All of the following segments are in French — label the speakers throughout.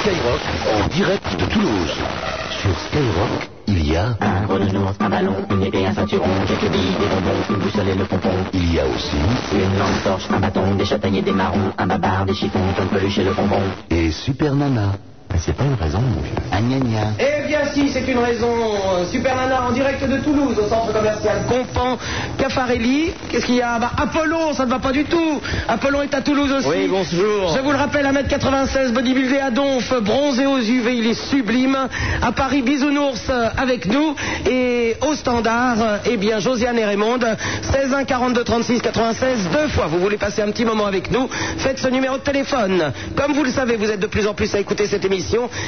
Speaker 1: Skyrock en direct de Toulouse. Sur Skyrock, il y a
Speaker 2: Un renounours, un ballon, une épée, un ceinturon, quelques billes, des bonbons, une boussole et le pompon.
Speaker 1: il y a aussi
Speaker 2: Une lampe torche, un bâton, des châtaigniers, des marrons, un babar, des chiffons, un peluche et le bonbon.
Speaker 1: et Super Nana.
Speaker 2: C'est pas une raison, mon vieux.
Speaker 1: Ah, gna, gna.
Speaker 3: Eh bien si, c'est une raison. Euh, Super Nana en direct de Toulouse, au centre commercial Confant, Caffarelli. Qu'est-ce qu'il y a Bah, Apollon, ça ne va pas du tout. Apollon est à Toulouse aussi.
Speaker 4: Oui, bonjour.
Speaker 3: Je vous le rappelle, 1m96, bodybuildé à Donf, bronzé aux UV, il est sublime. À Paris, bisounours euh, avec nous. Et au standard, euh, eh bien, Josiane et Raymond, 16 1 42 36 96, deux fois. Vous voulez passer un petit moment avec nous Faites ce numéro de téléphone. Comme vous le savez, vous êtes de plus en plus à écouter cette émission.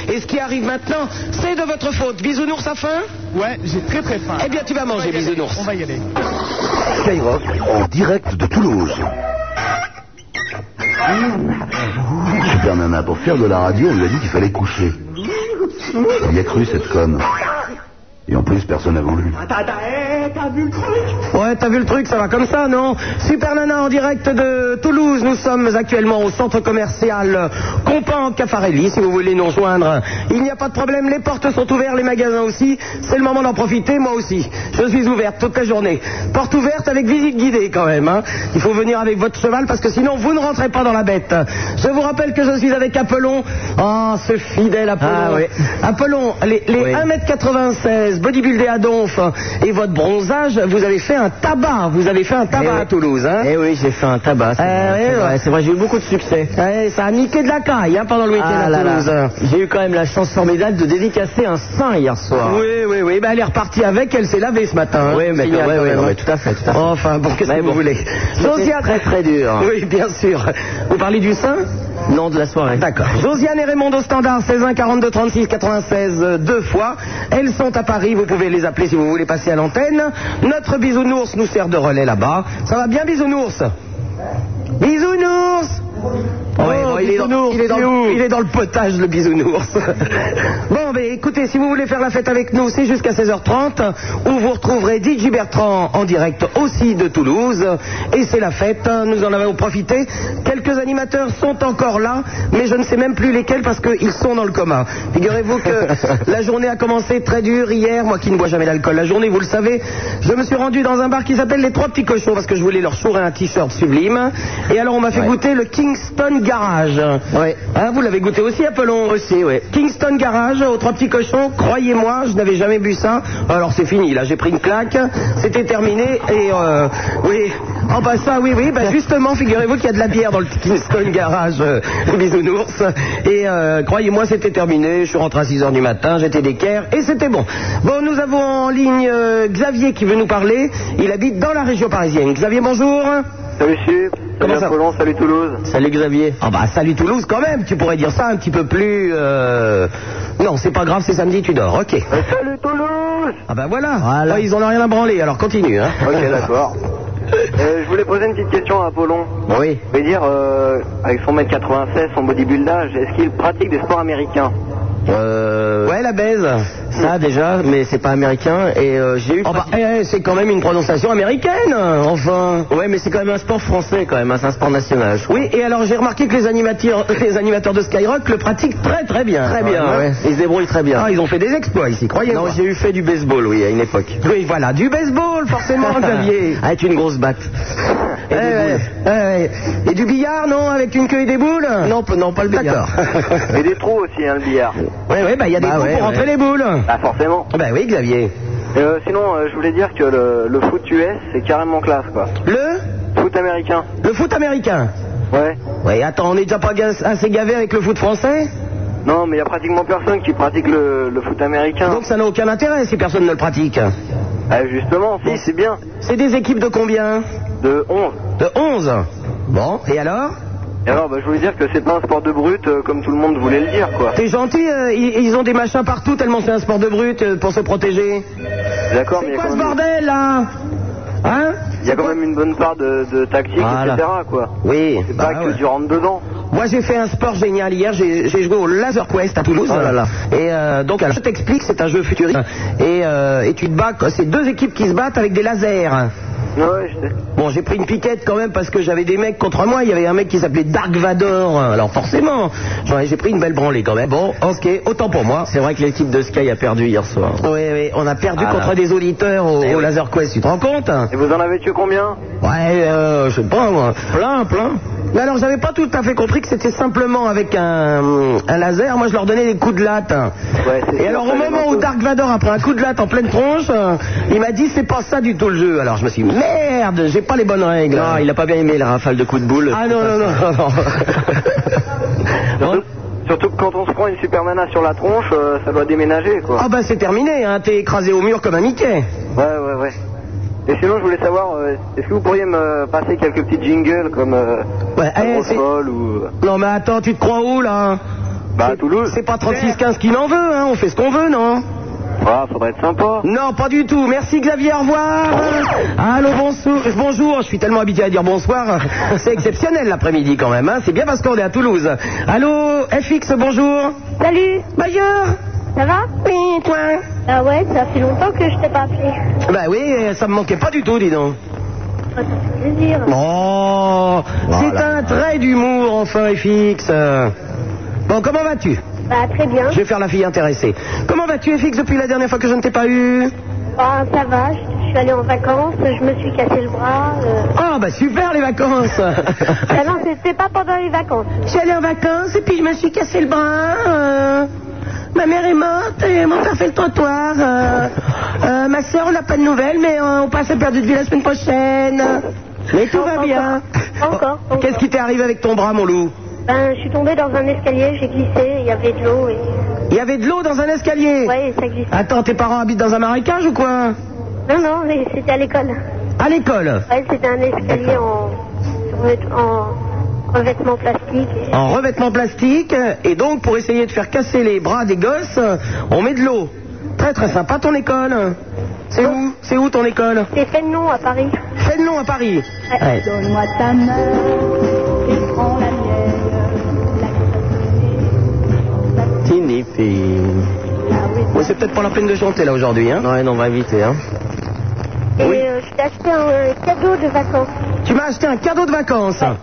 Speaker 3: Et ce qui arrive maintenant, c'est de votre faute. Bisounours à faim
Speaker 4: Ouais, j'ai très très faim.
Speaker 3: Eh bien, tu vas manger, bisounours.
Speaker 4: On va y aller.
Speaker 1: Skyrock en direct de Toulouse. Super Nana, pour faire de la radio, on lui a dit qu'il fallait coucher. Il y a cru cette conne. Et en plus, personne avant lui.
Speaker 3: Ouais, t'as vu le truc, ça va comme ça, non Super Nana en direct de Toulouse. Nous sommes actuellement au centre commercial Compan Caffarelli, si vous voulez nous rejoindre. Il n'y a pas de problème, les portes sont ouvertes, les magasins aussi. C'est le moment d'en profiter, moi aussi. Je suis ouverte toute la journée. Porte ouverte avec visite guidée quand même. hein. Il faut venir avec votre cheval parce que sinon vous ne rentrez pas dans la bête. Je vous rappelle que je suis avec Apollon. Ah, ce fidèle Apollon.
Speaker 4: Ah, oui.
Speaker 3: Apollon, les, les
Speaker 4: Oui.
Speaker 3: 1m96, bodybuildé à Donf et votre bronzage, vous avez fait un tabac. Vous avez fait un tabac
Speaker 4: oui.
Speaker 3: à Toulouse. Hein
Speaker 4: Eh oui, j'ai fait un tabac. C'est
Speaker 3: Eh
Speaker 4: vrai,
Speaker 3: oui,
Speaker 4: c'est
Speaker 3: ouais.
Speaker 4: vrai, c'est vrai, j'ai eu beaucoup de succès. Ah
Speaker 3: Ouais, ça a niqué de la caille hein, pendant le week-end à
Speaker 4: là là.
Speaker 3: Toulouse.
Speaker 4: J'ai eu quand même la chance formidable de dédicacer un sein hier soir.
Speaker 3: Oui, oui, oui. Ben, elle est repartie avec, elle s'est lavée ce matin. hein.
Speaker 4: Oui, mais,
Speaker 3: Signal,
Speaker 4: ouais,
Speaker 3: quand
Speaker 4: ouais,
Speaker 3: même,
Speaker 4: non,
Speaker 3: hein.
Speaker 4: mais tout à fait, tout à fait.
Speaker 3: Enfin, bon, qu'est-ce
Speaker 4: Mais
Speaker 3: que vous
Speaker 4: bon.
Speaker 3: voulez
Speaker 4: C'était très, très dur.
Speaker 3: Oui, bien sûr. Vous parlez du sein
Speaker 4: Non, de la soirée.
Speaker 3: D'accord. Josiane et Raymond au standard 16 1 42 36 96 euh, deux fois. Elles sont à Paris, vous pouvez les appeler si vous voulez passer à l'antenne. Notre bisounours nous sert de relais là-bas. Ça va bien bisounours Bisounours Oh,
Speaker 4: Ouais, bon, il est dans-
Speaker 3: il, est dans, le- il est dans le potage, le bisounours. bon, mais écoutez, si vous voulez faire la fête avec nous, c'est jusqu'à 16h30, où vous retrouverez DJ Bertrand en direct aussi de Toulouse. Et c'est la fête, hein, nous en avons profité. Quelques animateurs sont encore là, mais je ne sais même plus lesquels parce qu'ils sont dans le coma. Figurez-vous que la journée a commencé très dure hier, moi qui ne bois jamais d'alcool. La journée, vous le savez, je me suis rendu dans un bar qui s'appelle Les Trois Petits Cochons parce que je voulais leur chourer un t-shirt sublime. Et alors, on m'a fait
Speaker 4: Ouais.
Speaker 3: goûter le Kingston Garage.
Speaker 4: Ouais.
Speaker 3: Hein, vous l'avez goûté aussi, Apollon
Speaker 4: Aussi, oui.
Speaker 3: Kingston Garage, aux trois petits cochons, croyez-moi, je n'avais jamais bu ça. Alors c'est fini, là, j'ai pris une claque, c'était terminé, et euh, oui, oh bah ça, oui, oui, bah justement, figurez-vous qu'il y a de la bière dans le Kingston Garage, euh, bisounours, et euh, croyez-moi, c'était terminé, je suis rentré à 6h du matin, j'étais d'équerre, et c'était bon. Bon, nous avons en ligne euh, Xavier qui veut nous parler, il habite dans la région parisienne. Xavier, bonjour
Speaker 5: Salut Sup,
Speaker 3: Comment
Speaker 5: salut
Speaker 3: ça
Speaker 5: Apollon, salut Toulouse.
Speaker 4: Salut Xavier.
Speaker 3: Ah bah salut Toulouse quand même, tu pourrais dire ça un petit peu plus... euh, Non, c'est pas grave, c'est samedi, tu dors, ok.
Speaker 5: Euh, Salut Toulouse
Speaker 3: Ah ben voilà,
Speaker 4: Voilà.
Speaker 3: Ouais, ils en ont rien à branler, alors continue. Hein.
Speaker 5: Ok d'accord. Euh, je voulais poser une petite question à Apollon.
Speaker 4: Oui.
Speaker 5: Je veux dire, euh, avec son mètre 96, son bodybuildage, est-ce qu'il pratique des sports américains
Speaker 4: Euh,
Speaker 3: Ouais, la baise.
Speaker 4: Ça déjà, mais c'est pas américain. Et euh, j'ai eu.
Speaker 3: Hmm. Oh bah, eh, eh, c'est quand même une prononciation américaine, euh, enfin.
Speaker 4: Ouais, mais c'est quand même un sport français quand même, hein, c'est un sport national. je crois.
Speaker 3: Oui, et alors j'ai remarqué que les animateurs, les animateurs de Skyrock le pratiquent très très bien.
Speaker 4: Très bien.
Speaker 3: Ah,
Speaker 4: ouais. Ils se débrouillent très bien.
Speaker 3: Ah, ils ont fait des exploits ici, croyez-moi.
Speaker 4: non, j'ai eu fait du baseball, oui, à une époque. Ah,
Speaker 3: Oui, voilà, du baseball, forcément, Xavier.
Speaker 4: Avec une grosse batte.
Speaker 3: Eh,
Speaker 4: des
Speaker 3: ouais, ouais, ouais. Et du billard, non, avec une queue et des boules
Speaker 4: boules. Non, p- non, pas le billard.
Speaker 3: D'accord.
Speaker 5: Et des trous aussi, hein, le billard.
Speaker 3: Oui, oui, bah il y a des
Speaker 4: Bah
Speaker 3: trous
Speaker 4: ouais,
Speaker 3: pour rentrer
Speaker 4: ouais.
Speaker 3: les boules.
Speaker 5: Ah forcément.
Speaker 3: Bah oui, Xavier.
Speaker 5: Euh, sinon, euh, je voulais dire que le, le foot US, c'est carrément classe quoi.
Speaker 3: Le
Speaker 5: Foot américain,
Speaker 3: Le foot américain.
Speaker 5: ouais.
Speaker 3: Oui, attends, on n'est déjà pas ga- assez gavé avec le foot français
Speaker 5: Non, mais il y a pratiquement personne qui pratique le, le foot américain.
Speaker 3: Donc ça n'a aucun intérêt si personne ne le pratique.
Speaker 5: Ah, justement, si, c'est bien.
Speaker 3: C'est des équipes de combien
Speaker 5: De 11.
Speaker 3: De 11. Bon, et alors
Speaker 5: Et alors, bah, je voulais dire que c'est pas un sport de brut euh, comme tout le monde voulait le dire quoi.
Speaker 3: T'es gentil, euh, ils, ils ont des machins partout tellement c'est un sport de brut euh, pour se protéger.
Speaker 5: D'accord, mais
Speaker 3: C'est
Speaker 5: il y a
Speaker 3: quoi
Speaker 5: quand
Speaker 3: ce
Speaker 5: même-
Speaker 3: bordel là Hein
Speaker 5: Il y a quand même une bonne part de, de tactique,
Speaker 3: Voilà.
Speaker 5: etc. Quoi.
Speaker 3: Oui,
Speaker 5: C'est
Speaker 3: bah
Speaker 5: pas
Speaker 3: ouais.
Speaker 5: que tu rentres dedans.
Speaker 3: Moi, j'ai fait un sport génial hier. J'ai j'ai joué au Laser Quest à Toulouse.
Speaker 4: Oh là là.
Speaker 3: Et euh, donc, alors, je t'explique, c'est un jeu futuriste. Et, euh, et tu te bats. quoi. C'est deux équipes qui se battent avec des lasers.
Speaker 5: Ouais, je sais.
Speaker 3: Bon, j'ai pris une piquette quand même parce que j'avais des mecs contre moi. Il y avait un mec qui s'appelait Dark Vador. Alors forcément, j'en ai- j'ai pris une belle branlée quand même. Bon, ok, autant pour moi.
Speaker 4: C'est vrai que l'équipe de Sky a perdu hier soir.
Speaker 3: Oui, oui, on a perdu
Speaker 4: Ah là.
Speaker 3: contre des auditeurs au,
Speaker 4: Eh
Speaker 3: au
Speaker 4: oui.
Speaker 3: Laser Quest, tu te rends compte hein.
Speaker 5: Et vous en avez tué combien
Speaker 3: Ouais, euh, je sais pas moi. Plein, plein. Mais alors, j'avais pas tout à fait compris que c'était simplement avec un, un laser. Moi, je leur donnais des coups de latte.
Speaker 5: Ouais, c'est
Speaker 3: Et
Speaker 5: sûr,
Speaker 3: alors,
Speaker 5: ça,
Speaker 3: au
Speaker 5: les
Speaker 3: moment où
Speaker 5: mentaux.
Speaker 3: Dark Vador a pris un coup de latte en pleine tronche, euh, il m'a dit c'est pas ça du tout le jeu. Alors, je me suis dit merde, j'ai pas les bonnes règles.
Speaker 4: Non, il a pas bien aimé la rafale de coups de boule.
Speaker 3: Ah non, non, non, non, non.
Speaker 5: Surtout, surtout que quand on se prend une supermana sur la tronche, euh, ça doit déménager, quoi.
Speaker 3: Ah bah c'est terminé, hein, t'es écrasé au mur comme un Mickey.
Speaker 5: Ouais, ouais, ouais. Et sinon, je voulais savoir, euh, est-ce que vous pourriez me passer quelques petits jingles comme euh,
Speaker 3: Ouais,
Speaker 5: La
Speaker 3: eh,
Speaker 5: Grosse
Speaker 3: c'est-
Speaker 5: Folle ou euh,
Speaker 3: Non mais attends, tu te crois où là
Speaker 5: Bah, à Toulouse
Speaker 3: C'est pas 36-15 qui en veut, hein, on fait ce qu'on veut, non
Speaker 5: Ah, faudrait être sympa.
Speaker 3: Non, pas du tout. Merci Xavier, au revoir. Allô, bonsoir. Bonjour, je suis tellement habitué à dire bonsoir. C'est exceptionnel l'après-midi quand même, hein. C'est bien parce qu'on est à Toulouse. Allô, FX, bonjour.
Speaker 6: Salut,
Speaker 3: Bonjour.
Speaker 6: ça va
Speaker 3: Oui, toi
Speaker 6: Ah ouais, ça fait longtemps que je t'ai pas appelé.
Speaker 3: Bah oui, ça me manquait pas du tout, dis donc.
Speaker 6: Ça fait plaisir.
Speaker 3: Oh, c'est un trait d'humour, enfin, FX. Euh, Bon, comment vas-tu
Speaker 6: Bah très bien.
Speaker 3: Je vais faire la fille intéressée. Comment vas-tu, FX, depuis la dernière fois que je ne t'ai pas eu
Speaker 6: Ah, ça va, je, je suis allée en vacances, je me suis cassé le bras. euh.
Speaker 3: Ah, bah super, les vacances
Speaker 6: Ah non, c'était pas pendant les vacances.
Speaker 3: J'allais en vacances et puis je me suis cassé le bras. euh, ma mère est morte et mon père fait le trottoir. euh, euh, ma soeur, on n'a pas de nouvelles, mais euh, on passe à perdu de vue la semaine prochaine. Mais tout va bien.
Speaker 6: Encore, encore.
Speaker 3: Qu'est-ce qui t'est arrivé avec ton bras, mon loup
Speaker 6: Ben, je suis tombée dans un escalier, j'ai glissé, il y avait de l'eau et...
Speaker 3: Il y avait de l'eau dans un escalier.
Speaker 6: Ouais, ça glissait.
Speaker 3: Attends, tes parents habitent dans un marécage ou quoi
Speaker 6: Non, non, mais c'était à l'école.
Speaker 3: À l'école
Speaker 6: Ouais, c'était un escalier en... sur- en revêtement plastique. et-
Speaker 3: en revêtement plastique et donc pour essayer de faire casser les bras des gosses, on met de l'eau. Très très sympa ton école. C'est où C'est où ton école
Speaker 6: C'était Fénelon à Paris.
Speaker 3: Fénelon à Paris. Ouais.
Speaker 7: Donne-moi ta main et prends la mienne.
Speaker 3: Ouais, c'est peut-être pas la peine de chanter là aujourd'hui. Hein
Speaker 4: Ouais, non, on va éviter. Hein.
Speaker 6: Et
Speaker 3: Oui.
Speaker 6: euh, je t'ai acheté un euh, cadeau de vacances.
Speaker 3: Tu m'as acheté un cadeau de vacances. Ah.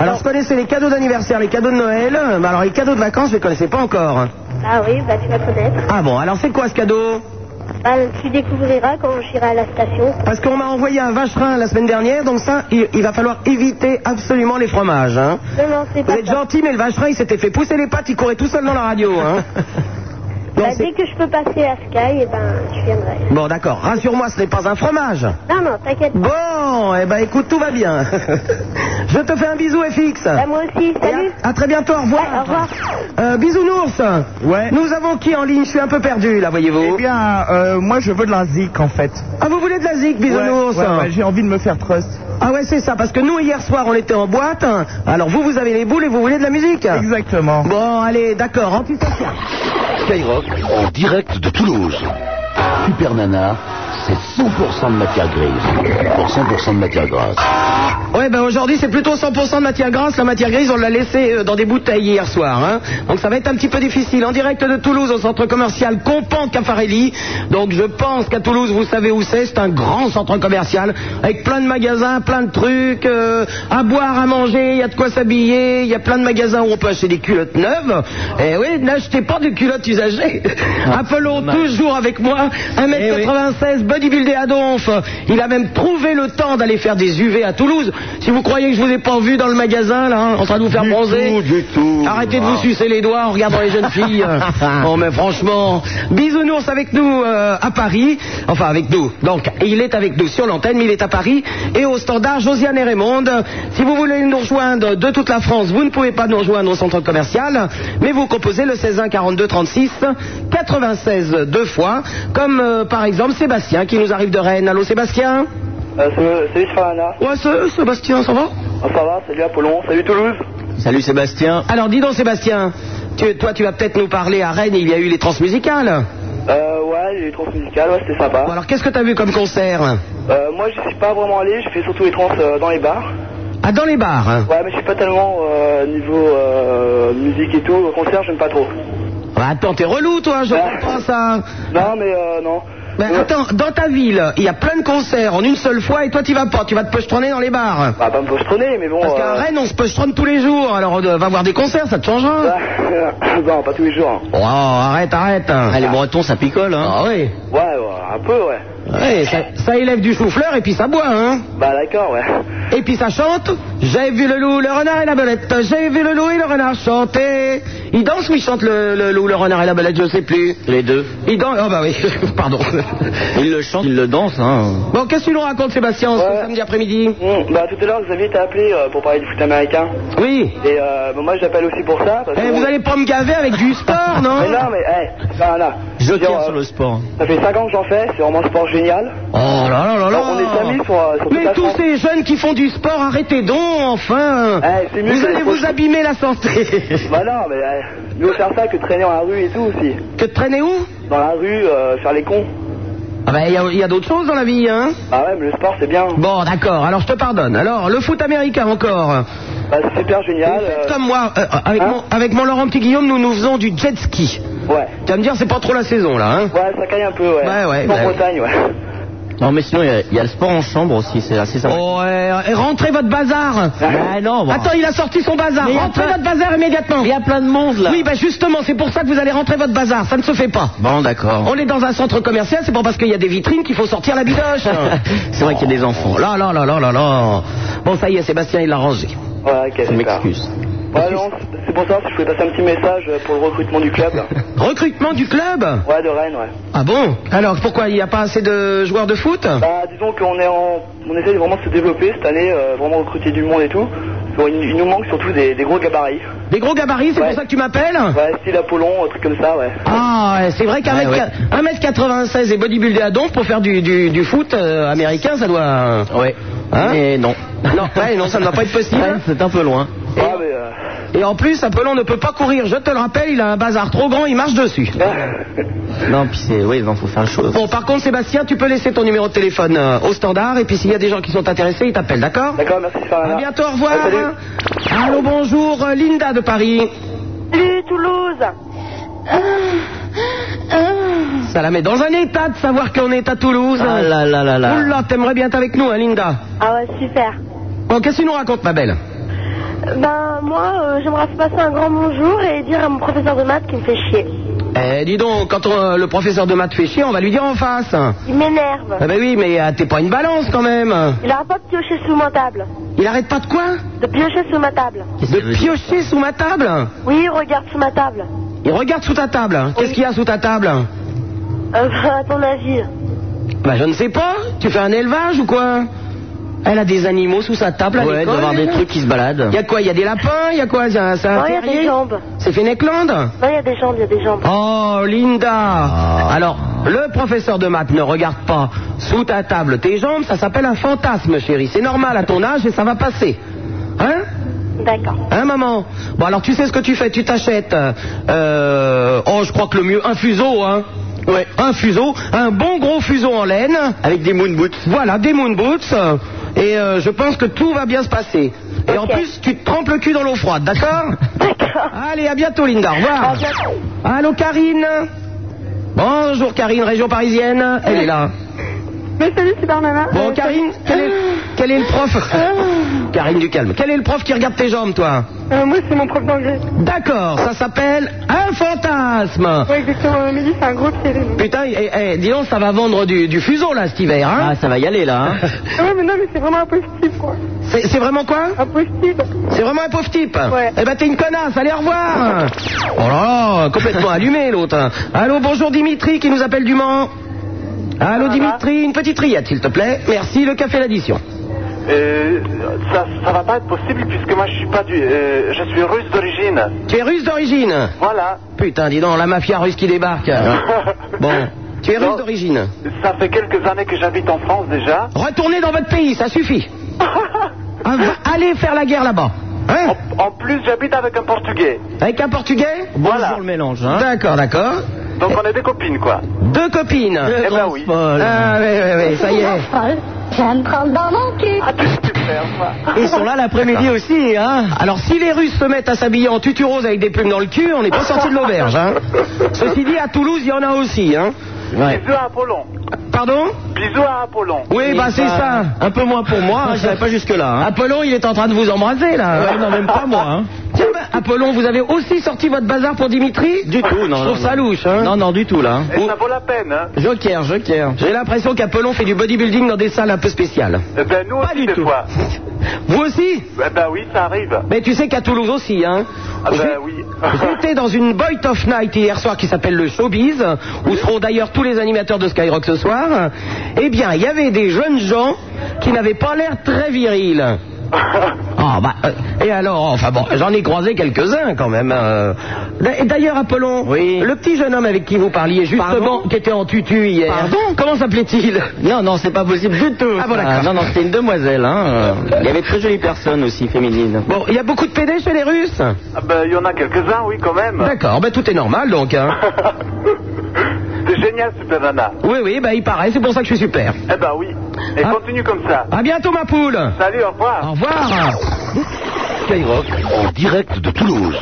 Speaker 3: Alors je connaissais les cadeaux d'anniversaire, les cadeaux de Noël. mais alors les cadeaux de vacances, je les connaissais pas encore.
Speaker 6: Ah oui, bah tu vas connaître.
Speaker 3: Ah bon, alors c'est quoi ce cadeau
Speaker 6: Bah, tu découvriras quand j'irai à la station.
Speaker 3: Parce qu'on m'a envoyé un vacherin la semaine dernière, donc ça, il, il va falloir éviter absolument les fromages. Hein
Speaker 6: Non, non, c'est
Speaker 3: Vous
Speaker 6: pas
Speaker 3: êtes
Speaker 6: ça.
Speaker 3: gentil, mais le vacherin, il s'était fait pousser les pattes, il courait tout seul dans la radio. Hein. Non,
Speaker 6: Bah,
Speaker 3: c'est-
Speaker 6: dès que je peux passer à Sky, eh ben, je viendrai.
Speaker 3: Bon, d'accord. Rassure-moi, ce n'est pas un fromage.
Speaker 6: Non, non, t'inquiète. pas.
Speaker 3: Bon, eh ben écoute, tout va bien. Je te fais un bisou, FX.
Speaker 6: Bah, moi aussi,
Speaker 3: Et
Speaker 6: salut.
Speaker 3: À, à très bientôt, au revoir.
Speaker 6: Ouais, Eh, au revoir.
Speaker 3: Euh, bisounours. Ouais. Nous avons qui en ligne Je suis un peu perdu, là, voyez-vous.
Speaker 8: Eh bien, euh, moi je veux de la zik en fait.
Speaker 3: Ah, vous voulez de la zig, bisounours
Speaker 8: Ouais, ouais, ouais, j'ai envie de me faire trust.
Speaker 3: Ah ouais, c'est ça, parce que nous, hier soir, on était en boîte. Alors, vous, vous avez les boules et vous voulez de la musique
Speaker 8: Exactement.
Speaker 3: Bon, allez, d'accord. En plus, ça sert.
Speaker 4: Skyrock.
Speaker 1: En direct de Toulouse. Super Nana, c'est 100% de matière grise pour 100% de matière grasse.
Speaker 3: Ouais, ben aujourd'hui c'est plutôt 100% de matière grasse. La matière grise, on l'a laissée euh, dans des bouteilles hier soir. hein. Donc ça va être un petit peu difficile. En direct de Toulouse, au centre commercial Compan Caffarelli. Donc je pense qu'à Toulouse, vous savez où c'est. C'est un grand centre commercial avec plein de magasins, plein de trucs, euh, à boire, à manger. Il y a de quoi s'habiller. Il y a plein de magasins où on peut acheter des culottes neuves. Et oui, n'achetez pas de culottes usagées. Appelons toujours avec moi 1m96 bodybuildé à Donf. Il a même trouvé le temps d'aller faire des UV à Toulouse. Si vous croyez que je vous ai pas vu dans le magasin, là, hein, en train de vous faire bronzer. Mmh. Arrêtez de vous sucer les doigts en regardant les jeunes filles. oh, mais franchement. Bisounours avec nous euh, à Paris. Enfin, avec nous. Donc, il est avec nous sur l'antenne, mais il est à Paris et au standard Josiane et Raymond. Si vous voulez nous rejoindre de toute la France, vous ne pouvez pas nous rejoindre au centre commercial, mais vous composez le 16 1 42 36 96 deux fois, comme euh, par exemple Sébastien qui nous arrive de Rennes. Allô, Sébastien
Speaker 5: Euh, salut, Sfarana.
Speaker 3: Ouais, c'est- Sébastien, ça va
Speaker 5: Ah, ça va, salut Apollon, salut Toulouse.
Speaker 4: Salut Sébastien.
Speaker 3: Alors, dis donc, Sébastien, tu- toi, tu vas peut-être nous parler à Rennes, il y a eu les transmusicales.
Speaker 5: Euh, ouais, les trans musicales, ouais, c'était
Speaker 3: Bon,
Speaker 5: sympa.
Speaker 3: alors qu'est-ce que t'as vu comme concert
Speaker 5: Euh, moi, je suis pas vraiment allé, je fais surtout les trans euh, dans les bars.
Speaker 3: Ah, dans les bars. hein.
Speaker 5: Ouais, mais je suis pas tellement euh, niveau euh, musique et tout, au concert, j'aime pas trop.
Speaker 3: Ah, attends, t'es relou, toi, je
Speaker 5: Ouais.
Speaker 3: comprends pas ça.
Speaker 5: Non, mais euh, non.
Speaker 3: Ben, attends, dans ta ville, il y a plein de concerts en une seule fois et toi tu vas pas, tu vas te pochetonner dans les bars.
Speaker 5: Bah, pas me postronner, mais bon.
Speaker 3: Parce qu'à
Speaker 5: euh,
Speaker 3: Rennes, on se pochetronne tous les jours, alors euh, va voir des concerts, ça te changera.
Speaker 5: bah, non, pas tous les jours.
Speaker 3: Oh, arrête, arrête.
Speaker 4: les Bretons, ça picole, hein.
Speaker 3: Ah oui.
Speaker 5: Ouais, ouais, un peu, ouais.
Speaker 3: Ouais, ça, ça élève du chou-fleur et puis ça boit, hein.
Speaker 5: Bah, d'accord, ouais.
Speaker 3: Et puis ça chante. J'ai vu le loup, le renard et la belette. J'ai vu le loup et le renard chanter. Il danse ou il chante le, le loup, le renard et la belette, je sais plus.
Speaker 1: Ah.
Speaker 4: Les deux.
Speaker 3: Il danse. Oh bah oui, pardon.
Speaker 4: Ils le chantent, ils le dansent, hein.
Speaker 3: Bon, qu'est-ce que tu nous racontes, Sébastien, en ce
Speaker 5: Ouais.
Speaker 3: samedi après-midi
Speaker 5: Bon, bah, tout à l'heure, vous aviez été appelé euh, pour parler du foot américain.
Speaker 3: Oui.
Speaker 5: Et euh, bah, moi, j'appelle aussi pour ça. Parce
Speaker 3: Eh,
Speaker 5: que
Speaker 3: vous allez pas me gaver avec du sport, non
Speaker 5: Mais non, mais, eh, bah, là.
Speaker 4: Je
Speaker 5: Genre,
Speaker 4: tiens
Speaker 5: euh,
Speaker 4: sur le sport.
Speaker 5: Ça fait 5 ans que j'en fais, c'est vraiment un sport génial.
Speaker 3: Oh là là là là
Speaker 5: Alors, on est amis sur, euh, sur toute
Speaker 3: Mais
Speaker 5: la
Speaker 3: tous
Speaker 5: France.
Speaker 3: ces jeunes qui font du sport, arrêtez donc, enfin
Speaker 5: Eh, c'est mieux
Speaker 3: Vous
Speaker 5: que
Speaker 3: allez
Speaker 5: les
Speaker 3: vous
Speaker 5: prochains.
Speaker 3: abîmer la santé
Speaker 5: Bah, non, mais eh, mieux faire ça que traîner dans la rue et tout aussi.
Speaker 3: Que de traîner où
Speaker 5: Dans la rue, euh, faire les cons.
Speaker 3: Ah ben, il y a, il y a d'autres choses dans la vie, hein
Speaker 5: Ah ouais, mais le sport, c'est bien.
Speaker 3: Bon, d'accord, alors je te pardonne. Alors, le foot américain encore.
Speaker 5: Bah, c'est super génial.
Speaker 3: Vous faites
Speaker 5: euh,
Speaker 3: comme moi, euh, avec,
Speaker 5: hein
Speaker 3: mon, avec mon Laurent Petit-Guillaume, nous nous faisons du jet ski.
Speaker 5: Ouais.
Speaker 3: Tu vas me dire, c'est pas trop la saison, là, hein
Speaker 5: Ouais, ça caille un peu, ouais.
Speaker 3: Ouais, ouais,
Speaker 5: En
Speaker 3: bah,
Speaker 5: Bretagne, ouais.
Speaker 4: Non, mais sinon, il y a- il y, a le sport en chambre aussi, c'est assez sympa.
Speaker 3: Oh, ouais, et rentrez votre bazar
Speaker 4: Ah non, bah.
Speaker 3: Attends, il a sorti son bazar
Speaker 4: Mais il y a
Speaker 3: Rentrez
Speaker 4: pas-
Speaker 3: votre bazar immédiatement
Speaker 4: Il y a plein de monde, là.
Speaker 3: Oui, bah justement, c'est pour ça que vous allez rentrer votre bazar, ça ne se fait pas
Speaker 4: Bon, d'accord.
Speaker 3: On est dans un centre commercial, c'est pas parce qu'il y a des vitrines qu'il faut sortir la bidoche.
Speaker 4: C'est vrai qu'il y a des enfants.
Speaker 3: Oh là là là là là là. Bon, ça y est, Sébastien, il l'a rangé.
Speaker 5: Ouais, ok,
Speaker 4: Je
Speaker 5: super.
Speaker 4: m'excuse.
Speaker 5: Ouais, non, c'est- c'est pour ça, si je pouvais passer un petit message euh, pour le recrutement du club. là.
Speaker 3: Recrutement du club
Speaker 5: Ouais, de Rennes, ouais.
Speaker 3: Ah bon Alors, pourquoi il n'y a pas assez de joueurs de foot
Speaker 5: Bah, disons qu'on est en... On essaie de vraiment de se développer cette année, euh, vraiment recruter du monde et tout. Bon, il, il nous manque surtout des, des gros gabarits.
Speaker 3: Des gros gabarits, c'est
Speaker 5: Ouais.
Speaker 3: pour ça que tu m'appelles
Speaker 5: Ouais, style Apollon, un truc comme ça, ouais.
Speaker 3: Ah, ouais, c'est vrai qu'un
Speaker 4: Ouais,
Speaker 3: mètre
Speaker 4: ouais.
Speaker 3: qua- un mètre 96 et bodybuildé à donf pour faire du, du, du foot euh, américain, ça doit...
Speaker 4: Ouais.
Speaker 3: Hein
Speaker 4: mais non.
Speaker 3: Non, ouais, non, ça ne va pas être possible.
Speaker 1: Hein
Speaker 4: Ouais, c'est un peu loin.
Speaker 5: Ah, mais... Euh...
Speaker 3: Et en plus, Apollon ne peut pas courir, je te le rappelle, il a un bazar trop grand, il marche dessus.
Speaker 4: Non, puis c'est. Oui, non, faut faire le chose.
Speaker 3: Bon, par contre, Sébastien, tu peux laisser ton numéro de téléphone euh, au standard, et puis s'il y a des gens qui sont intéressés, ils t'appellent, d'accord
Speaker 5: D'accord, merci, Sarah.
Speaker 3: À bientôt, au revoir.
Speaker 5: Ouais, salut.
Speaker 3: Allô, bonjour, euh, Linda de Paris.
Speaker 6: Salut Toulouse
Speaker 3: Ça la met dans un état de savoir qu'on est à Toulouse.
Speaker 4: Ah là là là là.
Speaker 3: Oula, t'aimerais bien être avec nous, hein, Linda.
Speaker 6: Ah ouais, super.
Speaker 3: Bon, qu'est-ce que tu nous racontes, ma belle
Speaker 6: Ben moi, euh, j'aimerais passer un grand bonjour et dire à mon professeur de maths qui me fait chier.
Speaker 3: Eh, dis donc, quand on- le professeur de maths fait chier, on va lui dire en face.
Speaker 6: Il m'énerve.
Speaker 3: Ah ben oui, mais euh, t'es pas une balance quand même.
Speaker 6: Il arrête pas de piocher sous ma table.
Speaker 3: Il arrête pas de quoi
Speaker 6: De piocher sous ma table.
Speaker 4: Qu'est-ce que ça veut
Speaker 3: De
Speaker 4: dire
Speaker 3: piocher sous ma table
Speaker 6: Oui, regarde sous ma table.
Speaker 3: Il regarde sous ta table. Qu'est-ce qu'il y a sous ta table
Speaker 6: Euh, ben, à ton avis.
Speaker 3: Bah je ne sais pas. Tu fais un élevage ou quoi Elle a des animaux sous sa table à
Speaker 4: Ouais,
Speaker 3: l'école,
Speaker 4: d'avoir des
Speaker 3: elle
Speaker 4: trucs qui se baladent.
Speaker 3: Il y a quoi Il y a des lapins Il y a quoi C'est un, c'est un
Speaker 6: Non, Oh, il y a des
Speaker 3: terrier
Speaker 6: jambes.
Speaker 3: C'est Fenneckland
Speaker 6: Non, il y a des jambes, il y a des jambes.
Speaker 3: Oh, Linda Alors, le professeur de maths ne regarde pas sous ta table tes jambes, ça s'appelle un fantasme, chérie. C'est normal à ton âge et ça va passer. Hein
Speaker 6: D'accord.
Speaker 3: Hein, maman Bon, alors tu sais ce que tu fais, tu t'achètes. euh, euh, oh, je crois que le mieux, un fuseau, hein Ouais, un fuseau, un bon gros fuseau en laine.
Speaker 4: Avec des moon boots.
Speaker 3: Voilà, des moon boots. euh, Et euh, je pense que tout va bien se passer. Et en
Speaker 6: Ok.
Speaker 3: plus, tu te trempes le cul dans l'eau froide, d'accord Allez, à bientôt, Linda. Au
Speaker 7: Ah,
Speaker 3: revoir.
Speaker 6: À bientôt.
Speaker 3: Allô, Karine Bonjour, Karine, région parisienne. Elle est là.
Speaker 7: Mais salut, super nana. Ah.
Speaker 3: Bon, Karine, quel est, quel est le prof Karine, du calme. Quel est le prof qui regarde tes jambes, toi
Speaker 7: Euh, moi, c'est mon prof d'anglais.
Speaker 3: D'accord, ça s'appelle un fantasme.
Speaker 7: Ouais, exactement. euh, Midi, c'est un gros pied.
Speaker 3: Putain, eh, eh, dis donc, ça va vendre du, du fuseau, là, cet hiver, hein
Speaker 4: Ah, ça va y aller là. hein.
Speaker 7: Ouais, mais non, mais c'est vraiment impossible, quoi.
Speaker 3: C'est c'est vraiment quoi
Speaker 7: Impossible.
Speaker 3: C'est vraiment un pauvre type.
Speaker 7: Ouais.
Speaker 3: Eh ben t'es une connasse, allez au revoir. Oh là là, complètement allumé l'autre. Allô, bonjour Dimitri qui nous appelle du Mans. Allô Dimitri, une petite rillette s'il te plaît. Merci, le café l'addition.
Speaker 9: Euh, ça, ça va pas être possible puisque moi je suis pas du, euh, je suis russe d'origine.
Speaker 3: Tu es russe d'origine
Speaker 9: Voilà.
Speaker 3: Putain, dis donc, la mafia russe qui débarque. Bon, tu es russe
Speaker 9: Non.
Speaker 3: d'origine.
Speaker 9: Ça fait quelques années que j'habite en France déjà.
Speaker 3: Retournez dans votre pays, ça suffit. Ah, va- allez faire la guerre là-bas. Hein
Speaker 9: En, en plus, j'habite avec un Portugais.
Speaker 3: Avec un portugais
Speaker 9: Voilà.
Speaker 4: Toujours le mélange, hein.
Speaker 3: D'accord, d'accord.
Speaker 9: Donc on est des copines quoi.
Speaker 3: Deux copines.
Speaker 9: Eh ben oui.
Speaker 3: Ah oui, oui, oui, ça y est.
Speaker 7: Je me prendre dans mon cul.
Speaker 9: Ah, tu es super. quoi.
Speaker 4: Ils sont là l'après-midi aussi, hein.
Speaker 3: Alors si les Russes se mettent à s'habiller en tutu rose avec des plumes dans le cul, on n'est pas sorti de l'auberge. Hein. Ceci dit, à Toulouse, il y en a aussi. Hein. Ouais.
Speaker 5: Bisous à Apollon.
Speaker 3: Pardon
Speaker 5: Bisous à Apollon.
Speaker 3: Oui, bah c'est ça. Un peu moins pour moi, hein, je n'irai pas jusque-là. Apollon, il est en train de vous embrasser, là. non, même pas moi. Tiens, bah, Apollon, vous avez aussi sorti votre bazar pour Dimitri Du tout, non. Je trouve ça louche, hein. Non, non, du tout, là.
Speaker 5: Et ça vaut la peine, hein
Speaker 3: Joker, joker. J'ai l'impression qu'Apollon fait du bodybuilding dans des salles un peu spéciales.
Speaker 5: Eh ben, nous aussi, des fois.
Speaker 3: Vous aussi
Speaker 5: Eh ben oui, ça arrive.
Speaker 3: Mais tu sais qu'à Toulouse aussi, hein.
Speaker 5: Ah
Speaker 3: Je-
Speaker 5: ben oui.
Speaker 3: J'étais dans une Boy of Night hier soir qui s'appelle le Showbiz, où seront d'ailleurs tous les animateurs de Skyrock ce soir. Eh bien, il y avait des jeunes gens qui n'avaient pas l'air très virils. Ah bah, euh, et alors, enfin bon, j'en ai croisé quelques-uns quand même. euh. D'a- et D'ailleurs, Apollon, le petit jeune homme avec qui vous parliez justement, qui était en tutu hier, comment s'appelait-il
Speaker 10: Non, non, c'est pas possible du tout.
Speaker 3: Ah bon,
Speaker 10: ça.
Speaker 3: d'accord.
Speaker 10: Non, non, c'était une demoiselle. Hein. euh. Il y avait de très jolies personnes aussi, féminines.
Speaker 3: Bon, il y a beaucoup de PD chez les Russes
Speaker 5: Ah ben, il y en a quelques-uns, oui, quand même.
Speaker 3: D'accord, bah tout est normal donc. Hein.
Speaker 5: C'est génial, Super Nana.
Speaker 3: oui, oui, bah il paraît, c'est pour ça que je suis super.
Speaker 5: Eh ben oui. Et
Speaker 3: Ah.
Speaker 5: continue comme ça.
Speaker 3: À bientôt ma poule
Speaker 5: Salut, au revoir.
Speaker 3: Au revoir
Speaker 1: Skyrock en direct de Toulouse.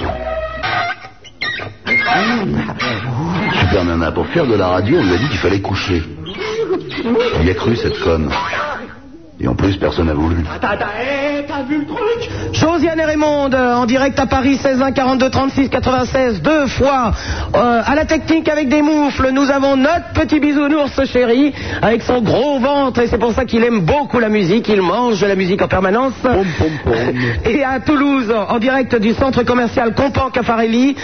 Speaker 1: Super Nana, pour faire de la radio, on lui a dit qu'il fallait coucher. Il y a cru cette conne. Et en plus, personne n'a voulu.
Speaker 3: Josiane et Raymond, euh, en direct à Paris, 16 1 42 36 96, deux fois. Euh, à la technique avec des moufles, nous avons notre petit bisounours chéri, avec son gros ventre, et c'est pour ça qu'il aime beaucoup la musique, il mange de la musique en permanence. Et à Toulouse, en direct du centre commercial Compan Cafarelli,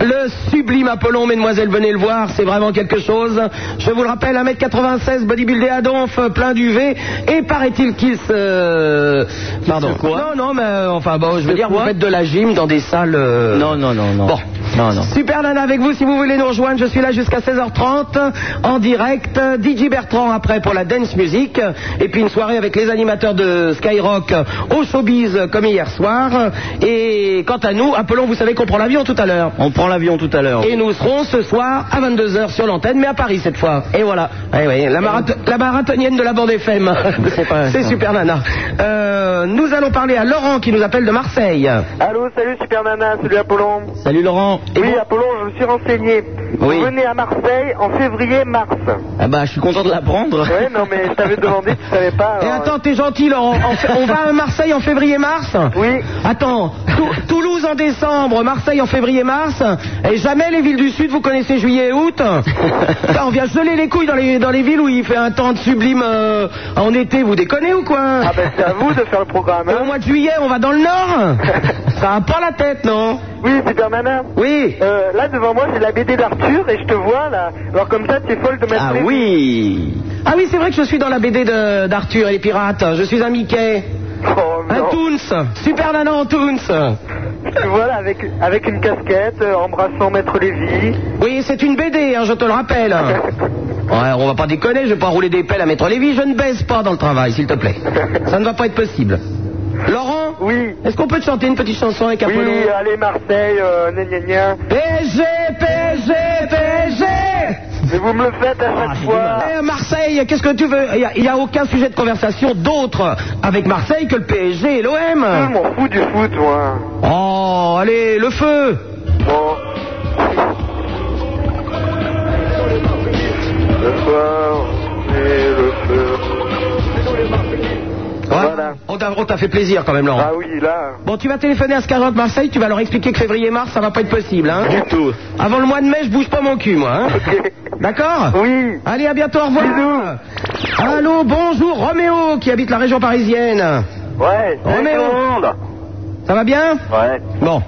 Speaker 3: le sublime Apollon, mesdemoiselles, venez le voir, c'est vraiment quelque chose. Je vous le rappelle, 1m96, bodybuildé à donf, plein d'UV, et paraît-il qu'il se... Pardon. non, non, mais euh, enfin bon, je veux dire, vous faites de la gym dans des salles... euh,
Speaker 10: Non, non, non, non.
Speaker 3: Bon.
Speaker 10: Non, non.
Speaker 3: Super Nana avec vous si vous voulez nous rejoindre. Je suis là jusqu'à 16h30 en direct. DJ Bertrand après pour la dance music. Et puis une soirée avec les animateurs de Skyrock au showbiz comme hier soir. Et quant à nous, Apollon, vous savez qu'on prend l'avion tout à l'heure.
Speaker 10: On prend l'avion tout à l'heure.
Speaker 3: Et nous serons ce soir à 22h sur l'antenne, mais à Paris cette fois. Et voilà. Eh oui, la, marath- la marathonienne de la bande FM.
Speaker 10: C'est pas-
Speaker 3: C'est super nana. Euh, nous allons parler à Laurent qui nous appelle de Marseille.
Speaker 5: Allô, salut, Super Nana. Salut, Apollon.
Speaker 10: Salut Laurent.
Speaker 5: oui, Apollon, je me suis renseigné.
Speaker 10: Oui.
Speaker 5: Vous venez à Marseille en février-mars.
Speaker 10: Ah bah, je suis content de l'apprendre.
Speaker 5: Ouais, non, mais je t'avais demandé, tu savais pas. euh,
Speaker 3: Et
Speaker 5: alors,
Speaker 3: Eh, attends, t'es gentil, Laurent. En fait, on va à Marseille en février-mars
Speaker 5: Oui.
Speaker 3: Attends, Tou- Toulouse en décembre, Marseille en février-mars, et jamais les villes du Sud, vous connaissez juillet et août. Putain, on vient geler les couilles dans les, dans les villes où il fait un temps de sublime euh, en été, vous déconnez ou quoi
Speaker 5: Ah ben, c'est à vous de faire le programme.
Speaker 3: Et Au
Speaker 5: hein.
Speaker 3: mois de juillet, on va dans le Nord Ça a pas la tête, non
Speaker 5: Oui, Super Nana.
Speaker 3: Oui
Speaker 5: Euh, là devant moi j'ai la BD d'Arthur et je te vois là. Alors comme ça t'es folle de mettre.
Speaker 10: Ah
Speaker 5: les-
Speaker 10: oui
Speaker 3: Ah oui, c'est vrai que je suis dans la BD de- d'Arthur et les pirates, je suis un Mickey.
Speaker 5: Oh,
Speaker 3: Un
Speaker 5: non.
Speaker 3: Toons Super Nana en Toons
Speaker 5: Te Voilà avec avec une casquette, euh, embrassant Maître Lévy.
Speaker 3: Oui, c'est une BD, hein, je te le rappelle. Ouais, on va pas déconner, je vais pas rouler des pelles à Maître Lévy, je ne baise pas dans le travail, s'il te plaît. Ça ne va pas être possible. Laurent
Speaker 5: Oui.
Speaker 3: Est-ce qu'on peut te chanter une petite chanson avec
Speaker 5: Oui,
Speaker 3: Apollon
Speaker 5: allez Marseille, euh, gna gna gna.
Speaker 3: PSG, PSG, PSG
Speaker 5: Mais vous me le faites à chaque fois.
Speaker 3: Eh, Marseille, qu'est-ce que tu veux Il y a- Il n'y a, aucun sujet de conversation d'autre avec Marseille que le PSG et
Speaker 5: Je
Speaker 3: l'OM.
Speaker 5: m'en fous du foot moi.
Speaker 3: Oh, allez, le feu
Speaker 5: Bon. Le soir et le feu.
Speaker 3: Ouais.
Speaker 5: Voilà.
Speaker 3: On t'a on t'a fait plaisir quand même, Laurent.
Speaker 5: Ah oui là.
Speaker 3: Bon, tu vas téléphoner à Skyrock Marseille, tu vas leur expliquer que février-mars, ça va pas être possible, hein
Speaker 10: Du tout.
Speaker 3: Avant le mois de mai, je bouge pas mon cul, moi, hein D'accord
Speaker 5: Oui.
Speaker 3: Allez, à bientôt, au revoir Allô, bonjour, Roméo, qui habite la région parisienne.
Speaker 5: Ouais.
Speaker 3: On est
Speaker 5: salut tout
Speaker 3: au-
Speaker 5: le monde.
Speaker 3: Ça va bien
Speaker 5: Ouais.
Speaker 3: Bon.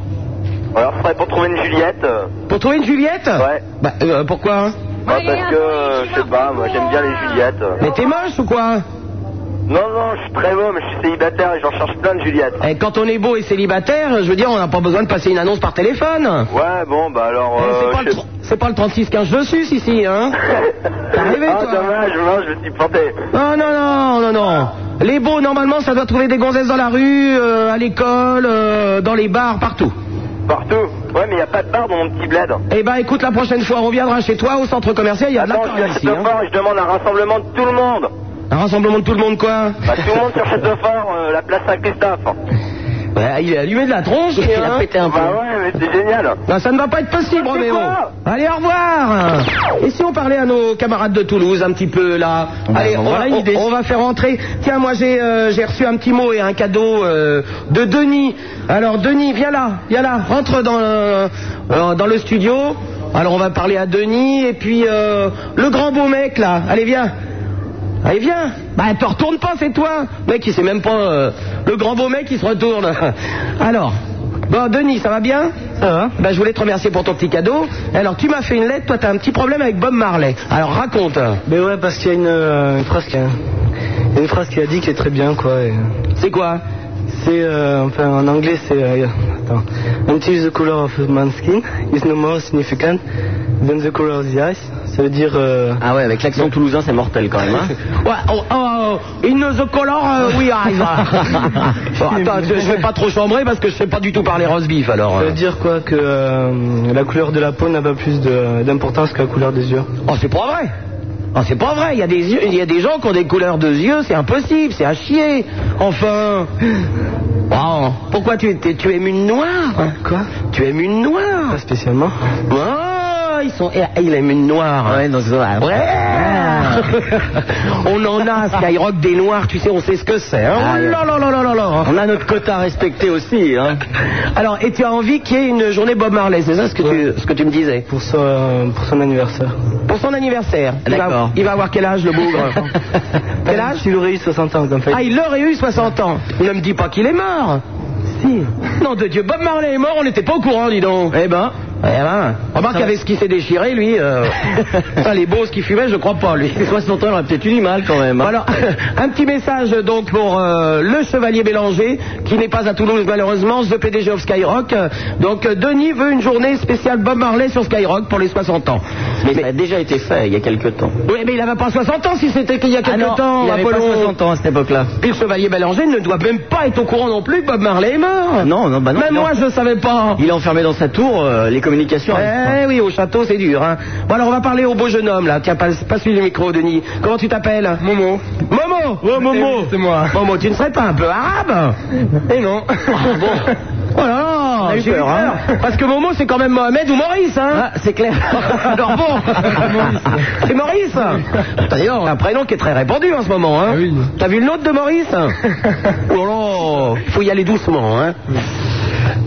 Speaker 5: Alors faudrait pour trouver une Juliette. euh,
Speaker 3: Pour trouver une Juliette
Speaker 5: Ouais.
Speaker 3: Bah, euh, pourquoi hein
Speaker 5: bah, parce que euh, je sais pas, moi j'aime bien les Juliettes.
Speaker 3: Mais t'es moche ou quoi
Speaker 5: Non non, je suis très beau, mais je suis célibataire et j'en cherche plein de Juliettes.
Speaker 3: Eh, Quand on est beau et célibataire, je veux dire, on n'a pas besoin de passer une annonce par téléphone.
Speaker 5: Ouais bon bah alors.
Speaker 3: Eh,
Speaker 5: euh,
Speaker 3: c'est pas
Speaker 5: je
Speaker 3: le
Speaker 5: sais-
Speaker 3: tr- c'est pas le 36-15 je suce ici, hein T'as rêvé,
Speaker 5: ah
Speaker 3: toi. hein
Speaker 5: dommage, non, je me suis planté.
Speaker 3: Non, non, non, non, non. Les beaux, normalement, ça doit trouver des gonzesses dans la rue, euh, à l'école, euh, dans les bars, partout.
Speaker 5: Partout. Ouais mais y a pas de bar dans mon petit bled.
Speaker 3: Eh ben, écoute, la prochaine fois, on reviendra chez toi, au centre commercial, il y a de la
Speaker 5: Attends, je
Speaker 3: corde
Speaker 5: cherche
Speaker 3: ici.
Speaker 5: le
Speaker 3: hein.
Speaker 5: fort et je demande un rassemblement de tout le monde.
Speaker 3: Un rassemblement de tout le monde, quoi
Speaker 5: Bah tout le monde cherche le fort, euh, la place Saint-Christophe.
Speaker 3: Bah, il est allumé de la tronche hein. et
Speaker 4: Il a pété un
Speaker 9: Bah
Speaker 4: peu.
Speaker 9: ouais, mais c'est génial.
Speaker 3: Non, Ben, ça ne va pas être possible,
Speaker 9: Mais
Speaker 3: Roméo.
Speaker 9: quoi
Speaker 3: Allez, au revoir. Et si on parlait à nos camarades de Toulouse un petit peu là Allez, on,
Speaker 4: voilà
Speaker 3: va,
Speaker 4: une idée.
Speaker 3: on- on va faire entrer. Tiens, moi j'ai euh, j'ai reçu un petit mot et un cadeau euh, de Denis. Alors Denis, viens là, viens là, rentre dans le, euh, dans le studio. Alors on va parler à Denis et puis euh, le grand beau mec là. Allez, viens. Allez, viens. Bah, te retourne pas, c'est toi. Mec, il sait même pas. euh, le grand beau mec, il se retourne. Alors. Bon, Denis, ça va bien Ça va. Bah, je voulais te remercier pour ton petit cadeau. Alors, tu m'as fait une lettre. Toi, t'as un petit problème avec Bob Marley. Alors, raconte.
Speaker 4: Mais Ben ouais, parce qu'il y a une, euh, une phrase qui a, il y a une phrase qui a dit qui est très bien, quoi. et, euh,
Speaker 3: C'est quoi
Speaker 4: C'est, euh, enfin, en anglais, c'est, euh, attends, until the color of man's skin is no more significant than the color of the eyes. Ça veut dire, euh,
Speaker 2: Ah ouais, avec l'accent toulousain, c'est mortel quand même. Hein
Speaker 3: Ouais, oh, oh, oh, in the color, euh, we are. Bon, attends, je, je vais pas trop chambrer parce que je sais pas du tout parler roast beef, alors.
Speaker 4: ça
Speaker 3: euh.
Speaker 4: veut dire quoi que euh, la couleur de la peau n'a pas plus de- d'importance que la couleur des yeux.
Speaker 3: Oh, c'est pas vrai. Oh, c'est pas vrai. Il y, a des yeux- il y a des gens qui ont des couleurs de yeux, c'est impossible, c'est à chier. Enfin. Oh, pourquoi tu, t'es- tu aimes une noire Quoi Tu aimes une noire
Speaker 4: Pas spécialement.
Speaker 3: Oh, ils sont. eh, Il aime une noire. Ouais,
Speaker 4: Ah.
Speaker 3: on en a, Skyrock des noirs, tu sais, on sait ce que c'est. hein. Oh là là là là là là.
Speaker 2: On a notre quota à respecter aussi. Hein
Speaker 3: Alors, et tu as envie qu'il y ait une journée Bob Marley, c'est ça ce que, tu, ce que tu me disais
Speaker 4: Pour son, pour son anniversaire.
Speaker 3: Pour son anniversaire. Il va-
Speaker 2: D'accord.
Speaker 3: Il va avoir quel âge, le bougre Quel âge
Speaker 4: Il aurait eu 60 ans, en fait.
Speaker 3: Ah, il aurait eu 60 ans. Ne me dis pas qu'il est mort. Si. Non, de Dieu, Bob Marley est mort, on n'était pas au courant, dis donc. Eh ben. Eh ben. Remarque avec ce qui s'est déchiré, lui. euh, ça, les beaux, ce qui fumait, je crois pas, lui.
Speaker 2: 60 ans, on a peut-être eu du mal quand même. hein.
Speaker 3: Bon, alors, un petit message donc pour euh, le chevalier Bélanger, qui n'est pas à Toulouse malheureusement, le PDG of Skyrock. Donc, euh, Denis veut une journée spéciale Bob Marley sur Skyrock pour les 60 ans.
Speaker 2: Mais, ça a déjà été fait il y a quelques temps.
Speaker 3: Oui, mais il n'avait pas 60 ans si c'était qu'il y a quelque
Speaker 2: Ah non,
Speaker 3: temps,
Speaker 2: il avait pas
Speaker 3: Apollon.
Speaker 2: 60 ans à cette époque-là.
Speaker 3: Et le chevalier Bélanger ne doit même pas être au courant non plus que Bob Marley est mort.
Speaker 2: Non, non, bah non.
Speaker 3: Même
Speaker 2: non.
Speaker 3: moi, je ne savais pas.
Speaker 2: Il est enfermé dans sa tour, euh, les communications. avec-
Speaker 3: Eh oui, au château, c'est dur. Hein. Bon, alors on va parler au beau jeune homme, là. Tiens, passe, passe-lui le micro, Denis. Comment tu t'appelles Momo. Momo Oh, Momo C'est moi. Momo, tu ne serais pas un peu arabe Eh non. bon. Voilà, Oh j'ai eu peur, Parce que Momo, c'est quand même Mohamed ou Maurice, hein C'est clair. Alors bon, c'est Maurice. D'ailleurs, un prénom qui est très répandu en ce moment, hein T'as vu le nôtre de Maurice Oh là, faut y aller doucement, hein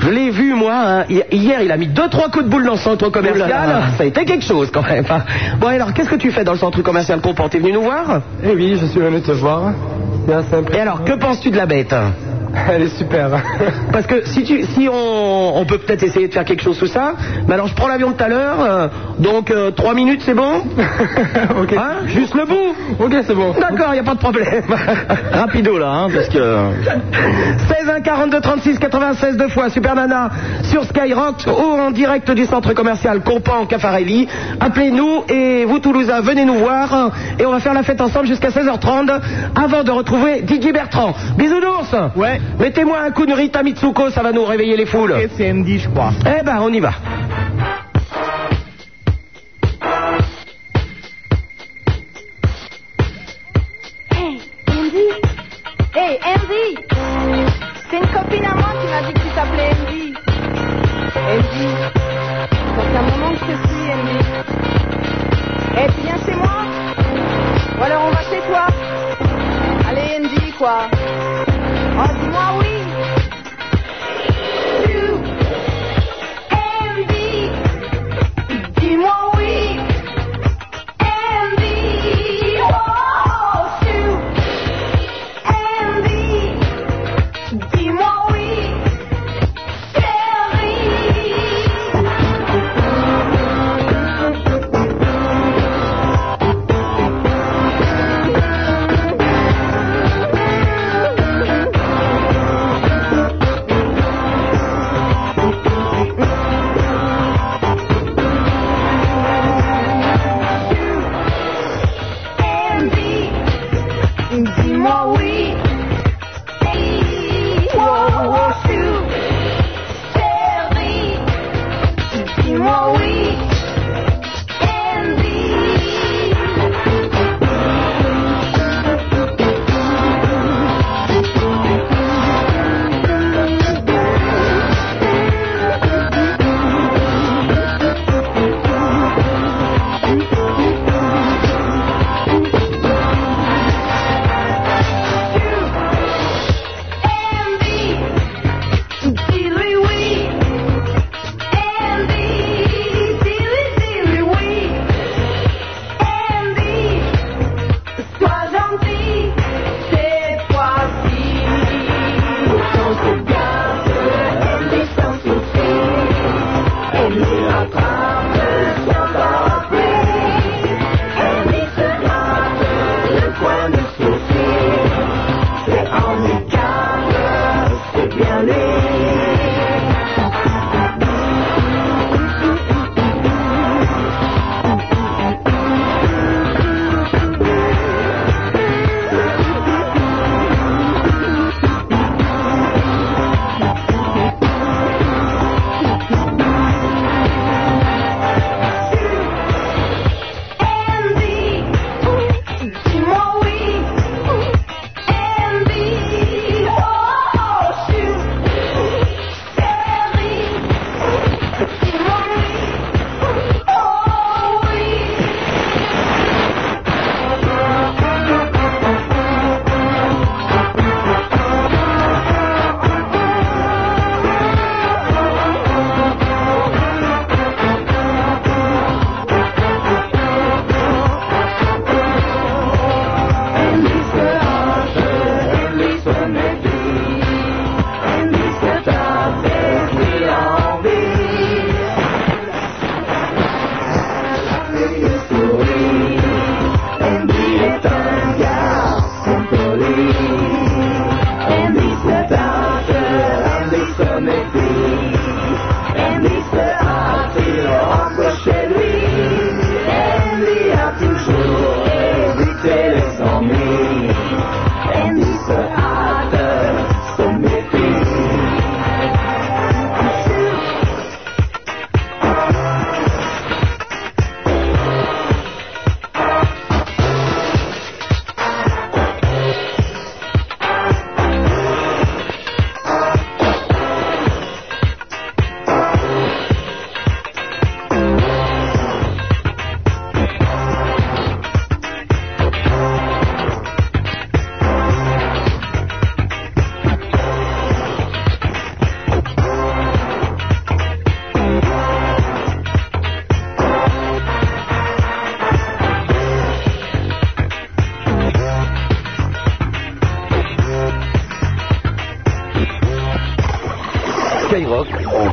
Speaker 3: je l'ai vu, moi. hein. Hi- Hier, il a mis deux, trois coups de boule dans le centre commercial.
Speaker 2: Ouh là là.
Speaker 3: Ça a été quelque chose, quand même. hein. Bon, alors, qu'est-ce que tu fais dans le centre commercial Compan T'es venu nous voir
Speaker 4: Eh oui, je suis venu te voir. C'est assez
Speaker 3: Et alors, que penses-tu de la bête
Speaker 4: Elle est super.
Speaker 3: Parce que si, tu, si on, on peut peut-être essayer de faire quelque chose sous ça, mais alors je prends l'avion tout à l'heure, euh, donc euh, trois minutes c'est bon
Speaker 4: ok.
Speaker 3: Hein Juste le bout
Speaker 4: Ok, c'est bon.
Speaker 3: D'accord, il n'y a pas de problème.
Speaker 2: Rapido là, hein, parce que.
Speaker 3: 16 1 42 36 96 deux fois Super Nana sur Skyrock ou en direct du centre commercial Compan Cafarelli. Appelez-nous et vous Toulousains venez nous voir et on va faire la fête ensemble jusqu'à 16h30 avant de retrouver DJ Bertrand. Bisounours
Speaker 8: Ouais.
Speaker 3: Mettez-moi un coup de Rita Mitsuko, ça va nous réveiller les foules.
Speaker 8: Ok, c'est MD, je crois.
Speaker 3: Eh ben on y va.
Speaker 7: Hey, Andy Hey, Andy C'est une copine à moi qui m'a dit que tu t'appelais Andy. Andy Ça fait un moment que je te suis, Andy. Eh, tu viens chez moi Ou alors on va chez toi Allez, Andy, quoi. Oh, dis-moi oui Andy Dis-moi oui Andy, oh, tu, Andy, dis-moi oui, chérie.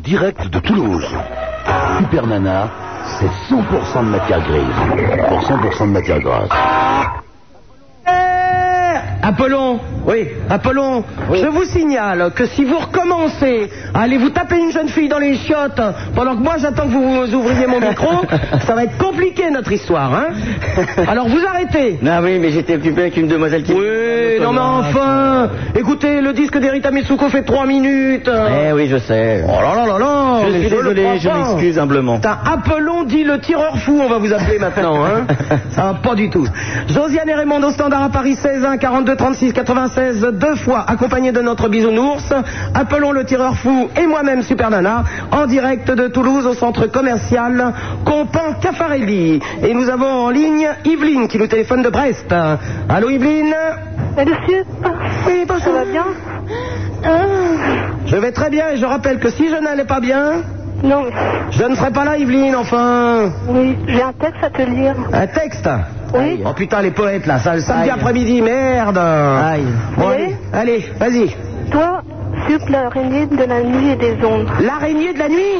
Speaker 1: direct de Toulouse. Super Nana, c'est 100% de matière grise pour 100% de matière grasse.
Speaker 3: Eh Apollon, oui, Apollon, je vous signale que si vous recommencez à aller vous taper une jeune fille dans les chiottes pendant que moi j'attends que vous ouvriez mon micro, ça va être compliqué notre histoire, hein Alors vous arrêtez
Speaker 11: Ah oui, mais j'étais occupé avec une demoiselle qui...
Speaker 3: Oui, non mais enfin Écoutez, le disque d'Erita Mitsuko fait 3 minutes
Speaker 11: Eh oui, je sais.
Speaker 3: Oh là là là là
Speaker 11: Je
Speaker 3: mais
Speaker 11: suis
Speaker 3: le
Speaker 11: désolé,
Speaker 3: crois
Speaker 11: je
Speaker 3: pas.
Speaker 11: m'excuse humblement.
Speaker 3: Putain, Appelons dit le tireur fou, on va vous appeler maintenant. Hein Ça va pas du tout. Josiane et Raymond au standard à Paris 16 1 42 36 96 deux fois accompagné de notre bisounours. Appelons le tireur fou et moi-même Super Nana en direct de Toulouse au centre commercial Compan Caffarelli. Et nous avons en ligne Yveline qui nous téléphone de Brest. Allô Yveline
Speaker 6: Monsieur,
Speaker 3: Oui, bonjour.
Speaker 6: ça va bien
Speaker 3: Je vais très bien et je rappelle que si je n'allais pas bien,
Speaker 6: Non,
Speaker 3: je ne serais pas là Yveline enfin.
Speaker 6: oui, j'ai un texte à te lire.
Speaker 3: Un texte
Speaker 6: Oui.
Speaker 3: Oh putain, les poètes là, ça le samedi après-midi, merde Aïe. Bon, allez,
Speaker 6: Oui.
Speaker 3: allez, vas-y.
Speaker 6: Toi, souple l'araignée de la nuit et des ondes.
Speaker 3: L'araignée de la nuit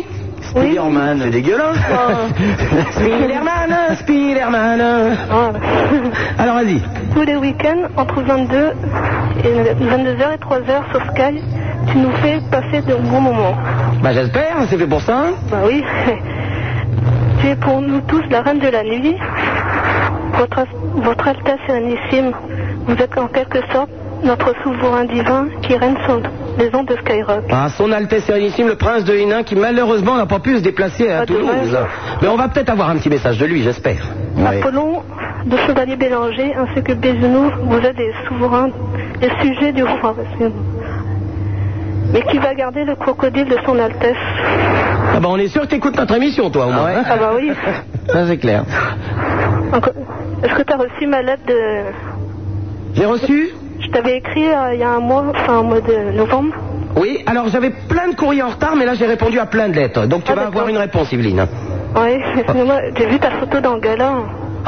Speaker 6: Oui.
Speaker 3: hein,
Speaker 11: Spiderman, c'est dégueulasse.
Speaker 6: Oh.
Speaker 3: Spiderman, Spiderman
Speaker 6: Ah.
Speaker 3: Alors vas-y.
Speaker 6: Tous les week-ends, entre 22 et 22h et 3h sur Sky, tu nous fais passer de bons moments.
Speaker 3: Bah j'espère, c'est fait pour ça. hein.
Speaker 6: Bah oui. Tu es pour nous tous la reine de la nuit. Votre, votre Altesse Sérénissime, vous êtes en quelque sorte notre souverain divin qui règne sur les ondes de Skyrock.
Speaker 3: Ah, son Altesse Sérénissime, le prince de Hénin, qui malheureusement n'a pas pu se déplacer à
Speaker 6: Ah,
Speaker 3: Toulouse.
Speaker 6: dommage.
Speaker 3: Mais on va peut-être avoir un petit message de lui, j'espère.
Speaker 6: Apollon, de Chevalier Bélanger, ainsi que Bézounours, vous êtes des souverains, des sujets du roi. monsieur. Mais qui va garder le crocodile de son Altesse
Speaker 3: Ah bah on est sûr que t'écoutes notre émission, toi, au moins. hein.
Speaker 6: Ah bah oui.
Speaker 3: Ça c'est clair.
Speaker 6: Encore- Est-ce que tu as reçu ma lettre de...
Speaker 3: J'ai reçu
Speaker 6: Je t'avais écrit euh, il y a un mois, enfin au mois de novembre.
Speaker 3: Oui, alors j'avais plein de courriers en retard, mais là j'ai répondu à plein de lettres. Donc tu
Speaker 6: Ah,
Speaker 3: vas avoir
Speaker 6: d'accord.
Speaker 3: une réponse, Yveline.
Speaker 6: Oui, excuse-moi, j'ai vu ta photo dans le gala.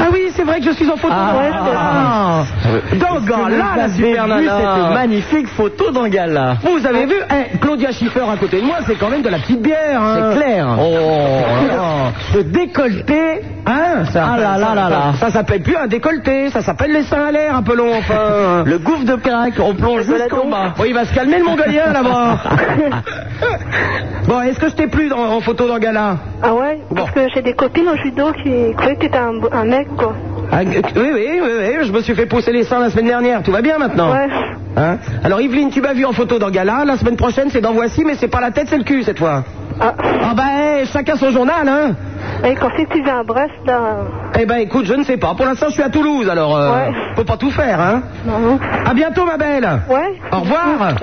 Speaker 3: Ah oui, c'est vrai que je suis en photo.
Speaker 11: Ah.
Speaker 6: Ouais, je te-
Speaker 3: Dangan, là, la super nana.
Speaker 11: cette magnifique photo d'un gala.
Speaker 3: Vous avez vu, eh, Claudia Schiffer à côté de moi, c'est quand même de la petite bière. hein.
Speaker 11: C'est clair.
Speaker 3: Oh, là. ce décolleté, hein ça,
Speaker 11: Ah là là là là.
Speaker 3: Ça s'appelle plus un décolleté, ça s'appelle les seins à l'air un peu long, enfin.
Speaker 11: Le gouffre de Pirac, on plonge jusqu'en bas.
Speaker 3: Oui, il va se calmer le mongolien là-bas. bon, est-ce que je t'ai plu dans- en photo dans gala
Speaker 6: Ah ouais Parce que j'ai des copines au judo qui croyaient que t'étais un, un mec, quoi.
Speaker 3: Ah, oui, oui, oui, oui, je me suis fait pousser les seins la semaine dernière, tout va bien maintenant
Speaker 6: Ouais.
Speaker 3: Hein Alors Yveline, tu m'as vu en photo dans Gala, la semaine prochaine c'est dans Voici, mais c'est pas la tête, c'est le cul cette fois.
Speaker 6: Ah,
Speaker 3: Ah bah eh, chacun son journal, hein
Speaker 6: et quand c'est que tu viens à Brest, là
Speaker 3: Eh ben écoute, je ne sais pas, pour l'instant je suis à Toulouse, alors euh,
Speaker 6: Ouais.
Speaker 3: faut pas tout faire, hein
Speaker 6: Non.
Speaker 3: À bientôt ma belle
Speaker 6: Ouais
Speaker 3: Au revoir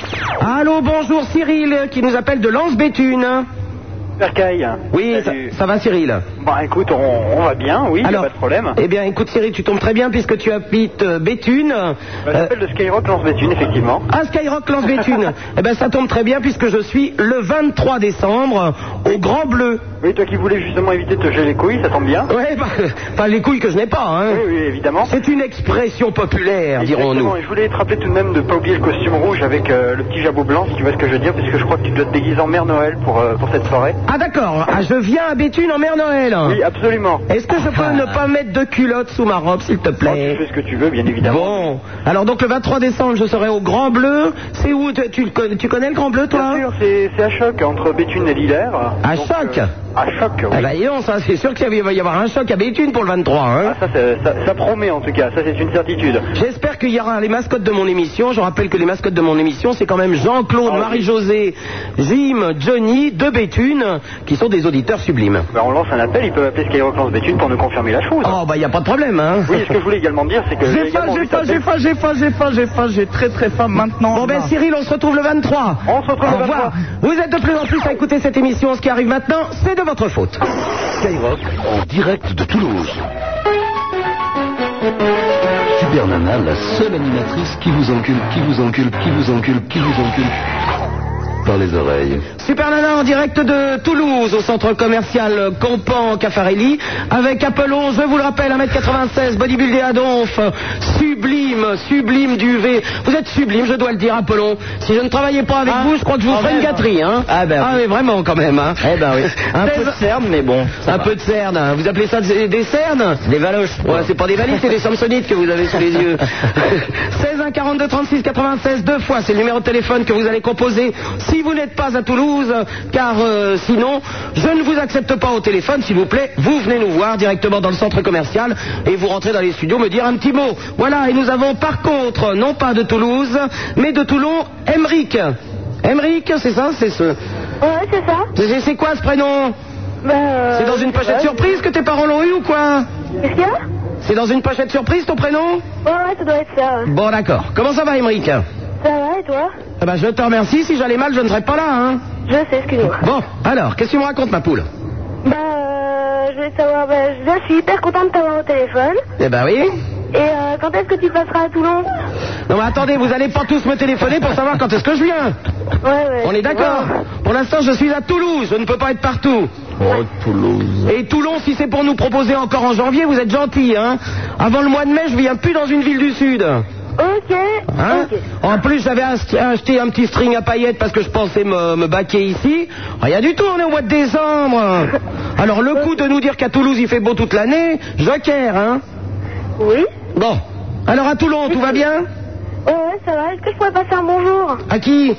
Speaker 3: Allô, bonjour Cyril, euh, qui nous appelle de Lens-Béthune.
Speaker 9: Percaille.
Speaker 3: Oui, ça,
Speaker 9: Salut.
Speaker 3: ça va Cyril
Speaker 9: Bon, écoute, on, on va bien, oui, y a pas de problème.
Speaker 3: Eh bien écoute Cyril, tu tombes très bien puisque tu habites euh, Béthune.
Speaker 9: Bah,
Speaker 3: Euh,
Speaker 9: J'appelle de Skyrock Lance Béthune, effectivement.
Speaker 3: À Ah, Skyrock Lance Béthune. eh ben ça tombe très bien puisque je suis le 23 décembre euh, au Grand Bleu.
Speaker 9: Oui, toi qui voulais justement éviter de te geler les couilles, ça tombe bien.
Speaker 3: Ouais, bah, enfin les couilles que je n'ai pas, hein.
Speaker 9: Oui, oui, évidemment.
Speaker 3: C'est une expression populaire,
Speaker 9: Exactement,
Speaker 3: dirons-nous.
Speaker 9: et je voulais te rappeler tout de même de pas oublier le costume rouge avec euh, le petit jabot blanc, si tu vois ce que je veux dire, parce que je crois que tu dois te déguiser en Mère Noël pour, euh, pour cette soirée.
Speaker 3: Ah d'accord, ah, je viens à Béthune en mer Noël.
Speaker 9: Oui, absolument.
Speaker 3: Est-ce que je peux ne pas mettre de culotte sous ma robe, s'il te
Speaker 9: Oh, tu
Speaker 3: plaît
Speaker 9: fais ce que tu veux, bien évidemment.
Speaker 3: Bon, alors donc le 23 décembre, je serai au Grand Bleu. C'est où tu, tu le con- tu connais le Grand Bleu, toi
Speaker 9: Bien sûr, c'est c'est à choc entre Béthune et Lillère.
Speaker 3: À
Speaker 9: Donc,
Speaker 3: Choc
Speaker 9: euh, À choc, oui.
Speaker 3: Ah bah dis donc, ça, c'est sûr qu'il y avait- va y avoir un choc à Béthune pour le 23, hein.
Speaker 9: Ah, ça, ça, ça- ça promet en tout cas, ça c'est une certitude.
Speaker 3: J'espère qu'il y aura les mascottes de mon émission. Je rappelle que les mascottes de mon émission, c'est quand même Jean-Claude,
Speaker 9: oui.
Speaker 3: Marie-Josée, Jim, Johnny, de Béthune, qui sont des auditeurs sublimes.
Speaker 9: Bah, on lance un appel, ils peuvent appeler Skyrock Lance Béthune pour nous confirmer la chose.
Speaker 3: Oh, bah, il n'y a pas de problème, hein.
Speaker 9: Oui, et ce que je voulais également dire, c'est que.
Speaker 8: J'ai faim,
Speaker 9: également
Speaker 8: j'ai
Speaker 9: vu
Speaker 8: faim,
Speaker 9: ta
Speaker 8: j'ai
Speaker 9: tête.
Speaker 8: faim, j'ai faim, j'ai faim, j'ai faim, j'ai très très faim maintenant.
Speaker 3: Bon ben
Speaker 8: Là.
Speaker 3: Cyril, on se retrouve le 23.
Speaker 9: On se retrouve le
Speaker 3: Au revoir.
Speaker 9: 23.
Speaker 3: Vous êtes de plus en plus à écouter cette émission. Ce qui arrive maintenant, c'est de votre faute.
Speaker 1: Skyrock en direct de Toulouse. Super Nana, la seule animatrice qui vous encule, qui vous encule, qui vous encule, qui vous encule. Par les oreilles.
Speaker 3: Super Nana en direct de Toulouse, au centre commercial Compan Caffarelli, avec Apollon, je vous le rappelle, 1m96, bodybuildé à donf, sublime, sublime duvet. Vous êtes sublime, je dois le dire, Apollon. Si je ne travaillais pas avec vous, je crois que je vous
Speaker 12: Ah, quand
Speaker 3: ferais une
Speaker 12: même.
Speaker 3: gâterie, hein.
Speaker 12: Ah ben oui.
Speaker 3: mais vraiment quand même, hein.
Speaker 12: Eh ben oui. Un peu de cerne, mais bon. ça
Speaker 3: Un
Speaker 12: va.
Speaker 3: peu de cerne, hein. vous appelez ça des, des cernes
Speaker 12: Des valoches.
Speaker 3: Ouais, c'est pas des valises, c'est des Samsonites que vous avez sous les yeux. 16 1 42 36 96 deux fois, c'est le numéro de téléphone que vous allez composer si vous n'êtes pas à Toulouse, car euh, sinon, je ne vous accepte pas au téléphone, s'il vous plaît. Vous venez nous voir directement dans le centre commercial et vous rentrez dans les studios me dire un petit mot. Voilà, et nous avons par contre, non pas de Toulouse, mais de Toulon, Emeric. Emeric, c'est ça, c'est ce.
Speaker 6: Ouais, c'est ça.
Speaker 3: C'est c'est quoi ce prénom
Speaker 6: Ben,
Speaker 3: C'est dans une pochette surprise que tes parents l'ont eu ou quoi
Speaker 6: Qu'est-ce qu'il y a
Speaker 3: C'est dans une pochette surprise ton prénom
Speaker 6: Ouais, ouais, ça doit être ça. ouais.
Speaker 3: Bon, d'accord. Comment ça va, Émeric Eh
Speaker 6: Ça va, et toi
Speaker 3: ben, je te remercie. Si j'allais mal, je ne serais pas là, hein.
Speaker 6: Je sais, excuse-moi.
Speaker 3: Bon, alors, qu'est-ce que tu me racontes, ma poule
Speaker 6: Ben, euh, je voulais savoir, ben, je suis hyper contente de t'avoir au téléphone.
Speaker 3: Eh ben oui.
Speaker 6: Et euh, quand est-ce que tu passeras à Toulon
Speaker 3: Non, mais attendez, vous allez pas tous me téléphoner pour savoir quand est-ce que je viens.
Speaker 6: Ouais, ouais.
Speaker 3: On est d'accord Pour l'instant, je suis à Toulouse. Je ne peux pas être partout.
Speaker 1: Oh, Toulouse.
Speaker 3: Et Toulon, si c'est pour nous proposer encore en janvier, vous êtes gentil, hein. Avant le mois de mai, je viens plus dans une ville du Sud.
Speaker 6: Ok,
Speaker 3: Hein
Speaker 6: ok.
Speaker 3: En plus, j'avais ast- acheté un petit string à paillettes parce que je pensais me, me baquer ici. Rien du tout, on est au mois de décembre. Alors, le coup de nous dire qu'à Toulouse, il fait beau toute l'année, joker, hein
Speaker 6: Oui
Speaker 3: Bon. Alors, à Toulon, tout va bien
Speaker 6: Ouais, ouais, ça va. Est-ce que je pourrais passer un bonjour
Speaker 3: À qui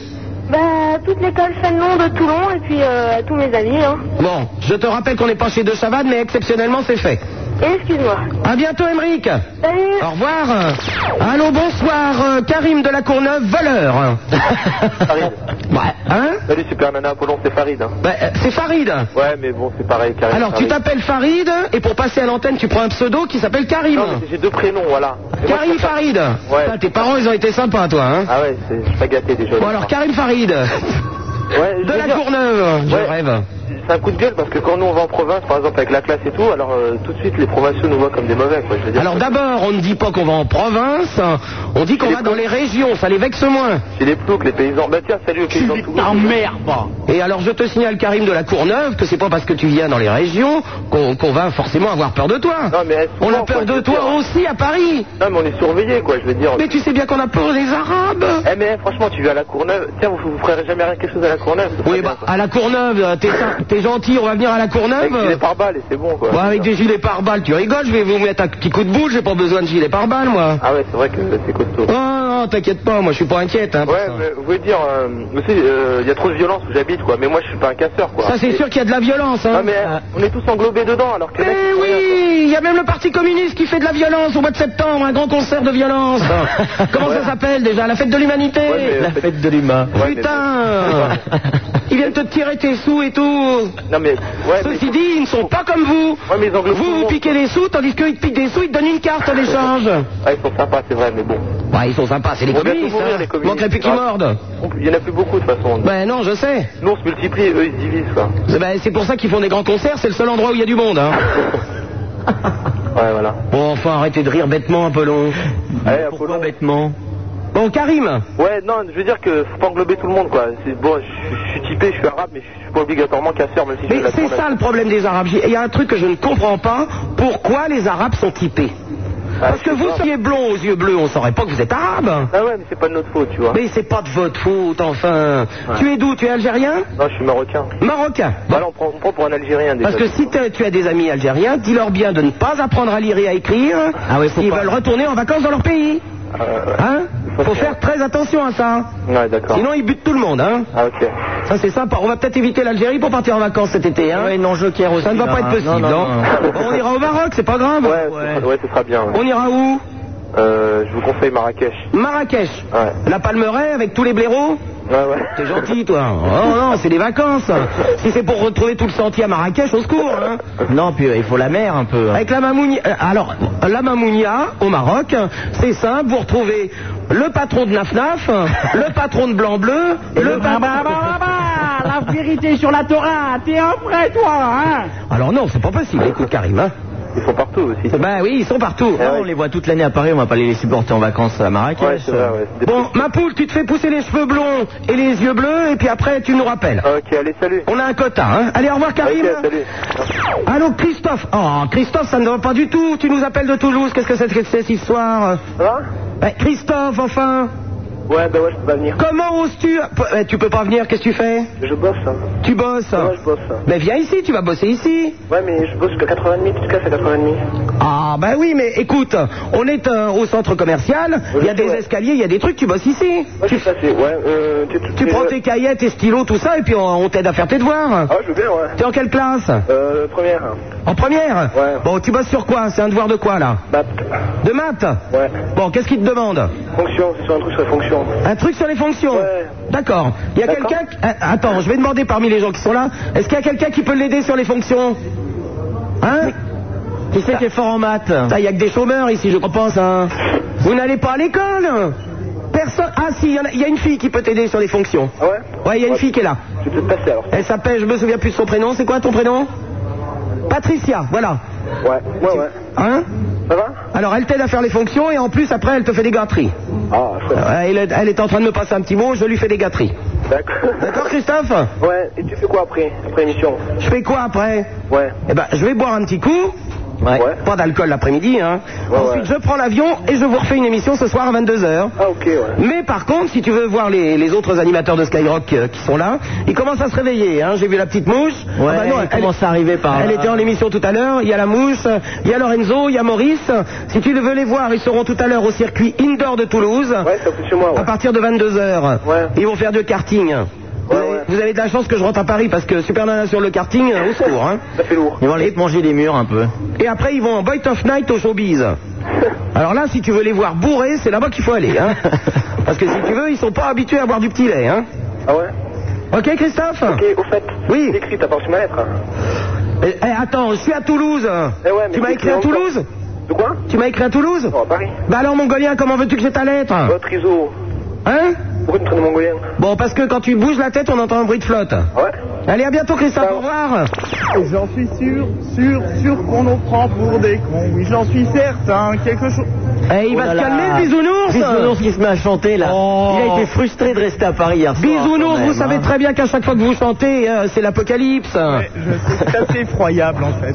Speaker 6: Bah, toute l'école Fanon de Toulon et puis euh, à tous mes amis. Hein.
Speaker 3: Bon, je te rappelle qu'on n'est pas chez De Chavannes, mais exceptionnellement, c'est fait.
Speaker 6: Et excuse-moi.
Speaker 3: À bientôt, Émeric.
Speaker 6: Salut
Speaker 3: Au revoir. Allô, bonsoir, euh, Karim de la Courneuve, voleur.
Speaker 5: Farid.
Speaker 3: Ouais. Hein
Speaker 9: Euh.
Speaker 5: Salut Super Nana, Apollon, c'est Farid. hein.
Speaker 3: Bah, euh, C'est Farid.
Speaker 5: Ouais, mais bon, c'est pareil, Karim.
Speaker 3: Alors, tu
Speaker 5: Farid.
Speaker 3: t'appelles Farid, et pour passer à l'antenne, tu prends un pseudo qui s'appelle Karim.
Speaker 5: Non, mais j'ai deux prénoms, voilà. Et moi, je
Speaker 3: hein. Karim
Speaker 5: préfère-
Speaker 3: Farid.
Speaker 5: Ouais.
Speaker 3: Putain, tes parents, ils ont été sympas, toi. Hein
Speaker 5: Ah ouais, c'est- je suis pas gâté déjà.
Speaker 3: bon, alors, Karim Farid,
Speaker 5: Ouais, je
Speaker 3: de
Speaker 5: veux
Speaker 3: la
Speaker 5: dire,
Speaker 3: Courneuve. Je
Speaker 5: Ouais.
Speaker 3: rêve.
Speaker 5: C'est un coup de gueule parce que quand nous on va en province, par exemple avec la classe et tout, alors euh, tout de suite les provinciaux nous voient comme des mauvais, quoi. Je veux dire,
Speaker 3: Alors, d'abord, on ne dit pas qu'on va en province, on dit qu'on
Speaker 5: Les
Speaker 3: va dans les régions, ça les vexe moins.
Speaker 5: c'est les ploucs, les paysans. Bah tiens, salut aux paysans de Toulouse.
Speaker 12: merde
Speaker 3: Et alors, je te signale, Karim de la Courneuve, que c'est pas parce que tu viens dans les régions qu'on qu'on va forcément avoir peur de toi.
Speaker 5: Non, mais elles sont
Speaker 3: on a
Speaker 5: fortes,
Speaker 3: peur
Speaker 5: quoi,
Speaker 3: de
Speaker 5: je veux
Speaker 3: toi
Speaker 5: dire.
Speaker 3: aussi à Paris.
Speaker 5: Non, mais on est surveillés, quoi. Je veux dire.
Speaker 3: Mais tu sais bien qu'on a peur des Arabes.
Speaker 5: Eh mais eh, franchement, tu vas à la Courneuve. Tiens, vous, vous ferez jamais rien quelque chose à la Courneuve. c'est
Speaker 3: Oui,
Speaker 5: pas
Speaker 3: bah,
Speaker 5: bien, quoi.
Speaker 3: à la Courneuve, euh, t'es t'es gentil, on va venir à la
Speaker 5: Avec
Speaker 3: Courneuve.
Speaker 5: les pare-balles et c'est bon, quoi.
Speaker 3: bah. Ouais, avec des gilets pare-balles, tu rigoles, je vais vous mettre un petit coup de boule, j'ai pas besoin de gilets pare-balles, moi.
Speaker 5: Ah ouais, c'est vrai que c'est costaud.
Speaker 3: Oh, non, t'inquiète pas, moi je suis pas inquiète. Hein, pour
Speaker 5: Ouais,
Speaker 3: ça.
Speaker 5: mais vous voulez dire, euh, vous savez, euh, il y a trop de violence où j'habite, quoi. Mais moi, je suis pas un casseur, quoi.
Speaker 3: Ça, c'est
Speaker 5: Et-
Speaker 3: sûr qu'il y a de la violence. Hein.
Speaker 5: Non, mais euh, on est tous englobés dedans, alors que. les mecs,
Speaker 3: Mais
Speaker 5: ils font rien, quoi.
Speaker 3: oui, il y a même le Parti communiste qui fait de la violence au mois de septembre, un grand concert de violence. Comment ça s'appelle déjà La fête de l'humanité
Speaker 5: Ah. Ouais, mais-
Speaker 12: La fête de l'humain.
Speaker 5: Ouais, mais-
Speaker 3: Putain Ils viennent te tirer tes sous et tout.
Speaker 5: Non, mais. Ouais, mais-
Speaker 3: Ceci dit, ils ne sont pas comme vous.
Speaker 5: Ouais, mais ils englobent tout
Speaker 3: vous,
Speaker 5: le
Speaker 3: vous
Speaker 5: monde.
Speaker 3: piquez des sous, tandis qu'ils te piquent des sous, ils te donnent une carte en échange.
Speaker 5: Ah, ils sont sympas, c'est vrai, mais bon.
Speaker 3: Ouais, ils sont sympas, c'est les
Speaker 5: On va
Speaker 3: communistes.
Speaker 5: tout mourir,
Speaker 3: hein.
Speaker 5: les communistes.
Speaker 3: Manquerait plus qu'ils
Speaker 5: Ouais.
Speaker 3: mordent.
Speaker 5: On- Il y en a plus beaucoup, de toute façon.
Speaker 3: Ben non, je sais.
Speaker 5: Nous, on se multiplie, eux, ils se divisent, quoi.
Speaker 3: Eh ben, c'est pour ça qu'ils font des grands concerts, c'est le seul endroit où il y a du monde. Hein.
Speaker 5: Ouais, voilà.
Speaker 3: Bon, enfin, arrêtez de rire bêtement un peu long.
Speaker 5: Allez,
Speaker 12: Pourquoi
Speaker 3: bah,
Speaker 5: Apollon.
Speaker 12: bêtement
Speaker 3: Bon, Karim,
Speaker 5: Ouais, non, je veux dire que faut pas englober tout le monde, quoi. C'est bon, je, suis- je suis typé, je suis arabe, mais je suis pas obligatoirement casseur, même si
Speaker 3: mais
Speaker 5: j'ai la
Speaker 3: c'est
Speaker 5: tournée.
Speaker 3: ça le problème des Arabes. J'ai- Il y a un truc que je ne comprends pas. Pourquoi les Arabes sont typés
Speaker 5: Ah,
Speaker 3: Parce que
Speaker 5: je sais
Speaker 3: vous
Speaker 5: pas.
Speaker 3: seriez blond aux yeux bleus, on saurait pas que vous êtes arabe.
Speaker 5: Ah ouais, mais c'est pas de notre faute, tu vois.
Speaker 3: Mais c'est pas de votre faute, enfin. Tu es d'où Tu es algérien
Speaker 5: Non, je suis marocain.
Speaker 3: Marocain.
Speaker 5: Bah là, on prend, on prend pour un Algérien, déjà.
Speaker 3: Parce que si t'as- tu as des amis algériens, dis-leur bien de ne pas apprendre à lire et à écrire
Speaker 12: Ah ouais, faut
Speaker 3: s'ils
Speaker 12: pas.
Speaker 3: veulent retourner en vacances dans leur pays.
Speaker 5: Euh,
Speaker 3: Hein
Speaker 5: Faut
Speaker 3: Faut
Speaker 5: faire.
Speaker 3: faire très attention à ça.
Speaker 5: Ouais, d'accord.
Speaker 3: Sinon, ils butent tout le monde, hein.
Speaker 5: Ah, ok.
Speaker 3: Ça, c'est sympa. On va peut-être éviter l'Algérie pour partir en vacances cet été, hein.
Speaker 12: Ouais, non, joker aussi.
Speaker 3: ça ne va
Speaker 12: là,
Speaker 3: pas être
Speaker 12: hein.
Speaker 3: possible,
Speaker 12: Non,
Speaker 3: non,
Speaker 12: non, non.
Speaker 3: Bon, On ira au Maroc, c'est pas grave.
Speaker 5: Ouais, ouais. Ce, sera, ouais, ce sera bien. ouais.
Speaker 3: On ira où
Speaker 5: Euh, je vous conseille Marrakech.
Speaker 3: Marrakech.
Speaker 5: Ouais.
Speaker 3: La Palmeraie avec tous les blaireaux
Speaker 5: Ouais, ouais.
Speaker 3: T'es gentil, toi. Oh non, c'est des vacances. Si c'est pour retrouver tout le sentier à Marrakech, au secours, hein.
Speaker 12: Non, puis euh, il faut la mer un peu. hein.
Speaker 3: Avec la Mamounia. euh, Alors, la Mamounia au Maroc, c'est simple, vous retrouvez le patron de Nafnaf, le patron de Blanc Bleu, le
Speaker 8: Bah,
Speaker 3: patron.
Speaker 9: la vérité sur la Torah, t'es un vrai toi, hein
Speaker 3: Alors non, c'est pas possible, écoute Karim. Hein. Bah
Speaker 9: Ils sont partout aussi.
Speaker 11: Ben oui, ils sont partout.
Speaker 12: Ah
Speaker 11: on les voit toute l'année à Paris, on va pas les supporter en vacances à Marrakech.
Speaker 9: Ouais, c'est vrai, ouais.
Speaker 3: Bon, ma poule, tu te fais pousser les cheveux blonds et les yeux bleus, et puis après, tu nous rappelles.
Speaker 9: Ok, allez, salut.
Speaker 3: On a un quota, hein. Allez, au revoir, Karim.
Speaker 9: Ok, salut.
Speaker 3: Allô, Christophe. Oh, Christophe, ça ne va pas du tout. Tu nous appelles de Toulouse. Qu'est-ce que c'est que cette histoire Ouais, Christophe, enfin.
Speaker 5: Ouais, bah ouais, je peux pas venir.
Speaker 3: Comment oses-tu Eh, Tu peux pas venir, qu'est-ce que tu fais
Speaker 5: Je bosse. hein.
Speaker 3: Tu bosses
Speaker 5: Ouais, je bosse.
Speaker 3: Ben viens ici, tu vas bosser ici.
Speaker 5: Ouais, mais je bosse que 80 tout cas, c'est 80
Speaker 3: Ah ben oui, mais écoute, on est euh, au centre commercial, il y a
Speaker 5: je sais,
Speaker 3: des
Speaker 5: ouais.
Speaker 3: escaliers, il y a des trucs, tu bosses ici.
Speaker 5: Moi, je suis passé, ouais. Euh, tu,
Speaker 3: Tu prends tes cahiers, tes stylos, tout ça, et puis on, on t'aide à faire tes devoirs.
Speaker 5: Ah, je veux bien, ouais.
Speaker 3: T'es en quelle classe
Speaker 5: Euh, première.
Speaker 3: En première
Speaker 5: Ouais.
Speaker 3: Bon, tu bosses sur quoi C'est un devoir de quoi, là
Speaker 5: Bah,
Speaker 3: De maths
Speaker 5: ouais.
Speaker 3: Bon, qu'est-ce qu'ils te demandent
Speaker 5: Fonction, c'est sur un truc sur les fonctions.
Speaker 3: Un truc sur les fonctions
Speaker 5: Ouais.
Speaker 3: D'accord. Il y a
Speaker 5: D'accord.
Speaker 3: quelqu'un... qui- Ah, Attends, je vais demander parmi les gens qui sont là, est-ce qu'il y a quelqu'un qui peut l'aider sur les fonctions Hein
Speaker 11: Qui c'est qui est fort en maths
Speaker 3: Ça, il n'y a que des chômeurs ici, je pense. Hein. Vous n'allez pas à l'école Personne. Ah, si, il y en a- il y, a une fille qui peut t'aider sur les fonctions.
Speaker 5: Ah ouais
Speaker 3: Ouais, il y a une fille qui est là.
Speaker 5: Je vais peut-être passer alors.
Speaker 3: Elle s'appelle, je me souviens plus de son prénom. C'est quoi ton prénom Patricia, voilà.
Speaker 5: Ouais, ouais, ouais.
Speaker 3: Hein
Speaker 5: Ça va
Speaker 3: Alors, elle t'aide à faire les fonctions et en plus, après, elle te fait des gâteries.
Speaker 5: Ah, chouette.
Speaker 3: Euh, Elle, est- elle est en train de me passer un petit mot, je lui fais des gâteries.
Speaker 5: D'accord.
Speaker 3: D'accord, Christophe
Speaker 5: ouais, et tu fais quoi après Après l'émission
Speaker 3: Je fais quoi après
Speaker 5: Ouais.
Speaker 3: Eh ben, je vais boire un petit coup.
Speaker 5: Ouais.
Speaker 3: Pas d'alcool l'après-midi, hein.
Speaker 5: Ouais,
Speaker 3: Ensuite, je prends l'avion et je vous refais une émission ce soir à 22h.
Speaker 5: Ah, ok, ouais.
Speaker 3: Mais par contre, si tu veux voir les, les autres animateurs de Skyrock euh, qui sont là, ils commencent à se réveiller. Hein. J'ai vu la petite mouche.
Speaker 11: Ouais,
Speaker 3: Ah bah
Speaker 11: ils commencent à arriver par là.
Speaker 3: Elle était en émission tout à l'heure. Il y a la mouche, il y a Lorenzo, il y a Maurice. Si tu veux les voir, ils seront tout à l'heure au circuit indoor de Toulouse.
Speaker 5: Ouais, ça fait chez moi, ouais.
Speaker 3: À partir de 22h,
Speaker 5: Ouais.
Speaker 3: ils vont faire du karting. vous, avez,
Speaker 5: ouais.
Speaker 3: vous avez de la chance que je rentre à Paris parce que Super Nana sur le karting, euh, au secours. Hein.
Speaker 5: Ça fait lourd.
Speaker 11: Ils vont aller te manger les murs un peu.
Speaker 3: Et après, ils vont en Bite of Night au showbiz. Alors là, si tu veux les voir bourrés, c'est là-bas qu'il faut aller. Hein. Parce que si tu veux, ils sont pas habitués à boire du petit lait. Hein.
Speaker 5: Ah ouais
Speaker 3: Ok, Christophe
Speaker 5: Ok, au fait.
Speaker 3: Oui.
Speaker 5: T'as écrit, t'as pas reçu ma lettre hein.
Speaker 3: Eh, eh, Attends, je suis à Toulouse.
Speaker 5: Eh ouais, mais
Speaker 3: tu m'as
Speaker 5: c'est
Speaker 3: écrit à
Speaker 5: en-
Speaker 3: Toulouse
Speaker 5: De quoi
Speaker 3: Tu m'as écrit à Toulouse
Speaker 5: Non, à Paris.
Speaker 3: Bah alors, Mongolien, comment veux-tu que j'ai ta lettre
Speaker 5: Votre ISO.
Speaker 3: Hein
Speaker 5: Pourquoi tu me traînes de mongolien Ah
Speaker 3: Bon, parce que quand tu bouges la tête, on entend un bruit de flotte.
Speaker 5: Ouais.
Speaker 3: Allez, à bientôt, Christophe.
Speaker 5: Ciao.
Speaker 3: Au revoir.
Speaker 8: J'en suis sûr, sûr, sûr qu'on nous prend pour des cons. Oui, j'en suis certain. Quelque chose.
Speaker 3: Eh, il
Speaker 11: Oh
Speaker 3: va
Speaker 11: là
Speaker 3: se
Speaker 11: là.
Speaker 3: calmer, le bisounours.
Speaker 11: Bisounours qui se met à chanter là.
Speaker 3: Oh.
Speaker 11: Il a été frustré de rester à Paris hier soir.
Speaker 3: Bisounours,
Speaker 11: quand même,
Speaker 3: vous savez
Speaker 11: hein.
Speaker 3: très bien qu'à chaque fois que vous chantez, euh, c'est l'apocalypse.
Speaker 8: Ouais, je sais, C'est assez effroyable en fait.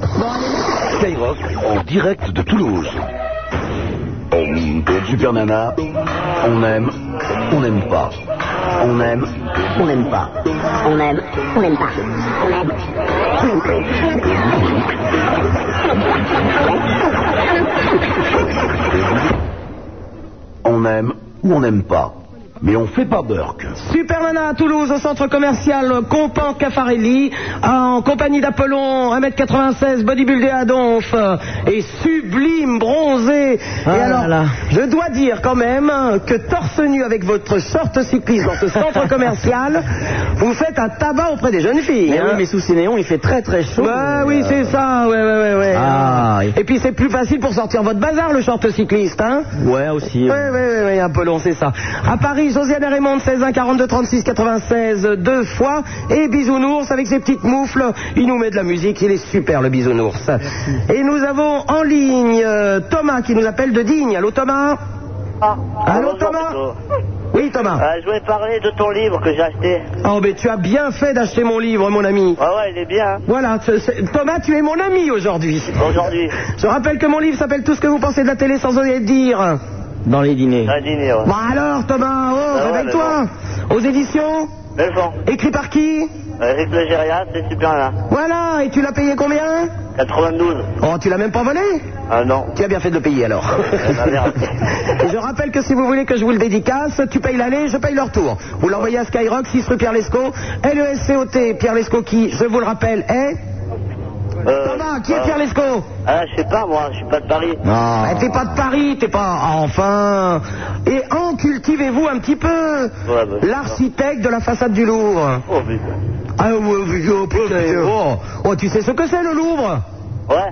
Speaker 1: Skyrock en direct de Toulouse. Super Nana, on aime, on n'aime pas. On aime, on n'aime pas.
Speaker 2: On aime, on n'aime pas. On aime.
Speaker 1: On aime ou on n'aime pas. Mais on fait pas Burke.
Speaker 3: Super Nana à Toulouse, au centre commercial Compan Caffarelli, en compagnie d'Apollon, 1m96, bodybuildé à donf, euh, et sublime, bronzé.
Speaker 11: Ah
Speaker 3: et
Speaker 11: là
Speaker 3: alors,
Speaker 11: là.
Speaker 3: je dois dire quand même que torse nu avec votre sorte cycliste dans ce centre commercial, vous faites un tabac auprès des jeunes filles.
Speaker 11: Mais oui,
Speaker 3: hein.
Speaker 11: mais sous ces néons, il fait très très chaud.
Speaker 3: Bah
Speaker 11: Euh,
Speaker 3: oui, c'est ça, ouais, ouais, ouais, ouais.
Speaker 11: Ah, il-
Speaker 3: Et puis c'est plus facile pour sortir votre bazar, le short cycliste, hein
Speaker 11: Ouais, aussi.
Speaker 3: oui,
Speaker 11: euh.
Speaker 3: oui, oui, oui, un peu long, c'est ça. À Paris, Josiane et Raymond, 16 1 42 36 96, deux fois. Et Bisounours, avec ses petites moufles, il nous met de la musique, il est super, le Bisounours. Et nous avons en ligne euh, Thomas qui nous appelle de Digne. Allô, Thomas
Speaker 13: Ah,
Speaker 3: Allô,
Speaker 13: bonjour,
Speaker 3: Thomas
Speaker 13: Pedro.
Speaker 3: Oui, Thomas.
Speaker 13: Euh, je voulais parler de ton livre que j'ai acheté.
Speaker 3: Oh, mais tu as bien fait d'acheter mon livre, mon ami.
Speaker 13: Ouais, ouais, il est bien hein,
Speaker 3: Voilà, c'est- c'est- Thomas, tu es mon ami aujourd'hui.
Speaker 13: aujourd'hui.
Speaker 3: Je rappelle que mon livre s'appelle Tout ce que vous pensez de la télé sans oser le dire.
Speaker 11: Dans les dîners.
Speaker 13: Un dîner, ouais.
Speaker 3: Bon alors, Thomas, oh,
Speaker 13: Ah ouais,
Speaker 3: réveille-toi. Aux éditions,
Speaker 13: Mais bon,
Speaker 3: écrit par qui
Speaker 13: Bah, Eric Legéria, c'est super là.
Speaker 3: Voilà, et tu l'as payé combien
Speaker 13: 92.
Speaker 3: Oh, tu l'as même pas volé
Speaker 13: Ah non.
Speaker 3: Tu as bien fait de le payer alors.
Speaker 13: bah merde.
Speaker 3: Et je rappelle que si vous voulez que je vous le dédicace, tu payes l'aller, je paye le retour. Vous l'envoyez à Skyrock, 6 rue Pierre Lescot, L-E-S-C-O-T, Pierre Lescot qui, je vous le rappelle, est...
Speaker 13: Euh,
Speaker 3: Thomas, qui
Speaker 13: euh,
Speaker 3: est Pierre Lescot
Speaker 13: Ah, je sais pas, moi, je suis pas de Paris.
Speaker 3: Ah, T'es pas de Paris, t'es pas... ah, Enfin... Et en cultivez-vous un petit peu
Speaker 13: Ouais, bah,
Speaker 3: L'architecte de la façade du Louvre.
Speaker 13: Oh, putain.
Speaker 3: Ah, ouais, ouais, oh, putain, oh. Oh, tu sais ce que c'est le Louvre
Speaker 13: Ouais,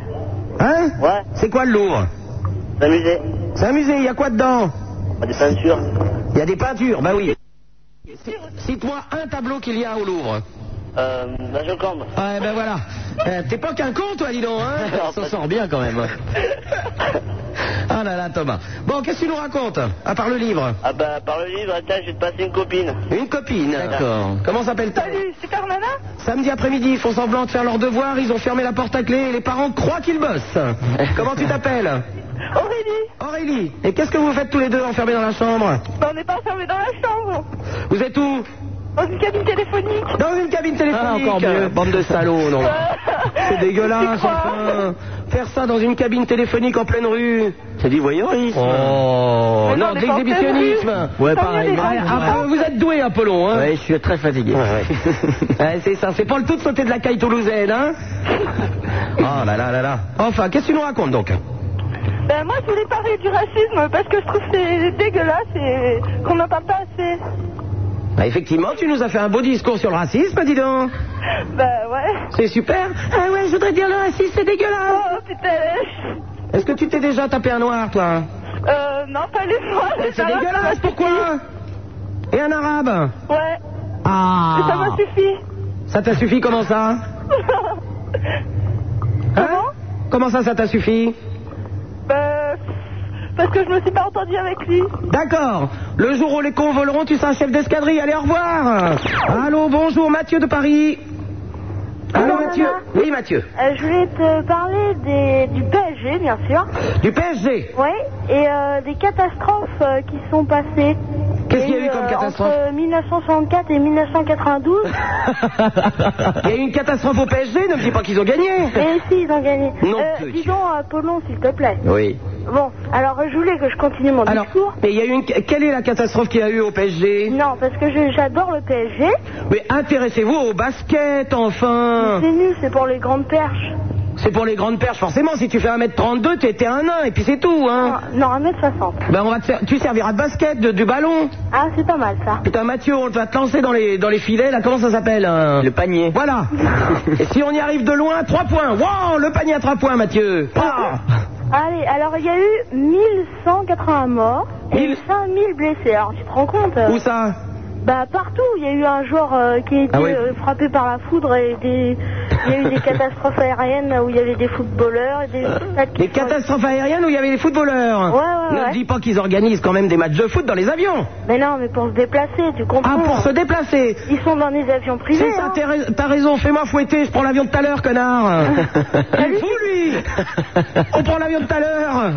Speaker 3: Hein
Speaker 13: ouais,
Speaker 3: C'est quoi le Louvre
Speaker 13: s'amuser.
Speaker 3: C'est un musée, il y a quoi dedans
Speaker 13: Ah, Des peintures.
Speaker 3: Il y a des peintures, bah oui. Cite-moi un tableau qu'il y a au Louvre.
Speaker 13: Euh, la Joconde.
Speaker 3: Ouais, ben voilà. Euh, T'es pas qu'un con, toi, dis donc, hein
Speaker 11: On s'en sort bien quand même.
Speaker 3: Ah là là, Thomas. Bon, qu'est-ce que tu nous racontes, à part le livre
Speaker 13: Ah bah, par le livre, attends, je vais te passer une copine.
Speaker 3: Une copine.
Speaker 13: D'accord.
Speaker 3: Comment s'appelle-t-elle
Speaker 7: Salut, super nana
Speaker 3: Samedi après-midi, ils font semblant de faire leurs devoirs, ils ont fermé la porte à clé et les parents croient qu'ils bossent. Comment tu t'appelles
Speaker 7: Aurélie
Speaker 3: Aurélie. Et qu'est-ce que vous faites tous les deux enfermés dans la chambre
Speaker 7: Bah, on n'est pas enfermés dans la chambre
Speaker 3: Vous êtes où
Speaker 7: Dans une cabine téléphonique
Speaker 3: Dans une cabine téléphonique.
Speaker 11: Ah, encore mieux.
Speaker 3: Bande de salauds, non. C'est dégueulasse,
Speaker 7: Tu crois
Speaker 3: enfin. Faire ça dans une cabine téléphonique en pleine rue.
Speaker 11: C'est du voyeurisme.
Speaker 3: Oh,
Speaker 7: Mais non,
Speaker 3: non,
Speaker 7: mais quand
Speaker 3: d'exhibitionnisme.
Speaker 11: Ouais,
Speaker 7: Tant mieux
Speaker 11: pareil.
Speaker 7: des
Speaker 11: Ouais,
Speaker 7: règles.
Speaker 11: ah,
Speaker 3: Ah, vous êtes doué, Apollon, hein
Speaker 11: ouais, je suis très fatigué.
Speaker 3: Ouais, c'est ça, c'est pas le tout de sauter de la caille toulousaine, hein Oh là là là là. Enfin, qu'est-ce que tu nous racontes donc
Speaker 7: Ben moi je voulais parler du racisme parce que je trouve que c'est dégueulasse et qu'on n'en parle pas assez.
Speaker 3: Bah, Effectivement, tu nous as fait un beau discours sur le racisme, dis donc.
Speaker 7: Ben ouais.
Speaker 3: C'est super. Ah ouais, je voudrais dire le racisme, c'est dégueulasse.
Speaker 7: Oh putain wesh.
Speaker 3: Est-ce que tu t'es déjà tapé un noir, toi
Speaker 7: Euh non pas les noirs.
Speaker 6: Eh,
Speaker 7: les
Speaker 3: Ah, C'est
Speaker 7: salopes.
Speaker 3: dégueulasse, pourquoi Et un arabe
Speaker 7: Ouais. Et ça
Speaker 3: Ah
Speaker 7: m'a suffi.
Speaker 3: Ça t'a suffi, comment ça Hein
Speaker 7: Comment
Speaker 3: Comment ça, ça t'a suffi
Speaker 14: Euh,
Speaker 7: Ben parce que je me suis pas entendue avec lui.
Speaker 3: D'accord. Le jour où les cons voleront, tu seras chef d'escadrille. Allez, au revoir. Allô, bonjour, Mathieu de Paris. Allô,
Speaker 6: Bonjour,
Speaker 3: Mathieu.
Speaker 6: Nana.
Speaker 3: Oui, Mathieu.
Speaker 6: Euh, je voulais te parler des, du PSG, bien sûr.
Speaker 3: Du PSG.
Speaker 6: Oui, et euh, des catastrophes euh, qui sont passées.
Speaker 3: Qu'est-ce qu'il y a eu
Speaker 6: euh,
Speaker 3: comme catastrophe
Speaker 6: Entre 1964 et 1992.
Speaker 3: Il y a eu une catastrophe au PSG, ne me dis pas qu'ils ont gagné.
Speaker 6: et si, ils ont gagné.
Speaker 3: Non,
Speaker 6: euh,
Speaker 3: que
Speaker 6: dis
Speaker 3: tu-
Speaker 6: donc, Apollon, s'il te plaît.
Speaker 11: Oui.
Speaker 6: Bon, alors euh, je voulais que je continue mon
Speaker 3: Alors,
Speaker 6: discours.
Speaker 3: mais il y a eu une... Quelle est la catastrophe qu'il y a eu au PSG
Speaker 6: Non, parce que je- j'adore le PSG.
Speaker 3: Mais intéressez-vous au basket, enfin
Speaker 6: C'est nul, c'est pour les grandes perches.
Speaker 3: C'est pour les grandes perches, forcément. Si tu fais 1m32, t'étais un nain, et puis c'est tout, hein.
Speaker 6: Non, 1m60.
Speaker 3: Ben, on va te faire... Tu serviras de basket, de- du ballon.
Speaker 6: Ah, c'est pas mal ça.
Speaker 3: Putain, Mathieu, on va te lancer dans les, dans les filets, là. Comment ça s'appelle hein
Speaker 11: Le panier.
Speaker 3: Voilà. Et si on y arrive de loin, 3 points. Wow, le panier à 3 points, Mathieu. Ah
Speaker 6: Allez, alors il y a eu 1180 morts et 5000 blessés. Alors tu te rends compte euh,
Speaker 3: Où ça
Speaker 6: Bah partout, il y a eu un joueur euh, qui a été
Speaker 3: Ah ouais.
Speaker 6: euh, frappé par la foudre et des... il y a eu des catastrophes aériennes où il y avait des footballeurs et des...
Speaker 3: Euh,
Speaker 6: stades qui
Speaker 3: Les
Speaker 6: sont-
Speaker 3: catastrophes aériennes où il y avait les footballeurs.
Speaker 6: Ouais, ouais,
Speaker 3: ne
Speaker 6: ouais.
Speaker 3: dis pas qu'ils organisent quand même des matchs de foot dans les avions.
Speaker 6: Mais non, mais pour se déplacer, tu comprends
Speaker 3: Ah, pour se déplacer.
Speaker 6: Ils sont dans des avions
Speaker 3: C'est
Speaker 6: privés.
Speaker 3: ça,
Speaker 6: hein.
Speaker 3: t'es rais- t'as raison, fais-moi fouetter, je prends l'avion de tout à l'heure, connard. Il est fou, lui On prend l'avion de tout à l'heure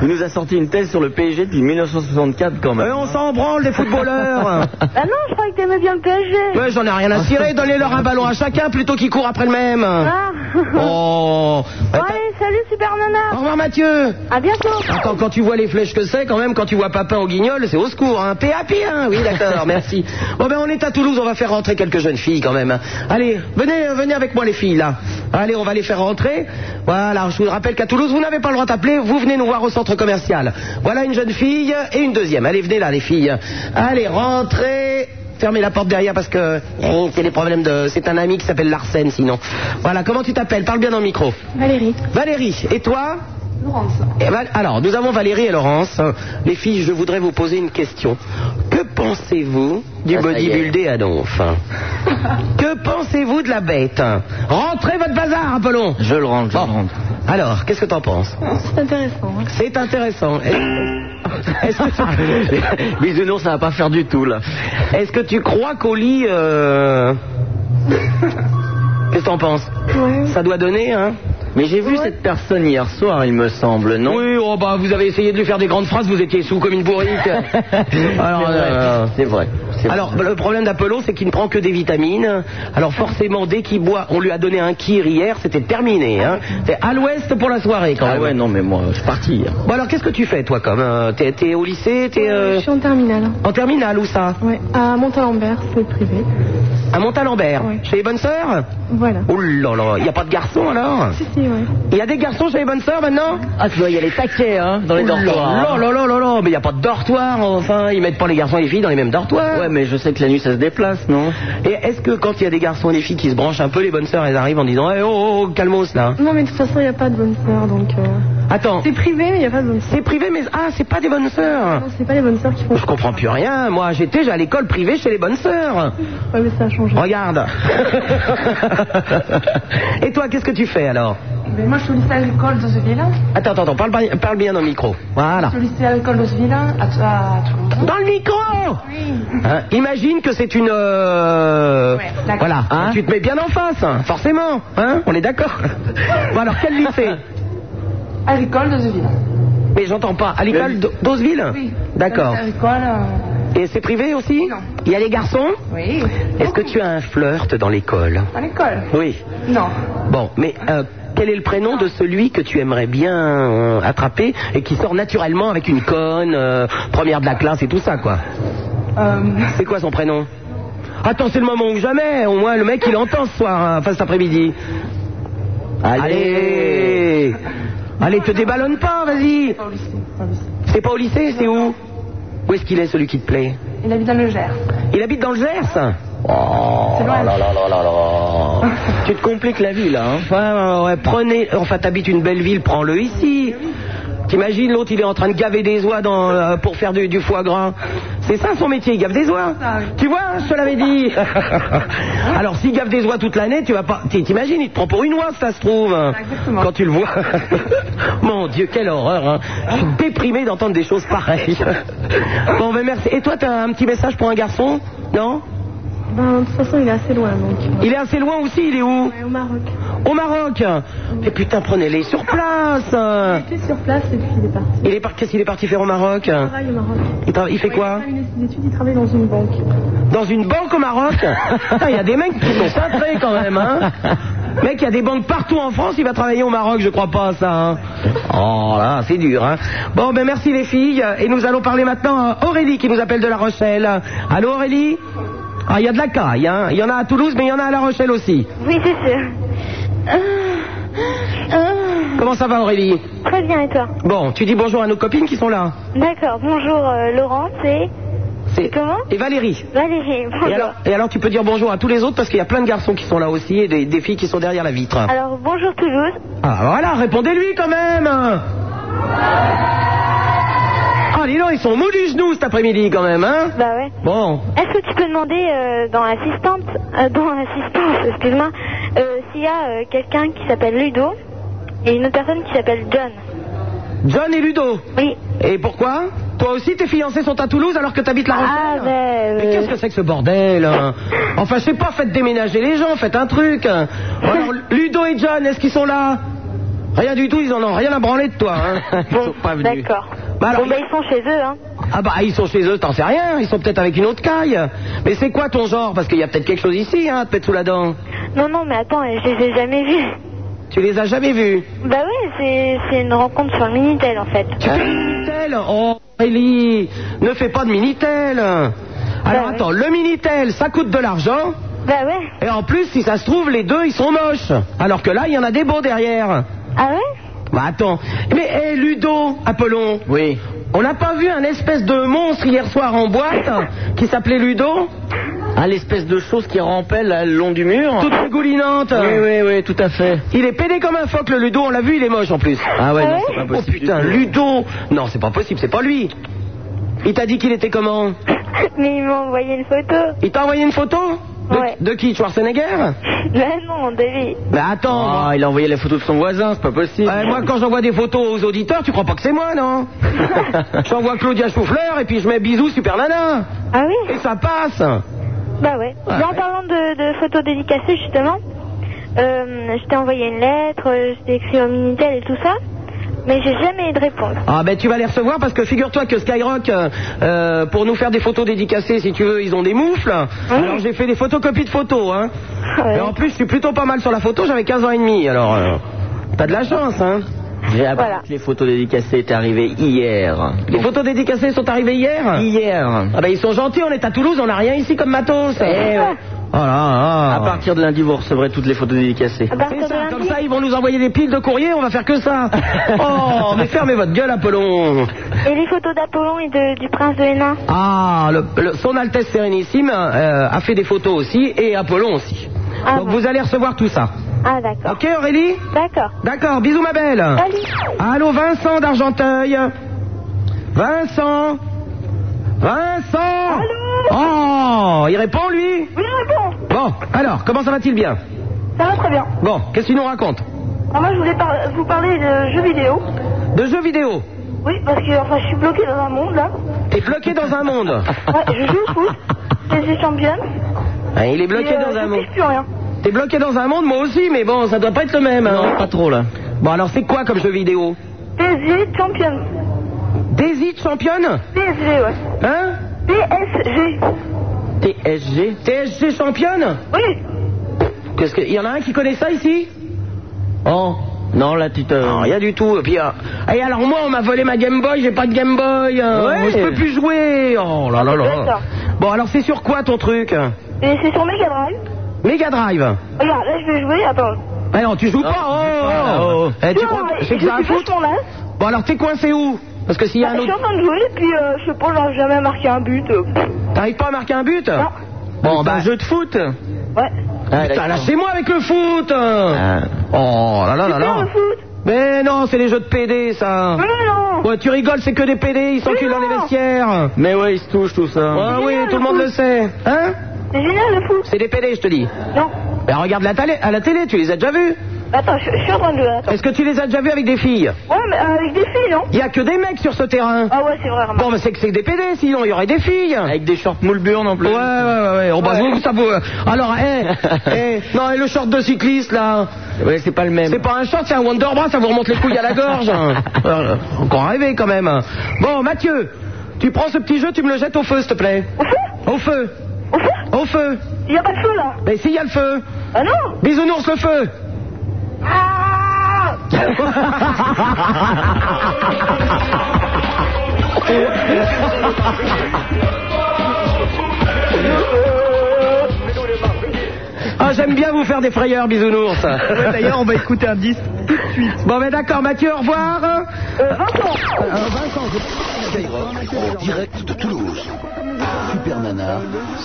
Speaker 11: Il nous a sorti une thèse sur le PSG depuis 1964 quand même.
Speaker 3: Euh, On s'en branle, les footballeurs
Speaker 6: Bah non, je croyais que t'aimais bien le PSG.
Speaker 3: Ouais, j'en ai rien à cirer, donnez-leur un ballon à chacun plutôt qu'ils courent après le même
Speaker 6: Ah.
Speaker 3: Oh
Speaker 6: Bon,
Speaker 3: Attends,
Speaker 6: allez, salut Super
Speaker 3: Au
Speaker 6: Nana.
Speaker 3: revoir, Mathieu
Speaker 6: À bientôt.
Speaker 3: Attends, quand tu vois les flèches que c'est, quand même, quand tu vois Papin au guignol, c'est au secours, hein. PAP, hein. Oui, d'accord, merci. Bon, ben, on est à Toulouse, on va faire rentrer quelques jeunes filles, quand même. hein. Allez, venez, euh, venez avec moi, les filles, là. Allez, on va les faire rentrer. Voilà, je vous rappelle qu'à Toulouse, vous n'avez pas le droit d'appeler, vous venez nous voir au centre commercial. Voilà une jeune fille et une deuxième. Allez, venez là, les filles. Allez, rentrez. Fermez la porte derrière parce que eh, c'est les problèmes de. C'est un ami qui s'appelle Larsen sinon. Voilà, comment tu t'appelles Parle bien dans le micro.
Speaker 15: Valérie,
Speaker 3: Valérie, et toi
Speaker 15: Laurence,
Speaker 3: eh ben, alors, nous avons Valérie et Laurence. Les filles, je voudrais vous poser une question. Que pensez-vous du
Speaker 11: Ah, ça y est.
Speaker 3: bodybuildé à Donf Que pensez-vous de la bête Rentrez votre bazar, Apollon
Speaker 11: Je le rentre, je le rentre.
Speaker 3: Alors, qu'est-ce que t'en penses
Speaker 15: c'est intéressant. hein.
Speaker 3: C'est intéressant. Est-ce- Est-ce que, tu...
Speaker 11: Bisounours, ça va pas faire du tout là.
Speaker 3: Est-ce que tu crois qu'au lit... euh, Qu'est-ce que t'en penses Ça doit donner, hein
Speaker 11: Mais j'ai vu cette personne hier soir, il me semble, non
Speaker 3: Oui, oh bah, vous avez essayé de lui faire des grandes phrases, vous étiez sous comme une bourrique.
Speaker 11: Alors,
Speaker 3: Alors, euh,
Speaker 11: c'est vrai. c'est vrai.
Speaker 3: Alors, le problème d'Apollon, c'est qu'il ne prend que des vitamines. Alors, forcément, dès qu'il boit, on lui a donné un kir hier, c'était terminé. Hein. C'est à l'ouest pour la soirée, quand
Speaker 11: ah
Speaker 3: même.
Speaker 11: ouais, non, mais moi, je suis parti. hier.
Speaker 3: Bon, alors, qu'est-ce que tu fais, toi, comme euh, T'es t'es au lycée T'es euh,
Speaker 15: Je suis en terminale.
Speaker 3: en terminale ou ça
Speaker 15: Ouais, à Montalembert, c'est privé.
Speaker 3: À Montalembert
Speaker 15: Oui.
Speaker 3: Chez les bonnes sœurs
Speaker 15: Voilà.
Speaker 3: Ouh là là, il n'y a pas de garçons, alors
Speaker 15: Si, si, ouais.
Speaker 3: Il y a des garçons chez les bonnes sœurs, maintenant
Speaker 11: Ah, tu dois y aller taquet, hein, dans les
Speaker 3: Ouh
Speaker 11: dortoirs.
Speaker 3: Là là là là là, là, mais il n'y a pas de dortoir, enfin, ils mettent pas les garçons et les filles dans les mêmes dortoirs.
Speaker 11: Ouais, mais je sais que la nuit ça se déplace, non
Speaker 3: Et est-ce que quand il y a des garçons et des filles qui se branchent un peu, les bonnes sœurs, elles arrivent en disant Eh, oh, oh, calmos là
Speaker 15: Non, mais de toute façon, il n'y a pas de bonne sœur, donc. euh,
Speaker 3: Attends.
Speaker 15: C'est privé, mais il n'y a pas de bonne sœur.
Speaker 3: C'est privé, mais. Ah, c'est pas des bonnes sœurs
Speaker 15: Non, c'est pas les bonnes sœurs qui font.
Speaker 3: Je comprends plus rien. Moi, j'étais à l'école privée chez les bonnes sœurs.
Speaker 15: Ouais, mais ça a changé.
Speaker 3: Regarde. et toi, qu'est-ce que tu fais alors
Speaker 16: Mais moi, je suis au lycée agricole de ce vilain.
Speaker 3: Attends, attends, attends, parle, pas- parle bien dans le micro. Voilà.
Speaker 16: Je suis au lycée agricole de ce vilain à, à Toulouse.
Speaker 3: Dans le micro Hein, Imagine que c'est une. euh,
Speaker 16: d'accord.
Speaker 3: voilà, hein, tu te mets bien en face, hein, forcément. Hein, on est d'accord. bon, alors, quel lycée
Speaker 16: À l'école de ce vilain.
Speaker 3: Mais j'entends pas. À l'école d'O- d'Oseville
Speaker 16: Oui.
Speaker 3: D'accord.
Speaker 16: À l'école. euh,
Speaker 3: Et c'est privé aussi
Speaker 16: Non.
Speaker 3: Il y a des garçons
Speaker 16: Oui.
Speaker 3: Est-ce que tu as un flirt dans l'école
Speaker 16: À l'école
Speaker 3: Oui.
Speaker 16: Non.
Speaker 3: Bon, mais euh, quel est le prénom de celui que tu aimerais bien euh, attraper et qui sort naturellement avec une conne, euh, première de la classe et tout ça, quoi
Speaker 16: Euh,
Speaker 3: C'est quoi son prénom Attends, c'est le moment ou jamais. Au moins, le mec, il entend ce soir, hein, enfin cet après-midi. Allez Allez, te déballonne pas, vas-y
Speaker 16: Pas au lycée. Pas au lycée.
Speaker 3: C'est pas au lycée, c'est où Où est-ce qu'il est, celui qui te plaît
Speaker 16: Il habite dans le Gers.
Speaker 3: Il habite dans le Gers Oh
Speaker 16: C'est loin.
Speaker 3: là là là là là. Tu te compliques la vie là. Hein. Ouais, ouais, ouais, prenez. Enfin, t'habites une belle ville, prends-le ici. T'imagines l'autre, il est en train de gaver des oies dans, euh, pour faire du, du foie gras. C'est ça son métier, il gave des oies. Tu vois, hein, je te l'avais dit. Alors s'il gave des oies toute l'année, tu vas pas. t- T'imagines, il te prend pour une oie, si ça se trouve.
Speaker 16: Exactement.
Speaker 3: Quand tu le vois. Mon Dieu, quelle horreur. hein. Je suis déprimé d'entendre des choses pareilles. bon, ben merci. Et toi, t'as un petit message pour un garçon Non
Speaker 15: Ben, de toute façon, il est assez loin, donc. euh,
Speaker 3: il est assez loin aussi, il est où
Speaker 15: ouais, au Maroc.
Speaker 3: Au Maroc Mais putain, prenez-les sur place
Speaker 15: Il était sur place et puis il est parti.
Speaker 3: Il est par- Qu'est-ce qu'il est parti faire au Maroc
Speaker 15: Il travaille au Maroc.
Speaker 3: Il, tra- il fait quoi
Speaker 15: Il fait une étude, il travaille dans une banque.
Speaker 3: Dans une banque au Maroc Putain, Il y a des mecs qui sont cintrés quand même, hein Mec, il y a des banques partout en France, il va travailler au Maroc, je crois pas à ça. hein. Oh là, c'est dur. Hein. Bon, ben merci les filles. Et nous allons parler maintenant à Aurélie qui nous appelle de La Rochelle. Allô Aurélie Ah, il y a de la caille, hein. Il y en a à Toulouse, mais il y en a à La Rochelle aussi.
Speaker 6: Oui, c'est sûr.
Speaker 3: Comment ça va Aurélie
Speaker 6: Très bien, et toi
Speaker 3: Bon, tu dis bonjour à nos copines qui sont là.
Speaker 6: D'accord, bonjour euh, Laurent, c'est
Speaker 3: C'est
Speaker 6: Comment
Speaker 3: Et Valérie.
Speaker 6: Valérie, bonjour.
Speaker 3: Et alors, et alors, tu peux dire bonjour à tous les autres parce qu'il y a plein de garçons qui sont là aussi et des, des filles qui sont derrière la vitre.
Speaker 6: Alors, bonjour Toulouse.
Speaker 3: Ah voilà, répondez-lui quand même Ah dis donc, ils sont mous du genou cet après-midi quand même, hein
Speaker 6: Bah ouais.
Speaker 3: Bon,
Speaker 6: Est-ce que tu peux demander euh, dans l'assistante, euh, dans l'assistance, excuse-moi, euh, s'il y a euh, quelqu'un qui s'appelle Ludo et une autre personne qui s'appelle John
Speaker 3: John et Ludo.
Speaker 6: Oui.
Speaker 3: Et pourquoi Toi aussi, tes fiancés sont à Toulouse alors que t'habites la Rochelle
Speaker 6: Ah ben...
Speaker 3: Mais qu'est-ce que c'est que ce bordel hein Enfin, je sais pas, faites déménager les gens, faites un truc. hein. Alors, Ludo et John, est-ce qu'ils sont là Rien du tout, ils en ont rien à branler de toi. Hein. Ils sont pas venus.
Speaker 6: D'accord.
Speaker 3: Bah alors,
Speaker 6: bon, bah, ils sont chez eux, hein.
Speaker 3: Ah bah, ils sont chez eux, t'en sais rien. Ils sont peut-être avec une autre caille. Mais c'est quoi ton genre Parce qu'il y a peut-être quelque chose ici, hein, à te mettre sous la dent.
Speaker 6: Non, non, mais attends, je les ai jamais vus.
Speaker 3: Tu les as jamais vus
Speaker 6: Bah ouais, c'est, c'est une rencontre sur le Minitel, en fait.
Speaker 3: Minitel Oh, Aurélie, ne fais pas de Minitel. Alors attends, le Minitel, ça coûte de l'argent.
Speaker 6: Bah ouais.
Speaker 3: Et en plus, si ça se trouve, les deux, ils sont moches. Alors que là, il y en a des beaux derrière.
Speaker 6: Ah ouais
Speaker 3: Bah attends. Mais hé, Ludo, Apollon.
Speaker 11: Oui.
Speaker 3: On n'a pas vu un espèce de monstre hier soir en boîte qui s'appelait Ludo
Speaker 11: Ah, l'espèce de chose qui rampelle là, le long du mur
Speaker 3: Toute dégoulinante.
Speaker 11: Oui, oui, oui, tout à fait.
Speaker 3: Il est pédé comme un phoque, le Ludo. On l'a vu, il est moche en plus.
Speaker 11: Ah ouais, non, c'est pas
Speaker 3: Oh
Speaker 11: possible. du
Speaker 3: putain,
Speaker 11: tout.
Speaker 3: Ludo Non, c'est pas possible, c'est pas lui. Il t'a dit qu'il était comment
Speaker 6: Mais ils m'ont envoyé une photo.
Speaker 3: Il t'a envoyé une photo de,
Speaker 6: Ouais.
Speaker 3: de qui Schwarzenegger
Speaker 6: Bah non, David.
Speaker 3: Mais Ben, attends
Speaker 11: Ah, il a envoyé les photos de son voisin, c'est pas possible.
Speaker 3: Ouais, moi, quand j'envoie des photos aux auditeurs, tu crois pas que c'est moi, non J'envoie Claudia Chouffleur et puis je mets bisous Super Nana.
Speaker 6: Ah
Speaker 3: Et
Speaker 6: oui
Speaker 3: ça passe.
Speaker 6: Bah ouais. Mais en parlant de, de photos dédicacées, justement, euh, je t'ai envoyé une lettre, euh, je t'ai écrit au Minitel et tout ça, mais j'ai jamais eu de réponse.
Speaker 3: Ah ben tu vas les recevoir parce que figure-toi que Skyrock, euh, euh, pour nous faire des photos dédicacées, si tu veux, ils ont des moufles. Alors j'ai fait des photocopies de photos. Hein.
Speaker 6: Ouais.
Speaker 3: Et en plus, je suis plutôt pas mal sur la photo, j'avais 15 ans et demi. Alors, euh, t'as de la chance, hein
Speaker 11: J'ai appris
Speaker 6: Voilà.
Speaker 11: que les photos dédicacées étaient arrivées hier.
Speaker 3: Les photos dédicacées sont arrivées hier
Speaker 11: Hier.
Speaker 3: Ah ben ils sont gentils, on est à Toulouse, on n'a rien ici comme matos.
Speaker 11: Eh ouais. À partir de lundi, vous recevrez toutes les photos dédicacées.
Speaker 3: C'est ça, comme ça, ils vont nous envoyer des piles de courrier, on va faire que ça. Oh, mais fermez votre gueule, Apollon.
Speaker 6: Et les photos d'Apollon et de- du prince de Hénin
Speaker 3: Ah, le- le- son Altesse Sérénissime euh, a fait des photos aussi, et Apollon aussi. Donc vous allez recevoir tout ça.
Speaker 6: Ah, d'accord.
Speaker 3: Ok, Aurélie
Speaker 6: D'accord.
Speaker 3: D'accord, bisous, ma belle. Allô, Vincent d'Argenteuil. Vincent Vincent Oh, il répond, lui
Speaker 14: Oui, il répond.
Speaker 3: Bon, alors, comment ça va-t-il bien
Speaker 14: Ça va très bien.
Speaker 3: Bon, qu'est-ce qu'il nous raconte
Speaker 14: Alors moi, je voulais par- vous parler de jeux vidéo.
Speaker 3: De jeux vidéo
Speaker 14: Oui, parce que enfin, je suis bloquée dans un monde là.
Speaker 3: T'es bloqué dans un monde.
Speaker 14: Ouais, je joue au foot. PSG championne.
Speaker 3: Ah, il est bloqué
Speaker 14: Et, euh,
Speaker 3: dans un
Speaker 14: je
Speaker 3: monde.
Speaker 14: touche plus rien.
Speaker 3: T'es bloqué dans un monde, moi aussi, mais bon, ça doit pas être le même. hein.
Speaker 11: Pas trop là.
Speaker 3: Bon, alors c'est quoi comme jeu vidéo
Speaker 14: PSG championne.
Speaker 3: Daisy championne
Speaker 14: PSG, ouais.
Speaker 3: Hein
Speaker 14: PSG.
Speaker 3: TSG TSG championne
Speaker 14: Oui.
Speaker 3: Qu'est-ce que... Il y en a un qui connaît ça ici Oh non, là tu te. rien du tout. Et puis, euh, et alors moi, on m'a volé ma Game Boy, j'ai pas de Game Boy. euh,
Speaker 11: Ouais.
Speaker 3: Je peux plus jouer. Oh là là là.
Speaker 14: D'accord.
Speaker 3: Bon, alors c'est sur quoi ton truc
Speaker 14: Et c'est sur Mega Drive.
Speaker 3: Mega Drive.
Speaker 14: Regarde, là, je vais jouer. Attends.
Speaker 3: Ah non, tu joues pas Oh, oh, oh. Eh, tu
Speaker 14: Non,
Speaker 3: crois que-
Speaker 14: mais
Speaker 3: c'est que
Speaker 14: je
Speaker 3: ça a
Speaker 14: suis
Speaker 3: foutre
Speaker 14: vachement lasse.
Speaker 3: Bon, alors t'es coincé où Parce que s'il y a
Speaker 14: Bah,
Speaker 3: un
Speaker 14: Je suis en
Speaker 3: autre.
Speaker 14: train de jouer, et puis euh, je sais pas, j'arrive jamais à marquer un but. euh, pff.
Speaker 3: T'arrives pas à marquer un but Bon, bah. Un jeu de foot
Speaker 14: Ouais.
Speaker 3: Putain, lâchez-moi avec le foot Oh là là là là Mais non, c'est les jeux de PD, ça
Speaker 14: Mais non
Speaker 3: Ouais, tu rigoles, c'est que des PD, ils s'enculent dans les vestiaires
Speaker 11: Mais ouais, ils se touchent tout ça.
Speaker 3: Ah oui, tout le monde le sait Hein
Speaker 14: C'est génial le foot
Speaker 3: C'est des PD, je te dis
Speaker 14: Non.
Speaker 3: Bah regarde la télé, à la télé, tu les as déjà vus
Speaker 14: Attends, je, je suis en train de jouer. Attends.
Speaker 3: Est-ce que tu les as déjà vus avec des filles
Speaker 14: Ouais, mais avec des filles, non
Speaker 3: Il y a que des mecs sur ce terrain
Speaker 14: Ah ouais, c'est vrai, remarque.
Speaker 3: Bon, mais c'est que c'est des PD, sinon il y aurait des filles Avec
Speaker 11: des shorts moule-burnes en plus.
Speaker 3: Ouais, ouais, ouais, ouais. Oh, bah, vous, ça vaut. Alors, hé, hé, non, et le short de cycliste, là
Speaker 11: Ouais, c'est pas le même.
Speaker 3: C'est pas un short, c'est un Wonderbra, ça vous remonte les couilles à la gorge. Euh, Encore rêvé quand même. Bon, Mathieu, tu prends ce petit jeu, tu me le jettes au feu, s'il te plaît. Au feu
Speaker 14: Au feu
Speaker 3: Au feu
Speaker 14: Il y a pas de feu là
Speaker 3: Mais s'il y a le feu
Speaker 14: Ah non
Speaker 3: Bisounours le feu Ah, j'aime bien vous faire des frayeurs, bisounours.
Speaker 8: D'ailleurs, on va écouter un disque.
Speaker 3: Bon, mais d'accord, Mathieu, au revoir.
Speaker 1: En direct de Toulouse. Super Nana,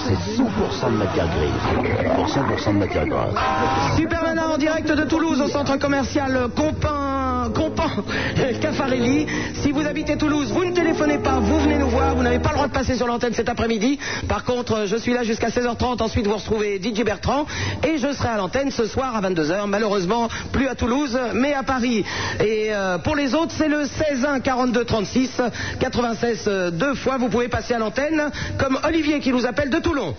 Speaker 1: c'est 100% de matière grise. Pour 100% de matière grasse.
Speaker 3: Super Nana en direct de Toulouse au centre commercial Compin, Compin, Caffarelli. Si vous habitez Toulouse, vous ne téléphonez pas, vous venez nous voir, vous n'avez pas le droit de passer sur l'antenne cet après-midi. Par contre, je suis là jusqu'à 16h30, ensuite vous retrouvez DJ Bertrand et je serai à l'antenne ce soir à 22h, malheureusement plus à Toulouse, mais à Paris. Et euh, pour les autres, c'est le 16 1 42 36 96 euh, deux fois, vous pouvez passer à l'antenne comme Olivier qui nous appelle de Toulon.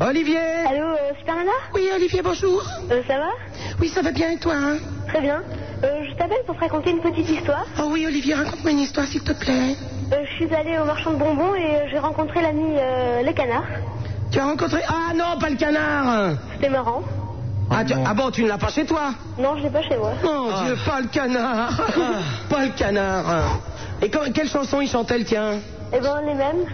Speaker 3: Olivier
Speaker 14: Allô, euh, Superman
Speaker 3: Oui, Olivier, bonjour.
Speaker 14: Euh, ça va
Speaker 3: Oui, ça va bien et toi hein
Speaker 14: Très bien. Euh, je t'appelle pour te raconter une petite histoire.
Speaker 3: Oh oui, Olivier, raconte-moi une histoire, s'il te plaît.
Speaker 14: Euh, je suis allée au marchand de bonbons et euh, j'ai rencontré l'ami euh, le canard.
Speaker 3: Tu as rencontré. Ah non, pas le canard
Speaker 14: C'était marrant.
Speaker 3: ah, tu- ah bon, tu ne l'as pas chez toi
Speaker 14: Non, je l'ai pas chez moi.
Speaker 3: Oh Dieu, pas le canard Pas le canard Et quand- quelle chanson il chantait, le tien
Speaker 14: Eh ben, les mêmes.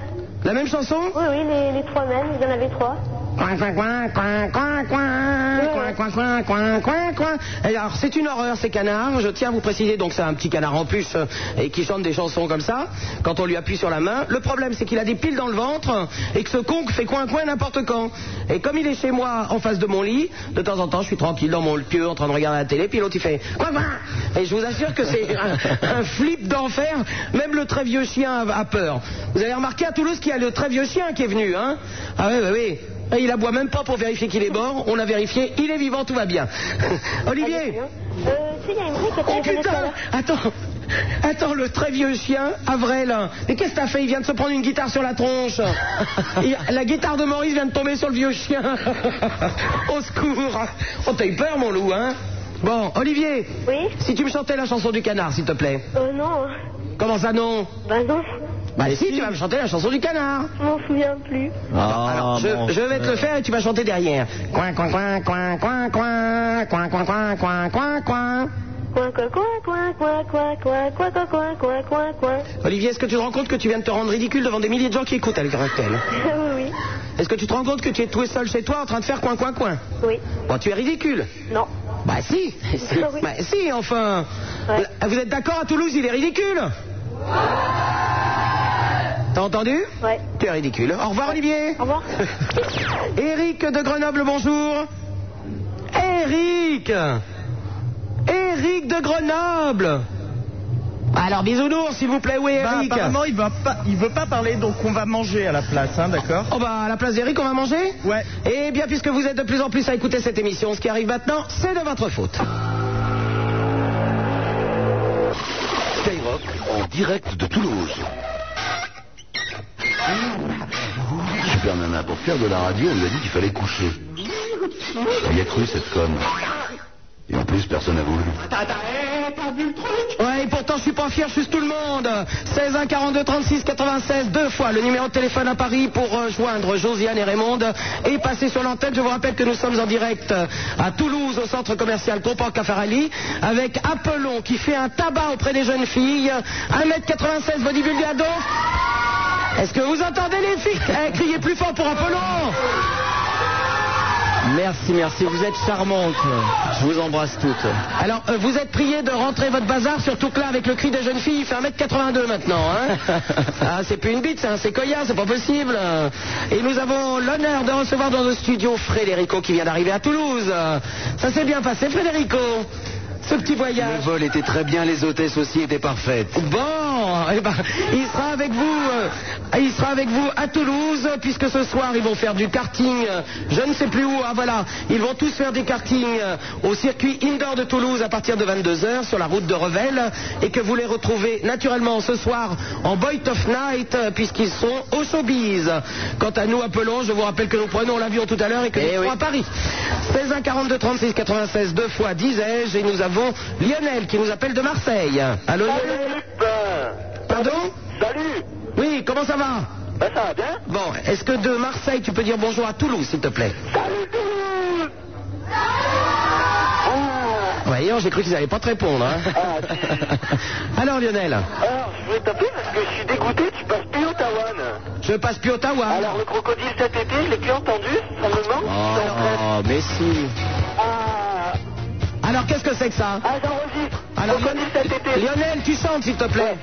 Speaker 3: La même chanson
Speaker 14: Oui, oui, les, les trois mêmes. Il y en avait trois.
Speaker 3: Coin, coin, coin, coin, coin, coin, coin, coin, coin, coin, coin, coin. Et alors, c'est une horreur, ces canards. Je tiens à vous préciser, donc c'est un petit canard en puce euh, et qui chante des chansons comme ça quand on lui appuie sur la main. Le problème, c'est qu'il a des piles dans le ventre et que ce con fait coin, coin n'importe quand. Et comme il est chez moi, en face de mon lit, de temps en temps, je suis tranquille dans mon pieu en train de regarder la télé, puis l'autre il fait coin, coin. Et je vous assure que c'est un, un flip d'enfer. Même le très vieux chien a, a peur. Vous avez remarqué à Toulouse qu'il y a le très vieux chien qui est venu, hein Ah oui, oui, oui. Et il aboie même pas pour vérifier qu'il est mort. On a vérifié, il est vivant, tout va bien. Olivier
Speaker 14: Euh, tu sais, il y a une vraie qui a téléphoné
Speaker 3: Oh
Speaker 14: tout à
Speaker 3: putain
Speaker 14: l'heure.
Speaker 3: Attends Attends, le très vieux chien, Avrel. Mais qu'est-ce que t'as fait Il vient de se prendre une guitare sur la tronche. Il- la guitare de Maurice vient de tomber sur le vieux chien. Au secours Oh, t'as eu peur, mon loup, hein Bon, Olivier
Speaker 14: Oui
Speaker 3: Si tu me chantais la chanson du canard, s'il te plaît.
Speaker 14: Euh, non.
Speaker 3: Comment ça, non
Speaker 14: Bah non,
Speaker 3: Bah, si, tu vas me chanter la chanson du canard.
Speaker 14: je m'en souviens plus.
Speaker 1: Ah,
Speaker 3: Alors, je, je vais te le faire et tu vas chanter derrière. Coin, coin, coin, coin, coin, coin, coin, coin, coin, coin, coin, coin.
Speaker 14: Coin, coin, coin, coin, coin, coin, coin, coin, coin, coin, coin, coin, coin.
Speaker 3: Olivier, est-ce que tu te rends compte que tu viens de te rendre ridicule devant des milliers de gens qui écoutent avec Rachel
Speaker 14: oui, oui.
Speaker 3: Est-ce que tu te rends compte que tu es tout seul chez toi en train de faire coin, coin, coin
Speaker 14: Oui.
Speaker 3: Bon, tu es ridicule.
Speaker 14: Non.
Speaker 3: Bah si.
Speaker 14: Oui.
Speaker 3: Bah si, enfin. Là, Vous êtes d'accord à Toulouse, il est ridicule T'as entendu
Speaker 14: Ouais.
Speaker 3: Tu es ridicule. Au revoir Olivier. Au
Speaker 14: revoir.
Speaker 3: Eric de Grenoble, bonjour. Eric Eric de Grenoble Alors bisounours s'il vous plaît, où est
Speaker 8: Bah,
Speaker 3: Eric
Speaker 8: apparemment, il va pas, il veut pas parler, donc on va manger à la place, hein, d'accord
Speaker 3: Oh bah à la place d'Eric on va manger
Speaker 8: Ouais.
Speaker 3: Eh bien puisque vous êtes de plus en plus à écouter cette émission, ce qui arrive maintenant, c'est de votre faute.
Speaker 1: Skyrock en direct de Toulouse. Super Nana, pour faire de la radio, on lui a dit qu'il fallait coucher. Il y a cru cette conne. Et en plus, personne n'a voulu.
Speaker 3: Ouais, et pourtant je suis pas fier, je suis tout le monde. 16 1 42 36 96 deux fois le numéro de téléphone à Paris pour euh, joindre Josiane et Raymond et passer sur l'antenne. Je vous rappelle que nous sommes en direct euh, à Toulouse au centre commercial Compan Cafarali avec Apollon qui fait un tabac auprès des jeunes filles. 1m96 bodybuilder donc. Est-ce que vous entendez les filles Eh, Criez plus fort pour Apollon. Merci, merci. Vous êtes charmante. Je vous embrasse toutes. Alors, euh, vous êtes prié de rentrer votre bazar, surtout que là, avec le cri des jeunes filles, il fait 1m82 maintenant. Hein ah, c'est plus une bite, c'est un séquoia, c'est pas possible. Et nous avons l'honneur de recevoir dans nos studios Frédérico qui vient d'arriver à Toulouse. Ça s'est bien passé, Frédérico ce petit voyage.
Speaker 17: Le vol était très bien, les hôtesses aussi étaient parfaites.
Speaker 3: Bon, eh ben, il sera avec vous, euh, il sera avec vous à Toulouse, puisque ce soir ils vont faire du karting, euh, je ne sais plus où. Ah voilà, ils vont tous faire des kartings euh, au circuit indoor de Toulouse à partir de 22 h sur la route de Revel, et que vous les retrouvez naturellement ce soir en Boy of Night, euh, puisqu'ils sont au showbiz. Quant à nous, appelons, je vous rappelle que nous prenons l'avion tout à l'heure et que nous serons à Paris. 16 1 42 36 96 deux fois disais-je, et nous avons Lionel qui nous appelle de Marseille. Allô. Lionel Pardon Salut Oui, comment ça va ça va bien. Bon, est-ce que de Marseille, tu peux dire bonjour à Toulouse, s'il te plaît
Speaker 13: Ah,
Speaker 3: Voyons, oh, j'ai cru qu'ils n'allaient pas te répondre. hein. Alors, Lionel
Speaker 13: Alors, ah, je voulais t'appeler parce que je suis dégoûté, tu passes plus au Tawane.
Speaker 3: Je passe plus Ottawa.
Speaker 13: Alors, le crocodile cet été, je l'ai plus entendu, euh, ça me manque.
Speaker 3: Ah.
Speaker 17: Oh, mais si.
Speaker 3: Alors, qu'est-ce que c'est que ça
Speaker 13: Ah, j'enregistre.
Speaker 3: Alors, Lionel, Lionel, tu chantes, s'il te plaît.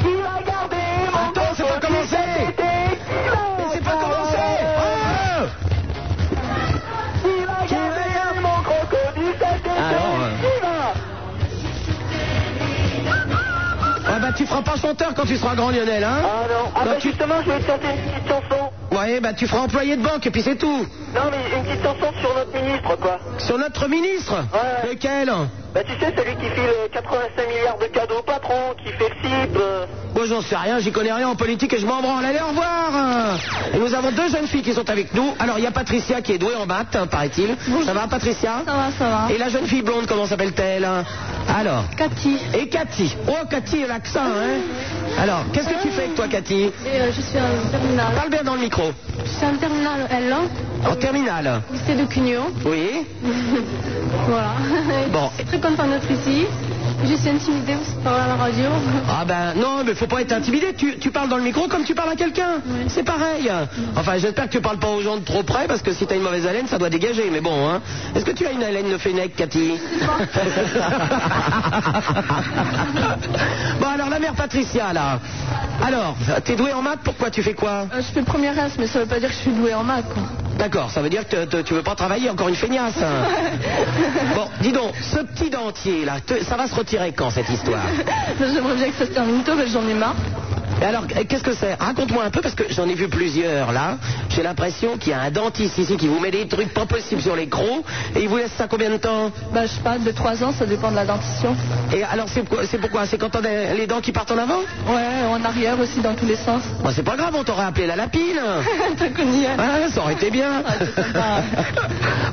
Speaker 13: Tu vas garder mon
Speaker 3: Attends, c'est pas commencé Mais c'est pas commencé Oh
Speaker 13: Qui va garder mon crocodile cet été Qui va
Speaker 3: Ah bah, tu feras pas chanteur quand tu seras grand, Lionel, hein
Speaker 13: Ah non, ah bah, justement, je vais te chanter une petite chanson.
Speaker 3: Ouais, bah, tu feras employé de banque, et puis c'est tout.
Speaker 13: Non, mais une petite chanson sur notre ministre, quoi.
Speaker 3: Sur notre ministre Lequel
Speaker 13: Bah, tu sais, celui qui file euh, 85 milliards de cadeaux au patron, qui fait le cible. euh,
Speaker 3: Bon, j'en sais rien, j'y connais rien en politique et je m'en branle. Allez, au revoir Et nous avons deux jeunes filles qui sont avec nous. Alors, il y a Patricia qui est douée en maths, hein, paraît-il. Ça va, Patricia
Speaker 15: Ça va, ça va.
Speaker 3: Et la jeune fille blonde, comment s'appelle-t-elle hein Alors
Speaker 15: Cathy.
Speaker 3: Et Cathy. Oh, Cathy, elle a l'accent, hein Alors, qu'est-ce que tu fais, toi, Cathy
Speaker 15: Et, euh, je suis en terminale.
Speaker 3: Parle bien dans le micro.
Speaker 15: Je suis en terminale L1,
Speaker 3: En terminale.
Speaker 15: lycée de Cugno.
Speaker 3: Oui
Speaker 15: voilà.
Speaker 3: Bon.
Speaker 15: Je suis très contente d'être ici. Je suis intimidée parce que parler à la radio.
Speaker 3: Ah ben non, mais faut pas être intimidé. Tu, tu parles dans le micro comme tu parles à quelqu'un. C'est pareil. Enfin, j'espère que tu parles pas aux gens de trop près parce que si t'as une mauvaise haleine, ça doit dégager. Mais bon, hein. Est-ce que tu as une haleine de Fennec, Cathy Bon, alors la mère Patricia, là. Alors, t'es douée en maths, pourquoi tu fais quoi
Speaker 15: Euh, je fais première S, mais ça veut pas dire que je suis douée en maths. quoi.
Speaker 3: D'accord, ça veut dire que te- te- tu veux pas travailler, encore une feignasse. hein. Bon, dis donc, ce petit dentier, là, te- ça va se retirer quand cette histoire
Speaker 15: J'aimerais bien que ça se termine tôt, mais j'en ai marre.
Speaker 3: Et alors, qu'est-ce que c'est Raconte-moi un peu, parce que j'en ai vu plusieurs là. J'ai l'impression qu'il y a un dentiste ici qui vous met des trucs pas possibles sur les crocs et il vous laisse ça combien de temps
Speaker 15: Bah, je sais pas, de 3 ans, ça dépend de la dentition.
Speaker 3: Et alors, c'est quoi- c'est pourquoi C'est quand on a les dents qui partent en avant
Speaker 15: Ouais, en arrière aussi, dans tous les sens.
Speaker 3: Bon, C'est pas grave, on t'aurait appelé la lapine.
Speaker 15: T'as connu, hein
Speaker 3: Ah, ça aurait été bien.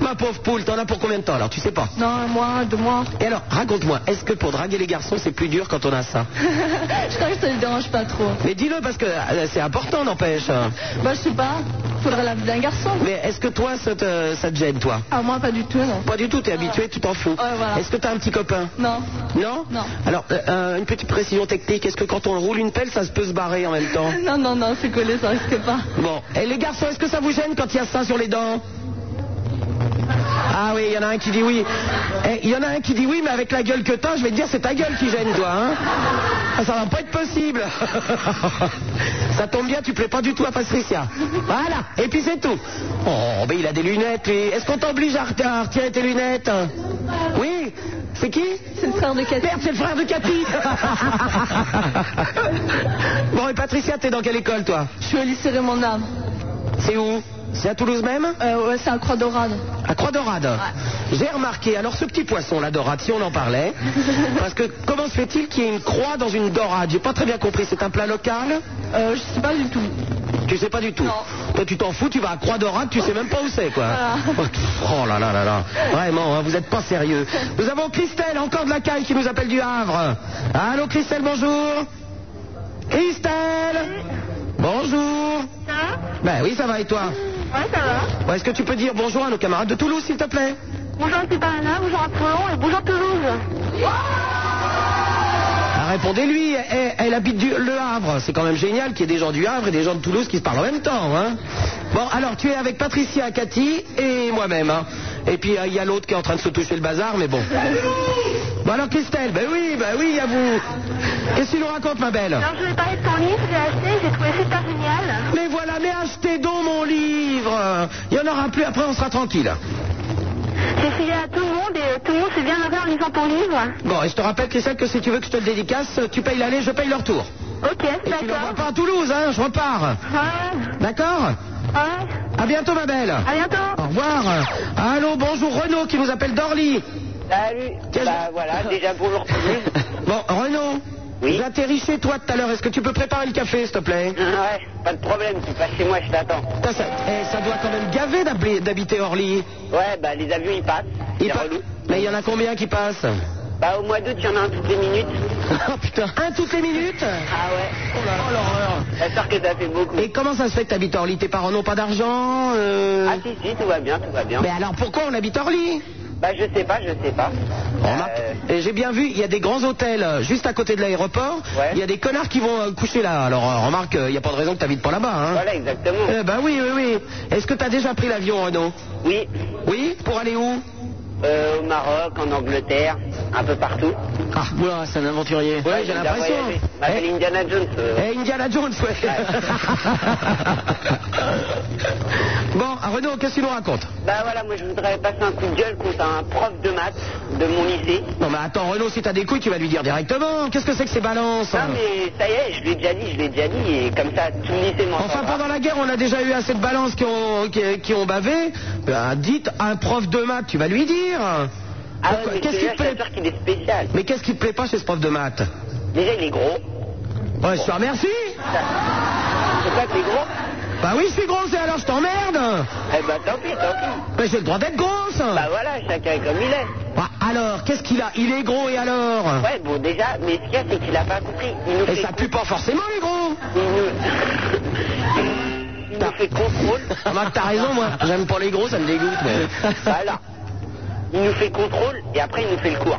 Speaker 3: Ma pauvre poule, t'en as pour combien de temps alors Tu sais pas.
Speaker 15: Non, un mois, deux mois.
Speaker 3: Et alors, raconte-moi, est-ce que pour draguer les garçons, c'est plus dur quand on a ça
Speaker 15: je crois que ça ne dérange pas trop.
Speaker 3: Mais dis-le parce que euh, c'est important, n'empêche.
Speaker 15: Bah, je sais pas. faudrait la vie d'un garçon.
Speaker 3: Mais est-ce que toi, ça te, ça te gêne, toi
Speaker 15: Ah, moi, pas du tout, non.
Speaker 3: Pas du tout, t'es habitué, tu t'en fous.
Speaker 15: voilà.
Speaker 3: Est-ce que t'as un petit copain
Speaker 15: Non.
Speaker 3: Non
Speaker 15: Non.
Speaker 3: Alors, euh, euh, une petite précision technique, est-ce que quand on roule une pelle, ça se peut se barrer en même temps
Speaker 15: Non, non, non, c'est collé, ça risque pas.
Speaker 3: Bon, et les garçons, est-ce que ça vous gêne quand il y a ça sur les dents ah oui, il y en a un qui dit oui. Eh, Il y en a un qui dit oui, mais avec la gueule que t'as, je vais te dire c'est ta gueule qui gêne, toi. Hein Ah, ça va pas être possible. ça tombe bien, tu plais pas du tout à Patricia. Voilà, et puis c'est tout. Oh, mais il a des lunettes, lui. Est-ce qu'on t'oblige à ret- à retirer tes lunettes Oui C'est qui
Speaker 15: C'est le frère de Cathy.
Speaker 3: Merde, c'est le frère de Cathy Bon, et Patricia, t'es dans quelle école, toi
Speaker 15: Je suis au lycée Raymond âme.
Speaker 3: C'est où C'est à Toulouse même
Speaker 15: Euh, Ouais, c'est à Croix Dorade.
Speaker 3: à Croix Dorade. J'ai remarqué, alors ce petit poisson, la dorade, si on en parlait, parce que comment se fait-il qu'il y ait une croix dans une dorade J'ai pas très bien compris, c'est un plat local
Speaker 15: euh, Je sais pas du tout.
Speaker 3: Tu sais pas du tout Toi tu t'en fous, tu vas à Croix Dorade, tu sais même pas où c'est quoi. Oh là là là là, vraiment, hein, vous êtes pas sérieux. Nous avons Christelle, encore de la caille, qui nous appelle du Havre. Allô Christelle, bonjour Christelle Bonjour Ben oui, ça va et toi
Speaker 6: Ouais, ça va.
Speaker 3: Bon, Est-ce que tu peux dire bonjour à nos camarades de Toulouse, s'il te plaît
Speaker 6: Bonjour, c'est Parana, bonjour Apollon et bonjour Toulouse.
Speaker 3: Ah, Répondez-lui, elle, elle habite du- le Havre. C'est quand même génial qu'il y ait des gens du Havre et des gens de Toulouse qui se parlent en même temps. hein. Bon, alors tu es avec Patricia, Cathy et moi-même. hein. Et puis euh, il y a l'autre qui est en train de se toucher le bazar, mais bon. Bon alors Christelle, ben oui, ben oui, il y a vous. Qu'est-ce que tu nous racontes, ma belle
Speaker 6: Alors, je vais parler de ton livre, j'ai acheté, j'ai trouvé super génial.
Speaker 3: Mais voilà, mais achetez donc mon livre. Il n'y en aura plus, après on sera tranquille.
Speaker 6: J'ai filé à tout le monde et euh, tout le monde s'est bien marré en lisant ton livre.
Speaker 3: Bon, et je te rappelle, Christelle, que si tu veux que je te le dédicace, tu payes l'aller, je paye le retour.
Speaker 6: Ok, d'accord.
Speaker 3: Pas à Toulouse, hein, je repars. D'accord À bientôt, ma belle.
Speaker 6: À bientôt.
Speaker 3: Au revoir. Allô, bonjour, Renaud qui nous appelle d'Orly.
Speaker 9: Salut. Bah voilà, déjà bonjour Toulouse.
Speaker 3: Bon, Renaud, j'atterris chez toi tout à l'heure. Est-ce que tu peux préparer le café, s'il te plaît
Speaker 9: Ouais, pas de problème, tu passes chez moi, je t'attends.
Speaker 3: Putain, ça, eh, ça doit quand même gaver d'appeler- d'habiter Orly.
Speaker 9: Ouais, bah les avions ils passent.
Speaker 3: Il pa- Mais il y en a combien qui passent
Speaker 9: Bah au mois d'août, il y en a un toutes les minutes.
Speaker 3: Oh putain, un toutes les minutes
Speaker 9: Ah ouais. Oh l'horreur. J'espère que ça fait beaucoup.
Speaker 3: Et comment ça se fait que t'habites Orly Tes parents n'ont pas d'argent euh,
Speaker 9: Ah si, si, tout va bien, tout va bien.
Speaker 3: Mais alors pourquoi on habite Orly
Speaker 9: Bah je sais pas, je sais pas. Euh,
Speaker 3: Remarque, et J'ai bien vu, il y a des grands hôtels euh, juste à côté de l'aéroport. Il y a des connards qui vont euh, coucher là. Alors euh, remarque, euh, il n'y a pas de raison que tu pas là-bas. Hein.
Speaker 9: Voilà, exactement.
Speaker 3: Eh ben oui, oui, oui. Est-ce que tu as déjà pris l'avion, Renaud
Speaker 9: Oui.
Speaker 3: Oui Pour aller où
Speaker 9: Euh, au Maroc, en Angleterre, un peu partout.
Speaker 3: Ah, voilà, c'est un aventurier. Ouais, j'ai
Speaker 9: déjà
Speaker 3: l'impression.
Speaker 9: voyagé. Je m'appelle Indiana Jones. euh.
Speaker 3: Eh, Indiana Jones, ouais. bon, ah, Renaud, qu'est-ce que tu nous racontes
Speaker 9: Bah voilà, moi je voudrais passer un coup de gueule contre un prof de maths de mon lycée.
Speaker 3: Non mais attends, Renaud, si t'as des couilles, tu vas lui dire directement. Qu'est-ce que c'est que ces balances hein
Speaker 9: Non mais ça y est, je l'ai déjà dit, je l'ai déjà dit, et comme ça tout le lycée m'entend.
Speaker 3: Enfin, pendant la guerre, on a déjà eu assez de balances qui ont, qui, qui ont bavé. Ben, dites à un prof de maths, tu vas lui dire.
Speaker 9: Ah
Speaker 3: Pourquoi-
Speaker 9: ouais, mais
Speaker 3: qu'est-ce qui te plaît
Speaker 9: sûr qu'il est spécial.
Speaker 3: Mais qu'est-ce qui te plaît pas chez ce prof de maths
Speaker 9: Déjà il est gros.
Speaker 3: Ouais, je te remercie.
Speaker 9: C'est quoi que t'es gros
Speaker 3: Bah oui, je suis grosse et alors je t'emmerde.
Speaker 9: Eh ben tant pis, tant pis.
Speaker 3: Mais j'ai le droit d'être grosse.
Speaker 9: Bah voilà, chacun est comme il est.
Speaker 3: Bah, alors, qu'est-ce qu'il a Il est gros et alors
Speaker 9: Ouais, bon déjà, mais ce qu'il y a c'est qu'il a pas compris. Il nous
Speaker 3: Et
Speaker 9: fait
Speaker 3: ça pue pas forcément les gros.
Speaker 9: Il nous... il nous fait contrôle.
Speaker 3: Remarque, Ah, t'as raison, moi. J'aime pas les gros, ça me dégoûte. mais-
Speaker 9: voilà. Il nous fait contrôle et après il nous fait le cours.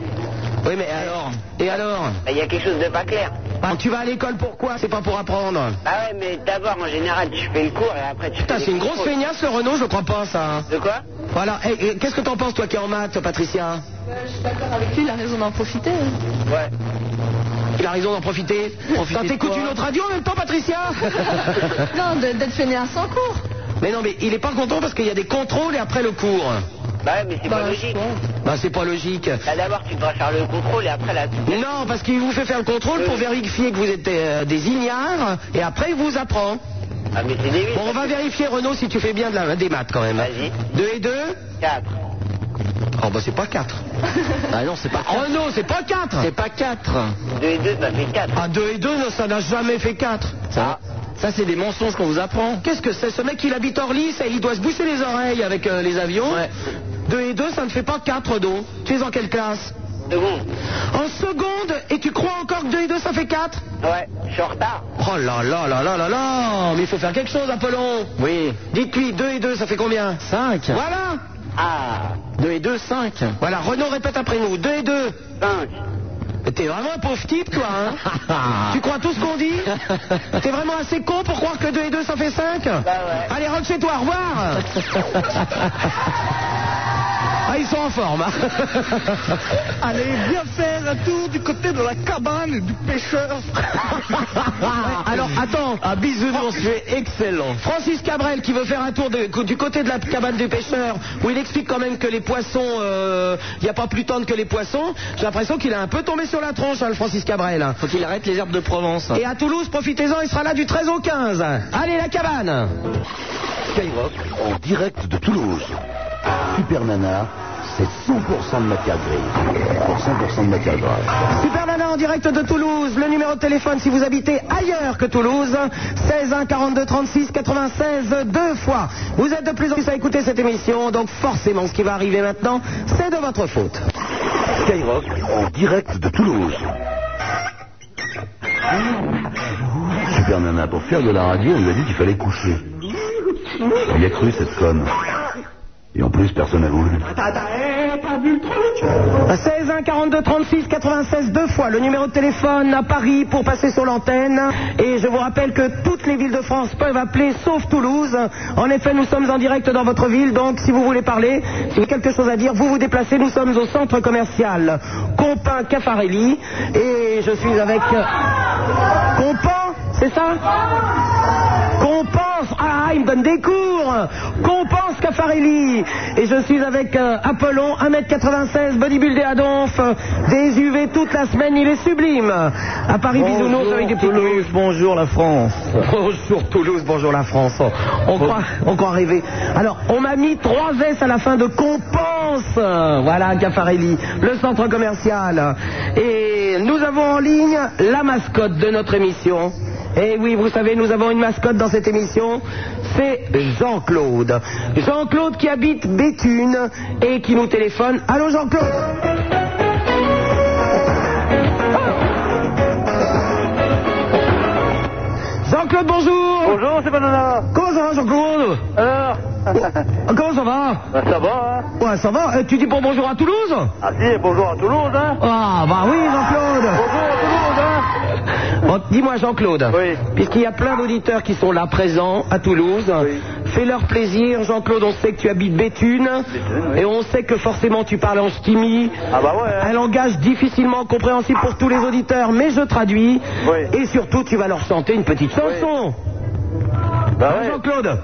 Speaker 3: Oui, mais alors Et alors
Speaker 9: Bah, Il y a quelque chose de pas clair.
Speaker 3: Bah, Tu vas à l'école pourquoi C'est pas pour apprendre.
Speaker 9: Ah ouais, mais d'abord, en général, tu fais le cours et après tu
Speaker 3: Putain,
Speaker 9: fais
Speaker 3: c'est une
Speaker 9: les
Speaker 3: grosse
Speaker 9: contrôles.
Speaker 3: feignasse, le Renault, je crois pas, ça.
Speaker 9: De quoi
Speaker 3: Voilà, et, et qu'est-ce que t'en penses, toi qui es en maths, Patricia
Speaker 15: je suis d'accord avec lui, il a raison d'en profiter. hein.
Speaker 9: Ouais.
Speaker 3: Il a raison d'en profiter.
Speaker 15: Profiter
Speaker 3: Putain, Bah,
Speaker 15: de
Speaker 3: T'écoutes
Speaker 15: quoi
Speaker 3: une autre radio en même temps, Patricia
Speaker 15: non, de- d'être fainéant sans cours.
Speaker 3: Mais non, mais il est pas content parce qu'il y a des contrôles et après le cours.
Speaker 9: Bah ouais, mais c'est pas
Speaker 15: Bah,
Speaker 9: logique.
Speaker 3: Bah, c'est pas logique.
Speaker 9: Bah, d'abord, tu devras faire le contrôle et après la.
Speaker 3: Non, parce qu'il vous fait faire le contrôle pour vérifier que vous êtes euh, des ignares et après il vous apprend.
Speaker 9: Ah, mais c'est débile.
Speaker 3: Bon, on va vérifier, Renaud, si tu fais bien de la, des maths quand même.
Speaker 9: Vas-y.
Speaker 3: 2 et 2
Speaker 9: 4.
Speaker 3: Oh, bah, c'est pas 4.
Speaker 18: Ah non, c'est pas.
Speaker 3: Renaud, c'est pas 4.
Speaker 18: C'est pas 4.
Speaker 9: 2 et 2, ça fait 4.
Speaker 3: Ah, 2 et 2, ça n'a jamais fait 4.
Speaker 18: Ça, ça c'est des mensonges qu'on vous apprend.
Speaker 3: Qu'est-ce que c'est Ce mec, il habite Orly, ça, il doit se boucher les oreilles avec euh, les avions. 2 et 2, ça ne fait pas 4, donc. Tu es en quelle classe
Speaker 9: Seconde.
Speaker 3: En seconde, et tu crois encore que 2 et 2, ça fait 4
Speaker 19: Ouais, je suis en retard.
Speaker 11: Oh là là là là là là Mais il faut faire quelque chose, Apollon Oui. Dites-lui, 2 et 2, ça fait combien 5. Voilà Ah 2 et 2, 5. Voilà, Renaud répète après nous. 2 et 2. 5. T'es vraiment un pauvre type, toi, hein Tu crois tout ce qu'on dit T'es vraiment assez con pour croire que 2 et 2, ça fait 5 Allez, rentre chez toi, au revoir Ah, ils sont en forme hein.
Speaker 8: Allez, viens faire un tour du côté de la cabane du pêcheur.
Speaker 11: Alors attends, un Ah, bisounours, c'est excellent. Francis Cabrel qui veut faire un tour de- du côté de la cabane du pêcheur où il explique quand même que les poissons, euh, il n'y a pas plus tendre que les poissons. J'ai l'impression qu'il a un peu tombé sur la tronche, hein, le Francis Cabrel. Faut qu'il arrête les herbes de Provence. Et à Toulouse, profitez-en, il sera là du 13 au 15. Allez la cabane.
Speaker 1: Skyrock en direct de Toulouse. Super Nana, c'est 100% de matière grise. Pour 100% de matière grasse.
Speaker 3: Super Nana en direct de Toulouse. Le numéro de téléphone si vous habitez ailleurs que Toulouse, 16 1 42 36 96 deux fois. Vous êtes de plus en plus à écouter cette émission, donc forcément ce qui va arriver maintenant, c'est de votre faute.
Speaker 1: Skyrock en direct de Toulouse. Super Nana, pour faire de la radio, on lui a dit qu'il fallait coucher. Il y a cru cette conne. Et en plus, personne n'a voulu.
Speaker 13: T'as vu le truc
Speaker 3: 16 1 42 36 96 deux fois le numéro de téléphone à Paris pour passer sur l'antenne et je vous rappelle que toutes les villes de France peuvent appeler sauf Toulouse. En effet, nous sommes en direct dans votre ville donc si vous voulez parler, si vous avez quelque chose à dire, vous vous déplacez, nous sommes au centre commercial Compin Caffarelli et je suis avec euh, Compin, c'est ça Compense Ah, il me donne des cours Compense Caffarelli Et je suis avec euh, Apollon, 1m96, bodybuildé à Donf, euh, des UV toute la semaine, il est sublime À Paris, bisounours avec des petits
Speaker 11: Toulouse, bonjour la France.
Speaker 3: Bonjour Toulouse, bonjour la France. On croit, on croit rêver. Alors, on m'a mis trois S à la fin de compense. Voilà, Caffarelli, le centre commercial. Et nous avons en ligne la mascotte de notre émission. Et Eh oui, vous savez, nous avons une mascotte dans cette émission. C'est Jean-Claude. Jean-Claude qui habite Béthune et qui nous téléphone. Allô, Jean-Claude Jean-Claude, bonjour
Speaker 5: Bonjour, c'est Banana
Speaker 3: Comment ça va, Jean-Claude
Speaker 5: Alors
Speaker 3: Oh, Comment ça va
Speaker 5: Bah, ça va, hein
Speaker 3: Ouais, ça va. Euh, tu dis bon bonjour à Toulouse
Speaker 5: Ah si, bonjour à Toulouse, hein
Speaker 3: Ah, bah oui, Jean-Claude
Speaker 5: Bonjour à Toulouse, hein
Speaker 3: Bon, Dis-moi, Jean-Claude, puisqu'il y a plein d'auditeurs qui sont là présents à Toulouse, fais-leur plaisir. Jean-Claude, on sait que tu habites Béthune, et on sait que forcément tu parles en ch'timi,
Speaker 5: Ah, bah
Speaker 3: un
Speaker 5: hein?
Speaker 3: langage difficilement compréhensible pour tous les auditeurs, mais je traduis, et surtout tu vas leur chanter une petite chanson.
Speaker 5: Bah
Speaker 3: Hein, Jean-Claude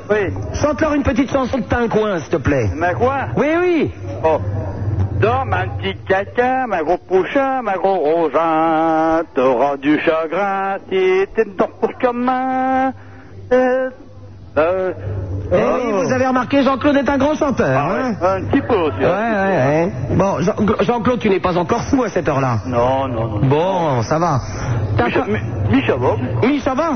Speaker 3: Chante-leur une petite chanson de Tincoin, s'il te plaît.
Speaker 5: Ma quoi
Speaker 3: Oui, oui
Speaker 5: Oh Dans ma petite caca, ma gros poucha, ma gros rogin, t'auras du chagrin si t'es dans pour commun. Euh, euh,
Speaker 3: Eh
Speaker 5: ah
Speaker 3: oui,
Speaker 5: Oh.
Speaker 3: vous avez remarqué, Jean-Claude est un grand chanteur. hein
Speaker 5: un petit peu aussi. hein.
Speaker 3: Ouais, ouais, ouais. Bon, Jean- Jean-Claude, tu n'es pas encore fou à cette heure-là.
Speaker 5: Non, non, non.
Speaker 3: Bon, ça va.
Speaker 5: Micha, Mi- Micha Bob.
Speaker 3: Oui, ça va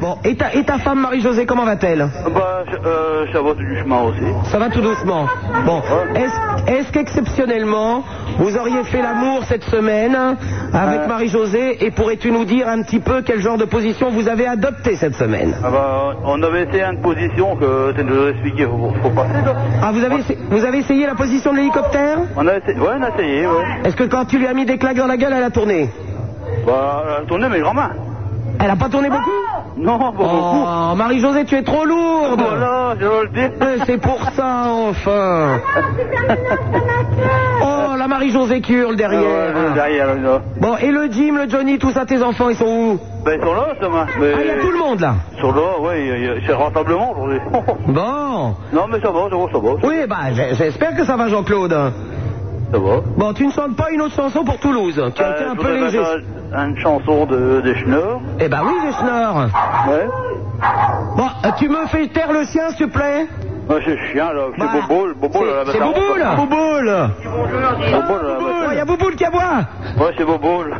Speaker 3: Bon, et ta, et ta femme Marie-Josée, comment va-t-elle
Speaker 5: Bah, euh, ça va du chemin aussi.
Speaker 3: Ça va tout doucement. Bon, est-ce est-ce qu'exceptionnellement, vous auriez fait l'amour cette semaine avec Marie-Josée et pourrais-tu nous dire un petit peu quel genre de position vous avez adopté cette semaine
Speaker 5: Ah bah, on avait essayé une position que tu nous as expliqué, faut, faut passer là.
Speaker 3: Ah, vous avez, essa- vous avez essayé la position de l'hélicoptère
Speaker 5: On a essayé, ouais, on a essayé, ouais.
Speaker 3: Est-ce que quand tu lui as mis des claques dans la gueule, elle a tourné
Speaker 5: Bah, elle a tourné mes grands-mains.
Speaker 3: Elle a pas tourné beaucoup
Speaker 5: Non, pas
Speaker 3: Oh, Marie-Josée, Oh, tu es trop lourde
Speaker 5: Voilà, je veux le dire.
Speaker 3: Eh, C'est pour ça, enfin Oh, la Marie-Josée qui hurle
Speaker 5: Ah ouais,
Speaker 3: derrière
Speaker 5: ouais, derrière, là.
Speaker 3: Bon, et le Jim, le Johnny, tout ça, tes enfants, ils sont où
Speaker 5: Ben, ils sont là, ça marche.
Speaker 3: Ah, il y a tout le monde, là
Speaker 5: Ils sont là, ouais, il y a- c'est rentablement aujourd'hui.
Speaker 3: Bon
Speaker 5: non, mais ça va, ça va, ça va.
Speaker 3: Oui, bah, j'ai- j'espère que ça va, Jean-Claude
Speaker 5: Ça va.
Speaker 3: Bon, tu ne chantes pas une autre chanson pour Toulouse Tu as été
Speaker 5: Euh,
Speaker 3: un
Speaker 5: je
Speaker 3: peu
Speaker 5: voudrais
Speaker 3: léger
Speaker 5: mettre un- Une chanson de, de Schnorr.
Speaker 3: Eh ben oui, les schnorrs
Speaker 5: Ouais.
Speaker 3: Bon, euh, tu me fais taire le sien, s'il te plaît
Speaker 5: Ouais, c'est chien, là. C'est Bobo, Bobo, là.
Speaker 3: Bah, C'est Bouboule Bouboule
Speaker 5: Bobo, là.
Speaker 3: Oh,
Speaker 5: bah,
Speaker 3: Il y a Bouboule qui aboie
Speaker 5: Ouais, c'est Bobo, là.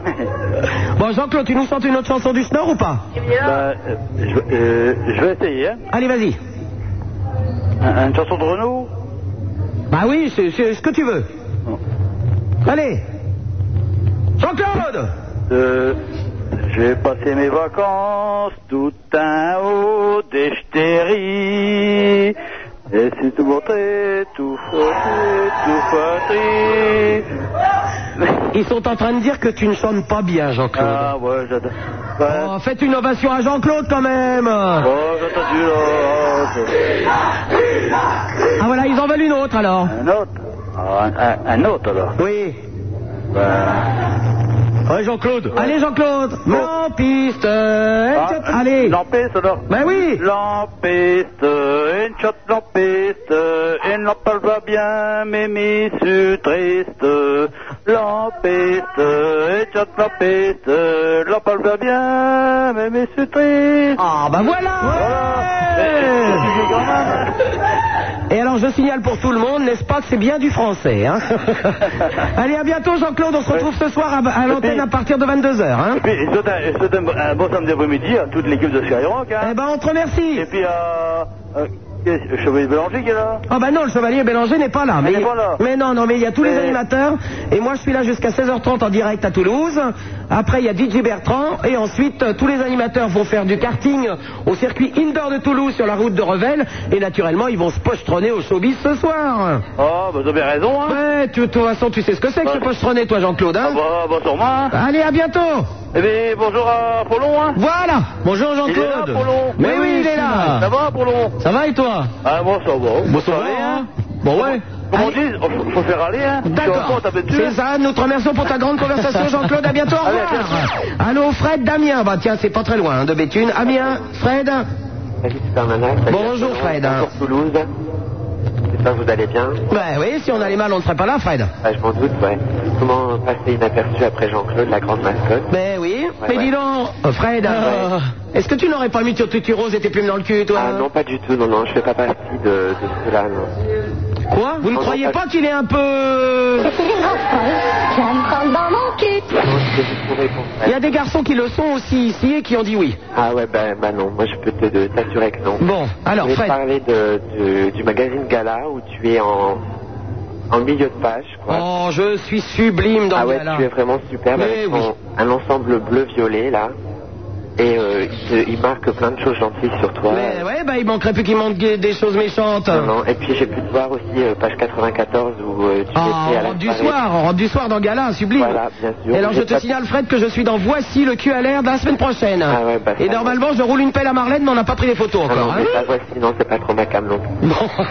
Speaker 3: Bon, Jean-Claude, tu nous chantes une autre chanson du schnorr ou pas
Speaker 5: Bah, euh, je, euh, je vais essayer, hein.
Speaker 3: Allez, vas-y
Speaker 5: Un- Une chanson de Renault
Speaker 3: Bah oui, c'est c'est ce que tu veux. Allez Jean-Claude
Speaker 5: Euh, je, J'ai passé mes vacances tout un haut des ch'téries. Et c'est tout monté, tout fauté, tout fauté.
Speaker 3: Ils sont en train de dire que tu ne chantes pas bien, Jean-Claude.
Speaker 5: Ah ouais, j'adore.
Speaker 3: Oh, faites une ovation à Jean-Claude quand même Ah,
Speaker 5: Oh, j'ai entendu l'autre.
Speaker 3: Ah voilà, ils en veulent une autre alors.
Speaker 5: Un autre Ah, un, un- un autre alors
Speaker 3: Oui. Ouais, Jean-Claude. Allez, Jean-Claude. Non, piste. euh,
Speaker 5: Ah,
Speaker 3: tchop, allez.
Speaker 5: Lampiste alors
Speaker 3: Ben oui.
Speaker 5: Lampiste, une shot lampiste, une lampe elle va bien, Mimi, suis triste. Lampiste, une shot lampiste, lampe elle va bien, Mimi, suis triste.
Speaker 3: Ah ben voilà Et alors, je signale pour tout le monde, n'est-ce pas, que c'est bien du français. Hein allez, à bientôt, Jean-Claude. On se retrouve ce soir à, à l'antenne à partir de 22h. Hein
Speaker 5: Et puis, je souhaite un, je souhaite un- un bon samedi après-midi à toute l'équipe de Skyrock. Hein.
Speaker 3: Eh ben, on te remercie.
Speaker 5: Et puis, euh, euh, qu'est-ce- le chevalier Bélanger qui est là
Speaker 3: Ah bah non, le chevalier Bélanger n'est pas là. Mais,
Speaker 5: n'est pas là.
Speaker 3: mais non, non, mais il y a tous les
Speaker 5: Mais-
Speaker 3: animateurs. Et moi, je suis là jusqu'à 16h30 en direct à Toulouse. Après, il y a DJ Bertrand. Et ensuite, euh, tous les animateurs vont faire du karting au circuit indoor de Toulouse sur la route de Revel. Et naturellement, ils vont se pochetronner au showbiz ce soir.
Speaker 5: Oh, bah, vous avez raison, hein
Speaker 3: Ouais, tu- de toute façon, tu sais ce que c'est que se pochetronner, toi, Jean-Claude. hein
Speaker 5: Ah, bah, bah, sûrement, hein.
Speaker 3: Allez, à bientôt.
Speaker 5: Eh bien, bonjour à Apollon, hein
Speaker 3: Voilà. Bonjour,
Speaker 5: Il est là,
Speaker 3: Jean-Claude.
Speaker 5: Apollon
Speaker 3: Mais oui, il est là.
Speaker 5: Ça va, Apollon
Speaker 3: Ça va et toi
Speaker 5: Ah, bon, ça va.
Speaker 3: Bon, ça va,
Speaker 5: allez,
Speaker 3: hein Bon, ouais.
Speaker 5: Comme on dit, oh, faut- faut faire aller, hein
Speaker 3: D'accord. C'est ça, nous te remercions pour ta grande conversation, Jean-Claude. À bientôt, au
Speaker 5: Allez, à
Speaker 3: revoir. Allô, Fred, Damien. Bah, tiens, c'est pas très loin hein, de Béthune. Amiens, Fred.
Speaker 9: Salut Supermana.
Speaker 3: Bonjour, Fred.
Speaker 9: Bonjour Toulouse. J'espère que vous allez bien.
Speaker 3: Bah oui, si on allait mal, on ne serait pas là, Fred.
Speaker 9: Ah, je m'en doute, ouais. Comment passer inaperçu après Jean-Claude, la grande mascotte
Speaker 3: Ben oui.
Speaker 9: Ouais,
Speaker 3: Mais
Speaker 9: ouais. Ah.
Speaker 3: dis donc, euh, Fred, euh, est-ce que tu n'aurais pas mis ton tutu rose et tes plumes dans le cul, toi
Speaker 9: Ah non, pas du tout, non, non, je fais pas partie de, de cela, non.
Speaker 3: Quoi Vous ne
Speaker 9: Non,
Speaker 3: croyez
Speaker 9: non,
Speaker 3: pas qu'il est un peu... euh,
Speaker 9: Non, je suis pour répondre.
Speaker 3: Il y a des garçons qui le sont aussi ici et qui ont dit oui.
Speaker 9: Ah ouais, ben, ben non, moi je peux te te- t'assurer que non.
Speaker 3: Bon, alors,
Speaker 9: Je vais
Speaker 3: Fred.
Speaker 9: te parler de, de- du magazine Gala où tu es en, en milieu de page, quoi.
Speaker 3: Oh, je suis sublime dans
Speaker 9: ah
Speaker 3: le
Speaker 9: ouais,
Speaker 3: gala.
Speaker 9: tu es vraiment superbe
Speaker 3: Mais
Speaker 9: avec
Speaker 3: Eh oui.
Speaker 9: ton- un ensemble bleu-violet, là. Et euh, il, te- il marque plein de choses gentilles sur toi.
Speaker 3: Mais ouais, bah il manquerait plus qu'il manque des choses méchantes.
Speaker 9: Non, non. Et puis j'ai pu te voir aussi, euh, page 94, où euh, tu
Speaker 3: Ah,
Speaker 9: étais à
Speaker 3: on
Speaker 9: la
Speaker 3: rentre du
Speaker 9: soirée.
Speaker 3: soir, on rentre du soir dans Gala, hein, sublime.
Speaker 9: Voilà, bien sûr.
Speaker 3: Et alors je
Speaker 9: J'ai
Speaker 3: te
Speaker 9: pas-
Speaker 3: signale Fred que je suis dans Voici le cul à l'air de la semaine prochaine.
Speaker 9: Ah ouais, bah,
Speaker 3: Et
Speaker 9: ça-
Speaker 3: normalement je roule une pelle à Marlène mais on n'a pas pris les photos
Speaker 9: Ah non,
Speaker 3: encore.
Speaker 9: mais
Speaker 3: hein.
Speaker 9: ça, voici, non, c'est pas trop ma cam non plus.
Speaker 3: Bon.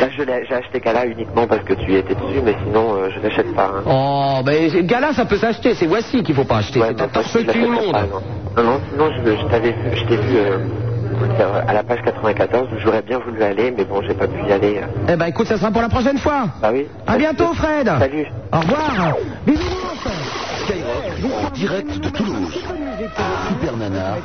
Speaker 9: Là, je l'ai- j'ai acheté Gala uniquement parce que tu y étais dessus, mais sinon, euh, je n'achète pas. hein.
Speaker 3: oh, ben c'est- Gala ça peut s'acheter, c'est Voici qu'il faut pas acheter,
Speaker 9: Ouais,
Speaker 3: c'est
Speaker 9: non,
Speaker 3: un
Speaker 9: voici,
Speaker 3: ceux
Speaker 9: je l'achèterai
Speaker 3: du monde.
Speaker 9: pas, non. non, non, sinon, je, je t'avais vu, je t'ai vu euh, à la page 94, où j'aurais bien voulu aller, mais bon, j'ai pas pu y aller. euh.
Speaker 3: Eh ben écoute, ça sera pour la prochaine fois.
Speaker 9: Bah oui.
Speaker 3: À bientôt Fred.
Speaker 9: Salut.
Speaker 3: Au revoir.
Speaker 1: En direct de Toulouse. Super Nana,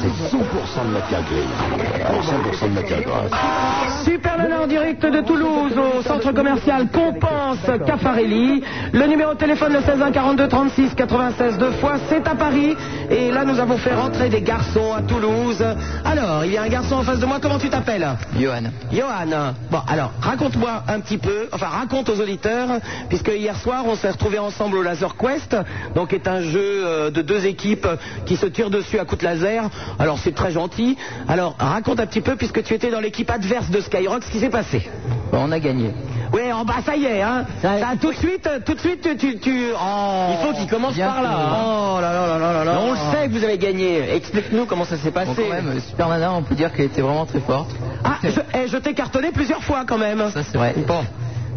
Speaker 1: c'est 100% de matière grise. Alors 100% de matière grasse.
Speaker 3: Super Nana en direct de Toulouse au centre commercial Compense Caffarelli. Le numéro de téléphone le 16 1 42 36 96 deux fois, c'est à Paris. Et là nous avons fait rentrer des garçons à Toulouse. Alors, il y a un garçon en face de moi, comment tu t'appelles
Speaker 20: Johan.
Speaker 3: Johan. Bon, alors raconte-moi un petit peu, enfin raconte aux auditeurs, puisque hier soir on s'est retrouvés ensemble au Laser Quest, donc est un jeu euh, de deux équipes qui se tirent dessus à coups de laser. Alors c'est très gentil. Alors raconte un petit peu, puisque tu étais dans l'équipe adverse de Skyrock, ce qui s'est passé.
Speaker 20: on a gagné.
Speaker 3: Oui, oh, bah ça y est, hein. Ça, tout de suite, euh, tout de suite, tu, tu, tu- oh. Il faut qu'il commence par là. Oh là là là là là là. On le sait que vous avez gagné. Explique-nous comment ça s'est passé.
Speaker 20: Bon, quand même, Supermana, on peut dire qu'elle était vraiment très forte.
Speaker 3: Ah, je, eh, je t'ai cartonné plusieurs fois quand même.
Speaker 20: Ça, c'est vrai. Bon,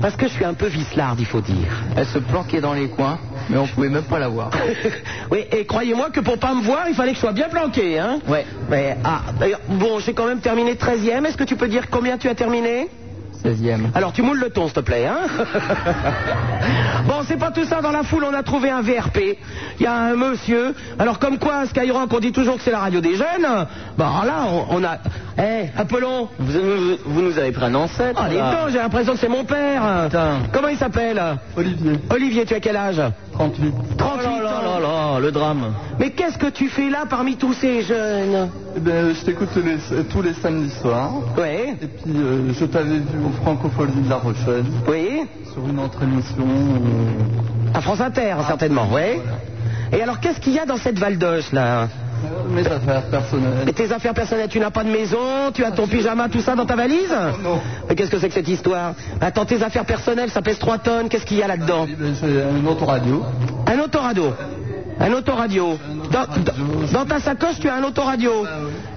Speaker 3: Parce que je suis un peu vicelarde, il faut dire.
Speaker 20: elle se planquait dans les coins, mais on pouvait même pas la voir.
Speaker 3: oui, et croyez-moi que pour pas me voir, il fallait que je sois bien planqué, hein.
Speaker 20: Ouais,
Speaker 3: Mais, ah, d'ailleurs, bon, j'ai quand même terminé 13e. Est-ce que tu peux dire combien tu as terminé
Speaker 20: 16ème.
Speaker 3: Alors tu moules le ton, s'il te plaît. Hein bon, c'est pas tout ça. Dans la foule, on a trouvé un VRP. Il y a un monsieur. Alors comme quoi, à Skyrock, on dit toujours que c'est la radio des jeunes. Bah alors là, on, on a. Eh, Apollon.
Speaker 20: Vous, nous avez pris un ancêtre.
Speaker 3: Oh, les dents, j'ai l'impression que c'est mon père. Comment il s'appelle Olivier. Olivier, tu as quel âge
Speaker 20: 38.
Speaker 3: 38 ans.
Speaker 20: le drame.
Speaker 3: Mais qu'est-ce que tu fais là parmi tous ces jeunes
Speaker 21: Ben, je t'écoute tous les, tous les samedis soirs.
Speaker 3: Ouais.
Speaker 21: Et puis, euh, je t'avais vu au Francophonie de La Rochelle
Speaker 3: Oui.
Speaker 5: hein
Speaker 21: sur une autre émission. euh,
Speaker 3: À France Inter, certainement, oui. Et alors, qu'est-ce qu'il y a dans cette Valdoche, là
Speaker 21: Mes affaires personnelles.
Speaker 3: Et tes affaires personnelles, tu n'as pas de maison, tu as ton pyjama, tout ça dans ta valise
Speaker 21: Non.
Speaker 3: Mais qu'est-ce que c'est que cette histoire Attends, tes affaires personnelles, ça pèse 3 tonnes, qu'est-ce qu'il y a là-dedans
Speaker 21: C'est un autoradio.
Speaker 3: Un autoradio Un autoradio dans, dans- dans ta sacoche, tu as un autoradio.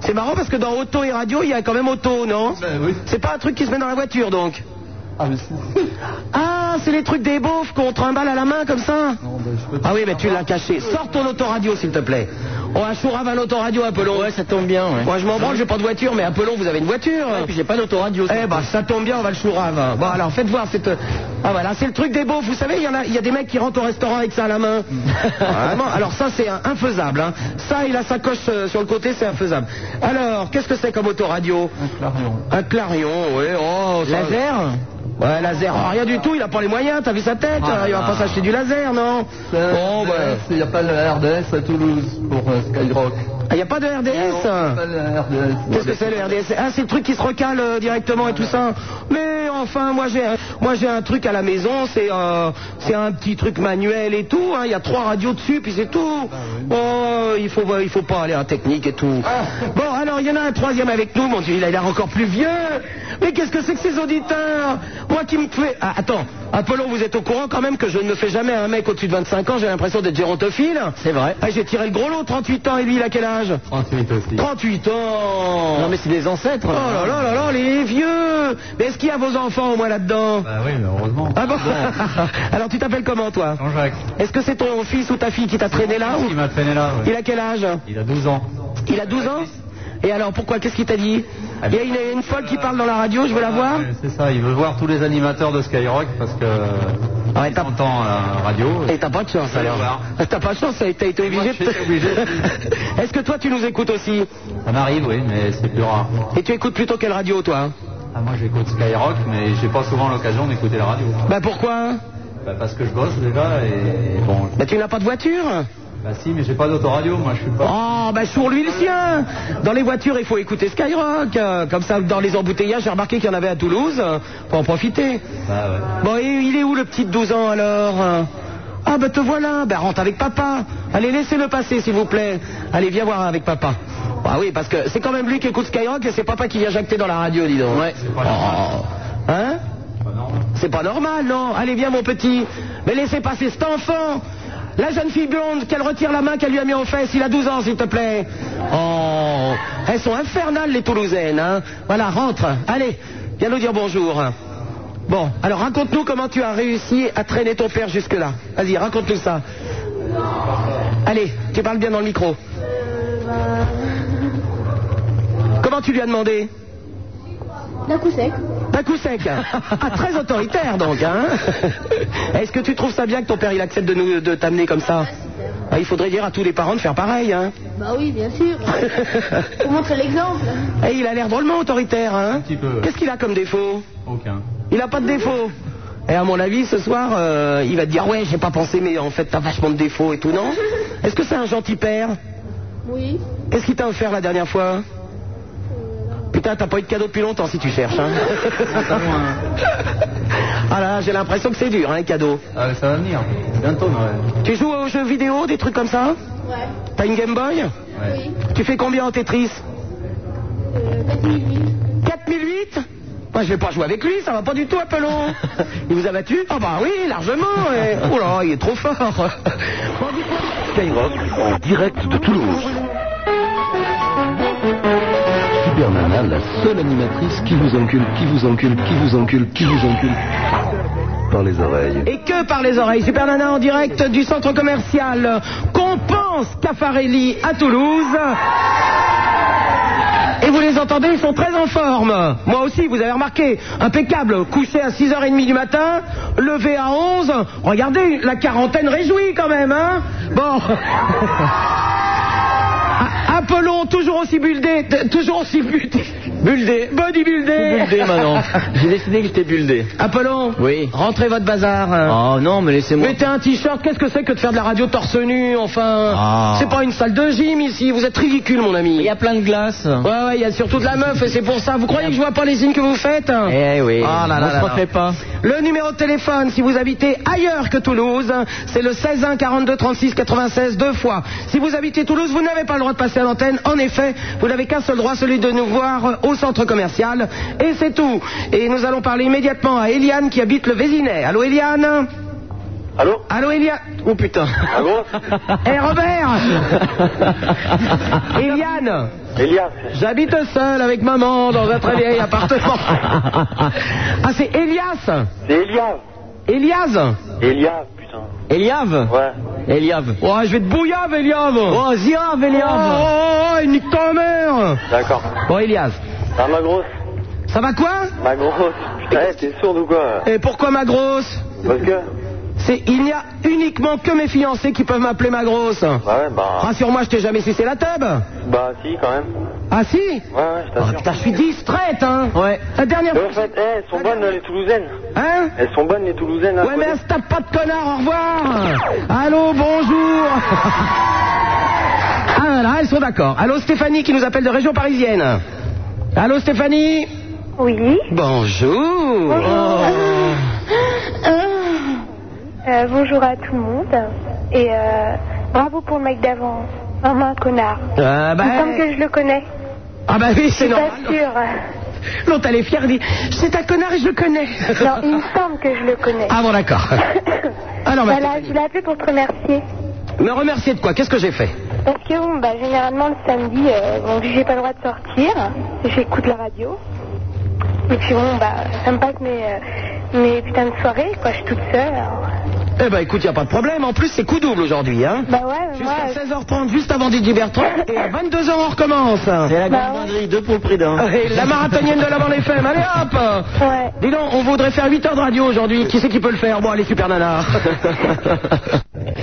Speaker 3: C'est marrant parce que dans auto et radio, il y a quand même auto, non
Speaker 21: Euh,
Speaker 3: C'est pas un truc qui se met dans la voiture, donc
Speaker 21: Ah, mais si.
Speaker 3: Ah, c'est les trucs des beaufs qu'on trimballe à la main comme ça
Speaker 21: bah,
Speaker 3: Ah oui, mais tu l'as caché. Sors ton autoradio, s'il te plaît. Oh, Achoura va l'autoradio, Apollon. Ouais, ça tombe bien, Moi, je m'en branle, j'ai pas de voiture, mais Apollon, vous avez une voiture. et puis j'ai pas d'autoradio. Eh ben, ça tombe bien, on va le chourave. Bon, alors, faites voir cette... Ah, voilà, c'est le truc des beaufs. Vous savez, il y, en a, il y a des mecs qui rentrent au restaurant avec ça à la main.
Speaker 21: Mm.
Speaker 3: Vraiment, alors ça, c'est un- infaisable. hein. Ça et la sacoche euh, sur le côté, c'est infaisable. Alors, qu'est-ce que c'est comme autoradio Un clarion, oui. Oh, ça-
Speaker 20: Laser
Speaker 3: Ouais, laser, oh, rien du tout, il a pas les moyens, t'as vu sa tête,
Speaker 21: Ah,
Speaker 3: hein, il va
Speaker 21: ah.
Speaker 3: pas s'acheter du laser, non Euh, Bon,
Speaker 5: bah.
Speaker 21: RDS, Euh, Il n'y a pas le RDS à Toulouse pour euh, Skyrock.
Speaker 3: Il n'y ah, a pas de RDS
Speaker 21: Non, pas le RDS.
Speaker 3: Qu'est-ce que c'est le RDS Ah, c'est le truc qui se recale euh, directement et tout ça. Mais enfin, moi j'ai, un- moi j'ai un truc à la maison, c'est, euh, c'est un petit truc manuel et tout. hein, Il y a trois radios dessus, puis c'est tout. Oh, il faut, il faut pas aller à technique et tout. Bon, alors il y en a un troisième avec nous. Mon Dieu, il a l'air encore plus vieux. Mais qu'est-ce que c'est que ces auditeurs Moi qui me fais. Ah, attends, Apollon, vous êtes au courant quand même que je ne me fais jamais un mec au-dessus de 25 ans. J'ai l'impression d'être gérontophile. C'est vrai. j'ai tiré le gros lot, 38 ans, et lui, il a quel âge
Speaker 21: 38 aussi.
Speaker 3: 38 ans
Speaker 20: Non, mais c'est des ancêtres.
Speaker 3: Oh là là là là, les vieux Mais est-ce qu'il y a vos enfants au moins là-dedans
Speaker 21: Ah oui, mais heureusement.
Speaker 3: Ah bon Alors tu t'appelles comment toi
Speaker 21: Jean-Jacques.
Speaker 3: Est-ce que c'est ton fils ou ta fille qui t'a traîné là ou...
Speaker 21: Il m'a traîné là.
Speaker 3: Il a quel âge
Speaker 21: Il a 12 ans.
Speaker 3: Il a 12 ans Et alors pourquoi Qu'est-ce qu'il t'a dit
Speaker 21: Ah,
Speaker 3: Il y a une, une folle qui parle dans la radio, je veux la voir
Speaker 21: C'est ça, il veut voir tous les animateurs de Skyrock parce que.
Speaker 3: Ah, t'as
Speaker 21: entend la radio.
Speaker 3: Et t'as pas de chance
Speaker 21: Allez
Speaker 3: alors
Speaker 21: voir.
Speaker 3: T'as pas de chance, t'as t'as été obligé
Speaker 21: j'étais obligé.
Speaker 3: Est-ce que toi tu nous écoutes aussi
Speaker 21: Ça m'arrive, oui, mais c'est plus rare.
Speaker 3: Et tu écoutes plutôt quelle radio toi
Speaker 21: Ah, moi j'écoute Skyrock, mais j'ai pas souvent l'occasion d'écouter la radio.
Speaker 3: Bah pourquoi
Speaker 21: Bah, parce que je bosse déjà et bon.
Speaker 3: Bah tu n'as pas de voiture
Speaker 21: Bah si, mais j'ai pas d'autoradio, moi je suis pas.
Speaker 3: Oh, bah sur lui le sien Dans les voitures, il faut écouter Skyrock. euh, Comme ça, dans les embouteillages, j'ai remarqué qu'il y en avait à Toulouse. euh, Faut en profiter.
Speaker 21: Bah ouais.
Speaker 3: Bon, et il est où le petit de 12 ans alors euh Ah, bah te voilà Bah rentre avec papa Allez, laissez-le passer, s'il vous plaît. Allez, viens voir avec papa. Ah oui, parce que c'est quand même lui qui écoute Skyrock et c'est papa qui vient jacter dans la radio, dis donc. Ouais. Hein c'est pas normal, non Allez, viens, mon petit. Mais laissez passer cet enfant La jeune fille blonde, qu'elle retire la main qu'elle lui a mis aux fesses, il a 12 ans, s'il te plaît. Oh Elles sont infernales, les Toulousaines, hein Voilà, rentre. Allez, viens nous dire bonjour. Bon, alors raconte-nous comment tu as réussi à traîner ton père jusque-là. Vas-y, raconte-nous ça. Allez, tu parles bien dans le micro. Comment tu lui as demandé
Speaker 14: D'un coup sec.
Speaker 3: d'un coup sec. Ah, très autoritaire donc. Hein Est-ce que tu trouves ça bien que ton père il accepte de nous de t'amener comme ça Ah, Il faudrait dire à tous les parents de faire pareil. Hein
Speaker 14: Bah oui, bien sûr. Pour montrer l'exemple.
Speaker 3: Et Eh, il a l'air drôlement autoritaire. Hein
Speaker 21: peu.
Speaker 3: Qu'est-ce qu'il a comme défaut
Speaker 21: Aucun.
Speaker 3: Il n'a pas de défaut. Et à mon avis, ce soir, euh, il va te dire ouais, j'ai pas pensé, mais en fait t'as vachement de défauts et tout, non Est-ce que c'est un gentil père
Speaker 14: Oui.
Speaker 3: Qu'est-ce qu'il t'a offert la dernière fois Putain, t'as pas eu de cadeau depuis longtemps si tu cherches. Hein ah là, là, j'ai l'impression que c'est dur, hein, les cadeaux.
Speaker 21: Ah, ça va venir. Bientôt Noël.
Speaker 3: Tu joues aux jeux vidéo, des trucs comme ça hein
Speaker 14: Ouais.
Speaker 3: T'as une Game Boy
Speaker 21: Ouais.
Speaker 3: Tu fais combien en Tetris
Speaker 14: Euh, 4008.
Speaker 3: 4008 Moi, je vais pas jouer avec lui, ça va pas du tout, Apollon. il vous a battu Ah bah oui, largement. et- Oh là, il est trop fort.
Speaker 1: Skyrock en direct de Toulouse. Super Nana, la seule animatrice qui vous encule, qui vous encule, qui vous encule, qui vous encule. Par les oreilles.
Speaker 3: Et que par les oreilles. Super Nana en direct du centre commercial Compense Caffarelli à Toulouse. Et vous les entendez, ils sont très en forme. Moi aussi, vous avez remarqué, impeccable. Couché à 6h30 du matin, levé à 11. Regardez, la quarantaine réjouie quand même, hein Bon. Ah, Apollon, toujours aussi buildé, t- toujours aussi buté.
Speaker 5: Buldé.
Speaker 3: Bodybuildé
Speaker 5: Buldé maintenant. J'ai décidé que j'étais buldé.
Speaker 3: Apollon
Speaker 5: Oui.
Speaker 3: Rentrez votre bazar.
Speaker 5: Oh non, mais laissez-moi.
Speaker 3: Mettez un t-shirt, qu'est-ce que c'est que de faire de la radio torse nu, enfin
Speaker 5: Ah.
Speaker 3: C'est pas une salle de gym ici, vous êtes ridicule mon ami.
Speaker 22: Il y a plein de glace.
Speaker 3: Ouais, ouais, il y a surtout de la meuf et c'est pour ça. Vous croyez que je vois pas les signes que vous faites
Speaker 5: Eh oui.
Speaker 3: Ah là là
Speaker 5: On
Speaker 3: là
Speaker 5: se
Speaker 3: là.
Speaker 5: refait pas.
Speaker 3: Le numéro de téléphone, si vous habitez ailleurs que Toulouse, c'est le 16 1 42 36 96 deux fois. Si vous habitez Toulouse, vous n'avez pas le droit de passer à l'antenne. En effet, vous n'avez qu'un seul droit, celui de nous voir euh, au centre commercial. Et c'est tout. Et nous allons parler immédiatement à Eliane qui habite le Vésinet. Allô Eliane
Speaker 9: Allô
Speaker 3: Allô Eliane Oh putain
Speaker 9: Allô
Speaker 3: Eh Robert Eliane
Speaker 9: Elias
Speaker 3: J'habite seul avec maman dans un très vieil appartement. Ah, c'est Elias
Speaker 9: C'est Elias
Speaker 3: Elias
Speaker 9: Elias, putain.
Speaker 5: Eliave
Speaker 9: Ouais.
Speaker 5: Eliave.
Speaker 3: Oh, je vais te bouillave, Elias
Speaker 5: Oh, Zirave,
Speaker 3: Oh,
Speaker 5: Eliave.
Speaker 3: oh, oh, il nique ta mère
Speaker 9: D'accord.
Speaker 3: Bon, Elias,
Speaker 9: Ah, ma grosse
Speaker 3: ça va quoi
Speaker 9: Ma grosse Putain, eh, t'es sourde ou quoi
Speaker 3: Et pourquoi ma grosse
Speaker 9: Parce que
Speaker 3: C'est Il n'y a uniquement que mes fiancés qui peuvent m'appeler ma grosse.
Speaker 9: Bah ouais, bah...
Speaker 3: Rassure-moi, je t'ai jamais sucé la tube
Speaker 9: Bah si, quand même.
Speaker 3: Ah si
Speaker 9: Ouais, ouais,
Speaker 3: Oh,
Speaker 9: je t'assure.
Speaker 3: Putain, je suis distraite, hein
Speaker 5: Ouais.
Speaker 3: La dernière
Speaker 9: Mais en fait, eh, elles sont bonnes les Toulousaines.
Speaker 3: Hein
Speaker 9: Elles sont bonnes les Toulousaines. hein,
Speaker 3: Ouais, mais
Speaker 9: quoi.
Speaker 3: elle se tape pas de connard, au revoir Allô, bonjour Ah là, elles sont d'accord. Allô, Stéphanie qui nous appelle de région parisienne. Allô, Stéphanie
Speaker 6: Oui.
Speaker 3: Bonjour
Speaker 6: Euh, bonjour à tout le monde. Et euh, bravo pour le mec d'avant. Vraiment un connard.
Speaker 3: Ah
Speaker 6: Il me
Speaker 3: bah,
Speaker 6: semble que je le connais.
Speaker 3: ah bah oui,
Speaker 6: Je
Speaker 3: c'est
Speaker 6: suis
Speaker 3: normal.
Speaker 6: pas sûre.
Speaker 3: L'autre, elle est fière, elle dit C'est un connard et je le connais.
Speaker 6: Non, il me semble que je le connais.
Speaker 3: Ah bon, d'accord. Alors, bah,
Speaker 6: voilà, je l'ai appelé pour te remercier.
Speaker 3: me remercier de quoi Qu'est-ce que j'ai fait
Speaker 6: Parce que bon, bah, généralement le samedi, euh, bon, j'ai pas le droit de sortir, j'écoute la radio. Et puis bon, bah, ça me passe mes, euh, mes putains de soirées, quoi, je suis toute seule. alors.
Speaker 3: Eh bah, écoute, y a pas de problème. En plus, c'est coup double aujourd'hui, hein.
Speaker 6: Bah ouais, mais moi,
Speaker 3: Jusqu'à 16h30, juste avant Didier Bertrand. Et à 22h, on recommence.
Speaker 5: C'est la
Speaker 6: Bah
Speaker 5: grande vinderie, deux pour le prix d'un.
Speaker 3: Et la marathonienne de la bande FM, allez hop
Speaker 6: ouais.
Speaker 3: Dis donc, on voudrait faire 8 heures de radio aujourd'hui. Qui c'est qui peut le faire Bon, allez, super nana.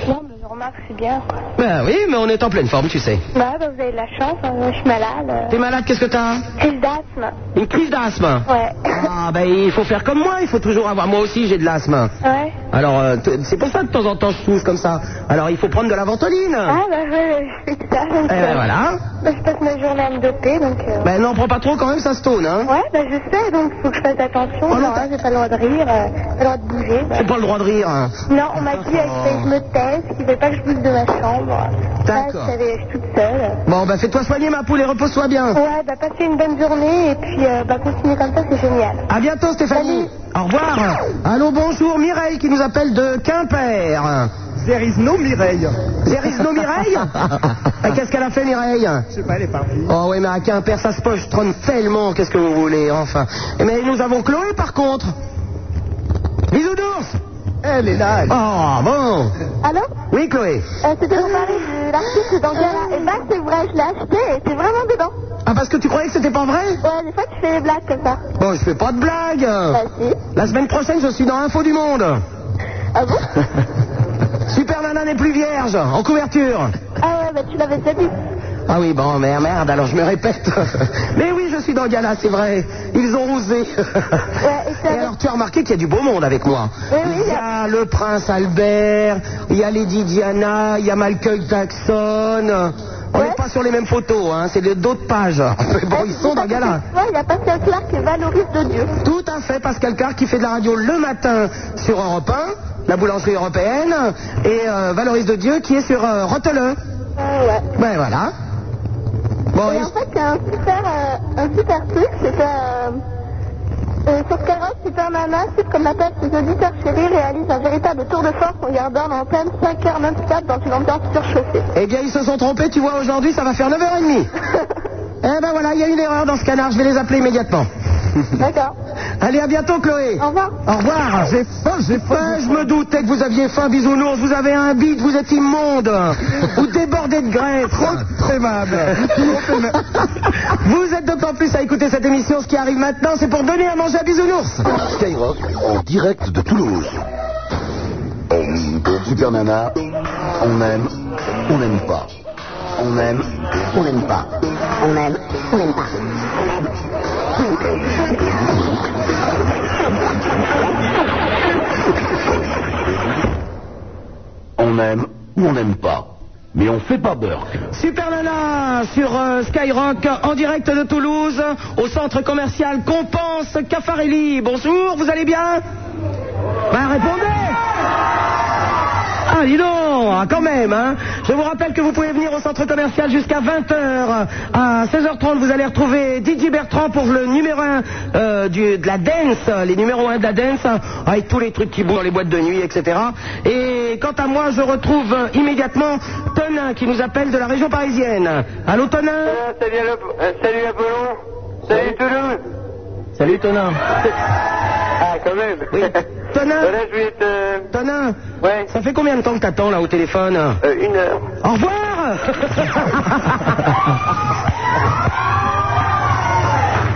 Speaker 6: Non, mais je remarque, c'est bien, quoi.
Speaker 3: ben oui, mais on est en pleine forme, tu sais.
Speaker 6: Bah, bah, vous avez de la chance, hein, moi, je suis malade.
Speaker 3: T'es malade, qu'est-ce que t'as
Speaker 6: Crise d'asthme.
Speaker 3: Une crise d'asthme.
Speaker 6: Ouais.
Speaker 3: Ah, ben il faut faire comme moi, il faut toujours avoir. Moi aussi, j'ai de l'asthme.
Speaker 6: Ouais.
Speaker 3: Alors, euh, t- c'est pour ça que de temps en temps, je touche comme ça. Alors, il faut prendre de la ventoline.
Speaker 6: Ah, bah, ouais, je fais ça. donc,
Speaker 3: Eh ben
Speaker 6: euh,
Speaker 3: voilà.
Speaker 6: Bah, je passe ma journée à me doper, donc. euh,
Speaker 3: Ben non, prends pas trop quand même, ça se tourne, hein.
Speaker 6: Ouais, bah, je sais, donc, faut que je fasse attention.
Speaker 3: Oh,
Speaker 6: alors,
Speaker 3: non,
Speaker 6: hein, j'ai pas le droit de rire, euh, pas le droit de bouger. bah.
Speaker 3: J'ai pas le droit de rire. hein.
Speaker 6: Non, on m'a dit qu'il fallait que je me taise, qu'il ne fallait pas que je bouge de ma chambre.
Speaker 3: D'accord.
Speaker 6: Là, je savais, je suis toute seule.
Speaker 3: Bon, ben fais-toi soigner, ma poule, et repose-toi bien.
Speaker 6: Ouais, bah passez une bonne journée et puis euh, bah continuez comme ça, c'est génial.
Speaker 3: À bientôt, Stéphanie. Au revoir. Oh. Allô, bonjour, Mireille qui nous appelle de Quimper.
Speaker 15: There is no Mireille.
Speaker 3: There is no Mireille Ah, Qu'est-ce qu'elle a fait, Mireille
Speaker 15: Je sais pas, elle est partie.
Speaker 3: Oh oui, mais à Quimper, ça se pochetronne tellement, qu'est-ce que vous voulez, enfin. Eh, Mais nous avons Chloé, par contre. Bisous d'ours
Speaker 15: Elle est là, elle.
Speaker 3: Oh, bon
Speaker 6: Allô
Speaker 3: Oui, Chloé
Speaker 6: euh, C'était mon mari de l'article dans Gala. Et bah c'est vrai, je l'ai acheté et c'est vraiment dedans.
Speaker 3: Ah, parce que tu croyais que c'était pas vrai
Speaker 6: Ouais, des fois tu fais des blagues comme ça.
Speaker 3: Bon, je fais pas de blague
Speaker 6: Bah si.
Speaker 3: La semaine prochaine, je suis dans Info du Monde
Speaker 6: Ah bon
Speaker 3: Super Nana n'est plus vierge, en couverture
Speaker 6: Ah ouais, bah tu l'avais déjà dit.
Speaker 3: Ah oui, bon, mais merde, alors je me répète. Mais oui, je suis dans Gala, c'est vrai. Ils ont rusé.
Speaker 6: et ça-
Speaker 3: et alors, tu as remarqué qu'il y a du beau monde avec moi.
Speaker 6: Oui, Eh oui,
Speaker 3: il y a le prince Albert, il y a Lady Diana, il y a Michael Jackson. On n'est
Speaker 6: Ouais.
Speaker 3: pas sur les mêmes photos, hein, c'est de- d'autres pages. Mais bon, ils sont dans Gala.
Speaker 6: Ouais, il y a Pascal Clark et Valoris de Dieu.
Speaker 3: Tout à fait, Pascal Carr qui fait de la radio le matin sur Europe 1, la boulangerie européenne, et euh, Valoris de Dieu qui est sur euh, Roteleux.
Speaker 6: Ah ouais.
Speaker 3: Ben voilà. Bon,
Speaker 6: Et
Speaker 3: et-
Speaker 6: en fait, il y a un super, euh, un super truc, c'était euh, euh, sur Carotte, Super Nana, c'est comme la tête des auditeurs chéris réalise un véritable tour de force en gardant l'antenne 5 heures non-stop dans une ambiance surchauffée.
Speaker 3: Eh bien, ils se sont trompés, tu vois, aujourd'hui, ça va faire 9h30. eh ben voilà, il y a une erreur dans ce canard, je vais les appeler immédiatement.
Speaker 6: D'accord.
Speaker 3: Allez, à bientôt, Chloé.
Speaker 6: Au revoir.
Speaker 3: Au revoir. J'ai faim, j'ai faim. Je me doutais que vous aviez faim, bisounours. Vous avez un bide, vous êtes immonde. Vous débordez de graisse. Trop aimable. vous êtes d'autant plus à écouter cette émission. Ce qui arrive maintenant, c'est pour donner à manger à bisounours.
Speaker 1: Skyrock en direct de Toulouse. Super Nana, on aime, on n'aime pas. On aime, on n'aime pas. On aime, on n'aime pas. On aime ou on n'aime pas. Mais on fait pas Burke.
Speaker 3: Super Nana sur euh, Skyrock en direct de Toulouse au centre commercial Compense Caffarelli. Bonjour, vous allez bien Ben répondez ah, dis donc, ah, quand même, hein. Je vous rappelle que vous pouvez venir au centre commercial jusqu'à 20h. À 16h30, vous allez retrouver Didier Bertrand pour le numéro 1 euh, du- de la dance, les numéros 1 de la dance, hein, avec tous les trucs qui bougent dans les boîtes de nuit, etc. Et quant à moi, je retrouve euh, immédiatement Tonin qui nous appelle de la région parisienne. Allô, Tonin
Speaker 9: Salut, Allo- euh, salut Apollon. Salut Toulouse.
Speaker 3: Salut, Tonin.
Speaker 9: Ah, quand même.
Speaker 3: Tonin
Speaker 9: Voilà, je vais te...
Speaker 3: Tonin Ça fait combien de temps que t'attends là au téléphone
Speaker 9: euh, Une heure.
Speaker 3: Au revoir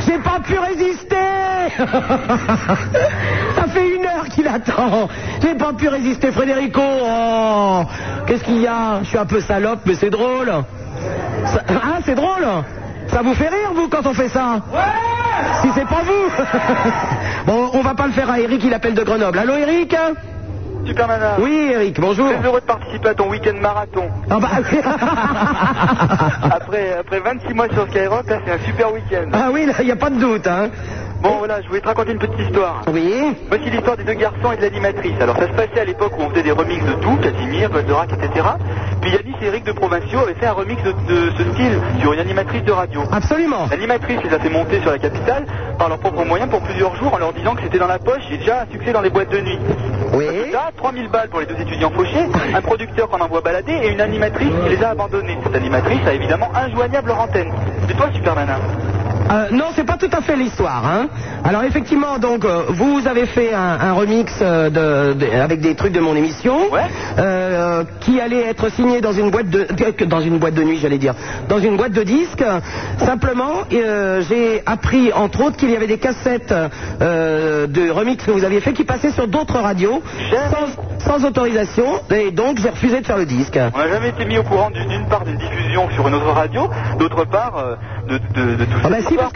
Speaker 3: J'ai pas pu résister Ça fait une heure qu'il attend J'ai pas pu résister, Frédérico Oh Qu'est-ce qu'il y a Je suis un peu salope, mais c'est drôle Ça- Hein, c'est drôle Ça vous fait rire, vous, quand on fait ça Si c'est pas vous Bon, on va pas le faire à Eric, il appelle de Grenoble. Allô, Eric
Speaker 5: Superman.
Speaker 3: Oui, Eric, bonjour
Speaker 5: Très heureux de participer à ton week-end marathon.
Speaker 3: Ah bah...
Speaker 21: Ah.
Speaker 5: après, après 26 mois sur Skyrock, là, c'est un super week-end.
Speaker 3: Ah oui, il n'y a pas de doute, hein.
Speaker 5: Bon, voilà, je voulais te raconter une petite histoire.
Speaker 3: Oui.
Speaker 5: Voici l'histoire des deux garçons et de l'animatrice. Alors, ça se passait à l'époque où on faisait des remixes de tout, Casimir, Goldorak, etc. Puis Yannis et Eric de Provincio avaient fait un remix de, de ce style sur une animatrice de radio.
Speaker 3: Absolument.
Speaker 5: L'animatrice les a fait monter sur la capitale par leurs propres moyens pour plusieurs jours en leur disant que c'était dans la poche et déjà un succès dans les boîtes de nuit.
Speaker 3: Oui.
Speaker 5: Résultat, 3000 balles pour les deux étudiants fauchés, un producteur qu'on envoie balader et une animatrice qui les a abandonnés. Cette animatrice a évidemment injoignable leur antenne. C'est toi, Superman.
Speaker 3: Euh, non, c'est pas tout à fait l'histoire. Hein. Alors effectivement, donc euh, vous avez fait un, un remix euh, de, de- avec des trucs de mon émission, euh, qui allait être signé dans une boîte de que- dans une boîte de nuit, j'allais dire, dans une boîte de disques. Simplement, euh, j'ai appris entre autres qu'il y avait des cassettes euh, de remix que vous aviez fait qui passaient sur d'autres radios sans, sans autorisation, et donc j'ai refusé de faire le disque.
Speaker 5: On n'a jamais été mis au courant d'une d'une part d'une diffusion sur une autre radio, d'autre part euh, de, de- de
Speaker 3: Ah
Speaker 5: tout ça.
Speaker 3: bah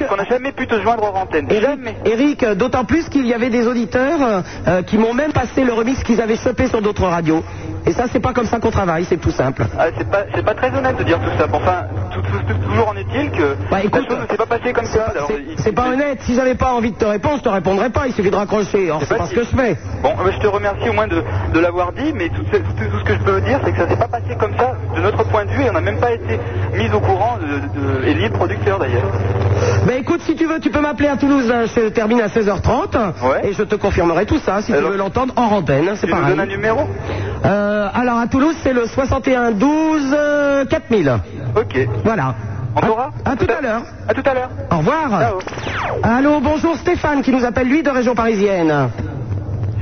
Speaker 5: qu'on n'a jamais pu te joindre hors antenne.
Speaker 3: Eric, Eric, euh, d'autant plus qu'il y avait des auditeurs euh, euh, qui m'ont même passé le remix qu'ils avaient chopé sur d'autres radios. Et ça, c'est pas comme ça qu'on travaille, c'est tout simple.
Speaker 5: Ah, c'est pas, c'est pas très honnête de dire tout ça. Bon, enfin, tout- tout- tout- toujours en est-il que la chose ne s'est pas passée comme ça. Alors, il-
Speaker 3: Bah, C'est pas honnête, si j'avais pas envie de te répondre, je te répondrais pas, il suffit de raccrocher. Or, c'est pas ce que je fais.
Speaker 5: Bon, euh, je te remercie au moins de, de l'avoir dit, mais tout, ce- tout- tout ce que je peux dire, c'est que ça s'est pas passé comme ça de notre point de vue et on n'a même pas été mis au courant de, de, et ni le producteur d'ailleurs.
Speaker 3: Ben écoute, si tu veux, tu peux m'appeler à Toulouse, hein, je termine à 16h30, et je te confirmerai tout ça, si tu veux l'entendre en antenne, c'est
Speaker 5: Tu nous
Speaker 3: pareil.
Speaker 5: donnes un numéro
Speaker 3: Euh, alors à Toulouse, c'est le 61 12 euh, 4000.
Speaker 5: Ok.
Speaker 3: Voilà.
Speaker 5: Encore
Speaker 3: À, à tout à l'heure.
Speaker 5: À tout à l'heure.
Speaker 3: Au revoir. Allô, bonjour Stéphane qui nous appelle lui de région parisienne.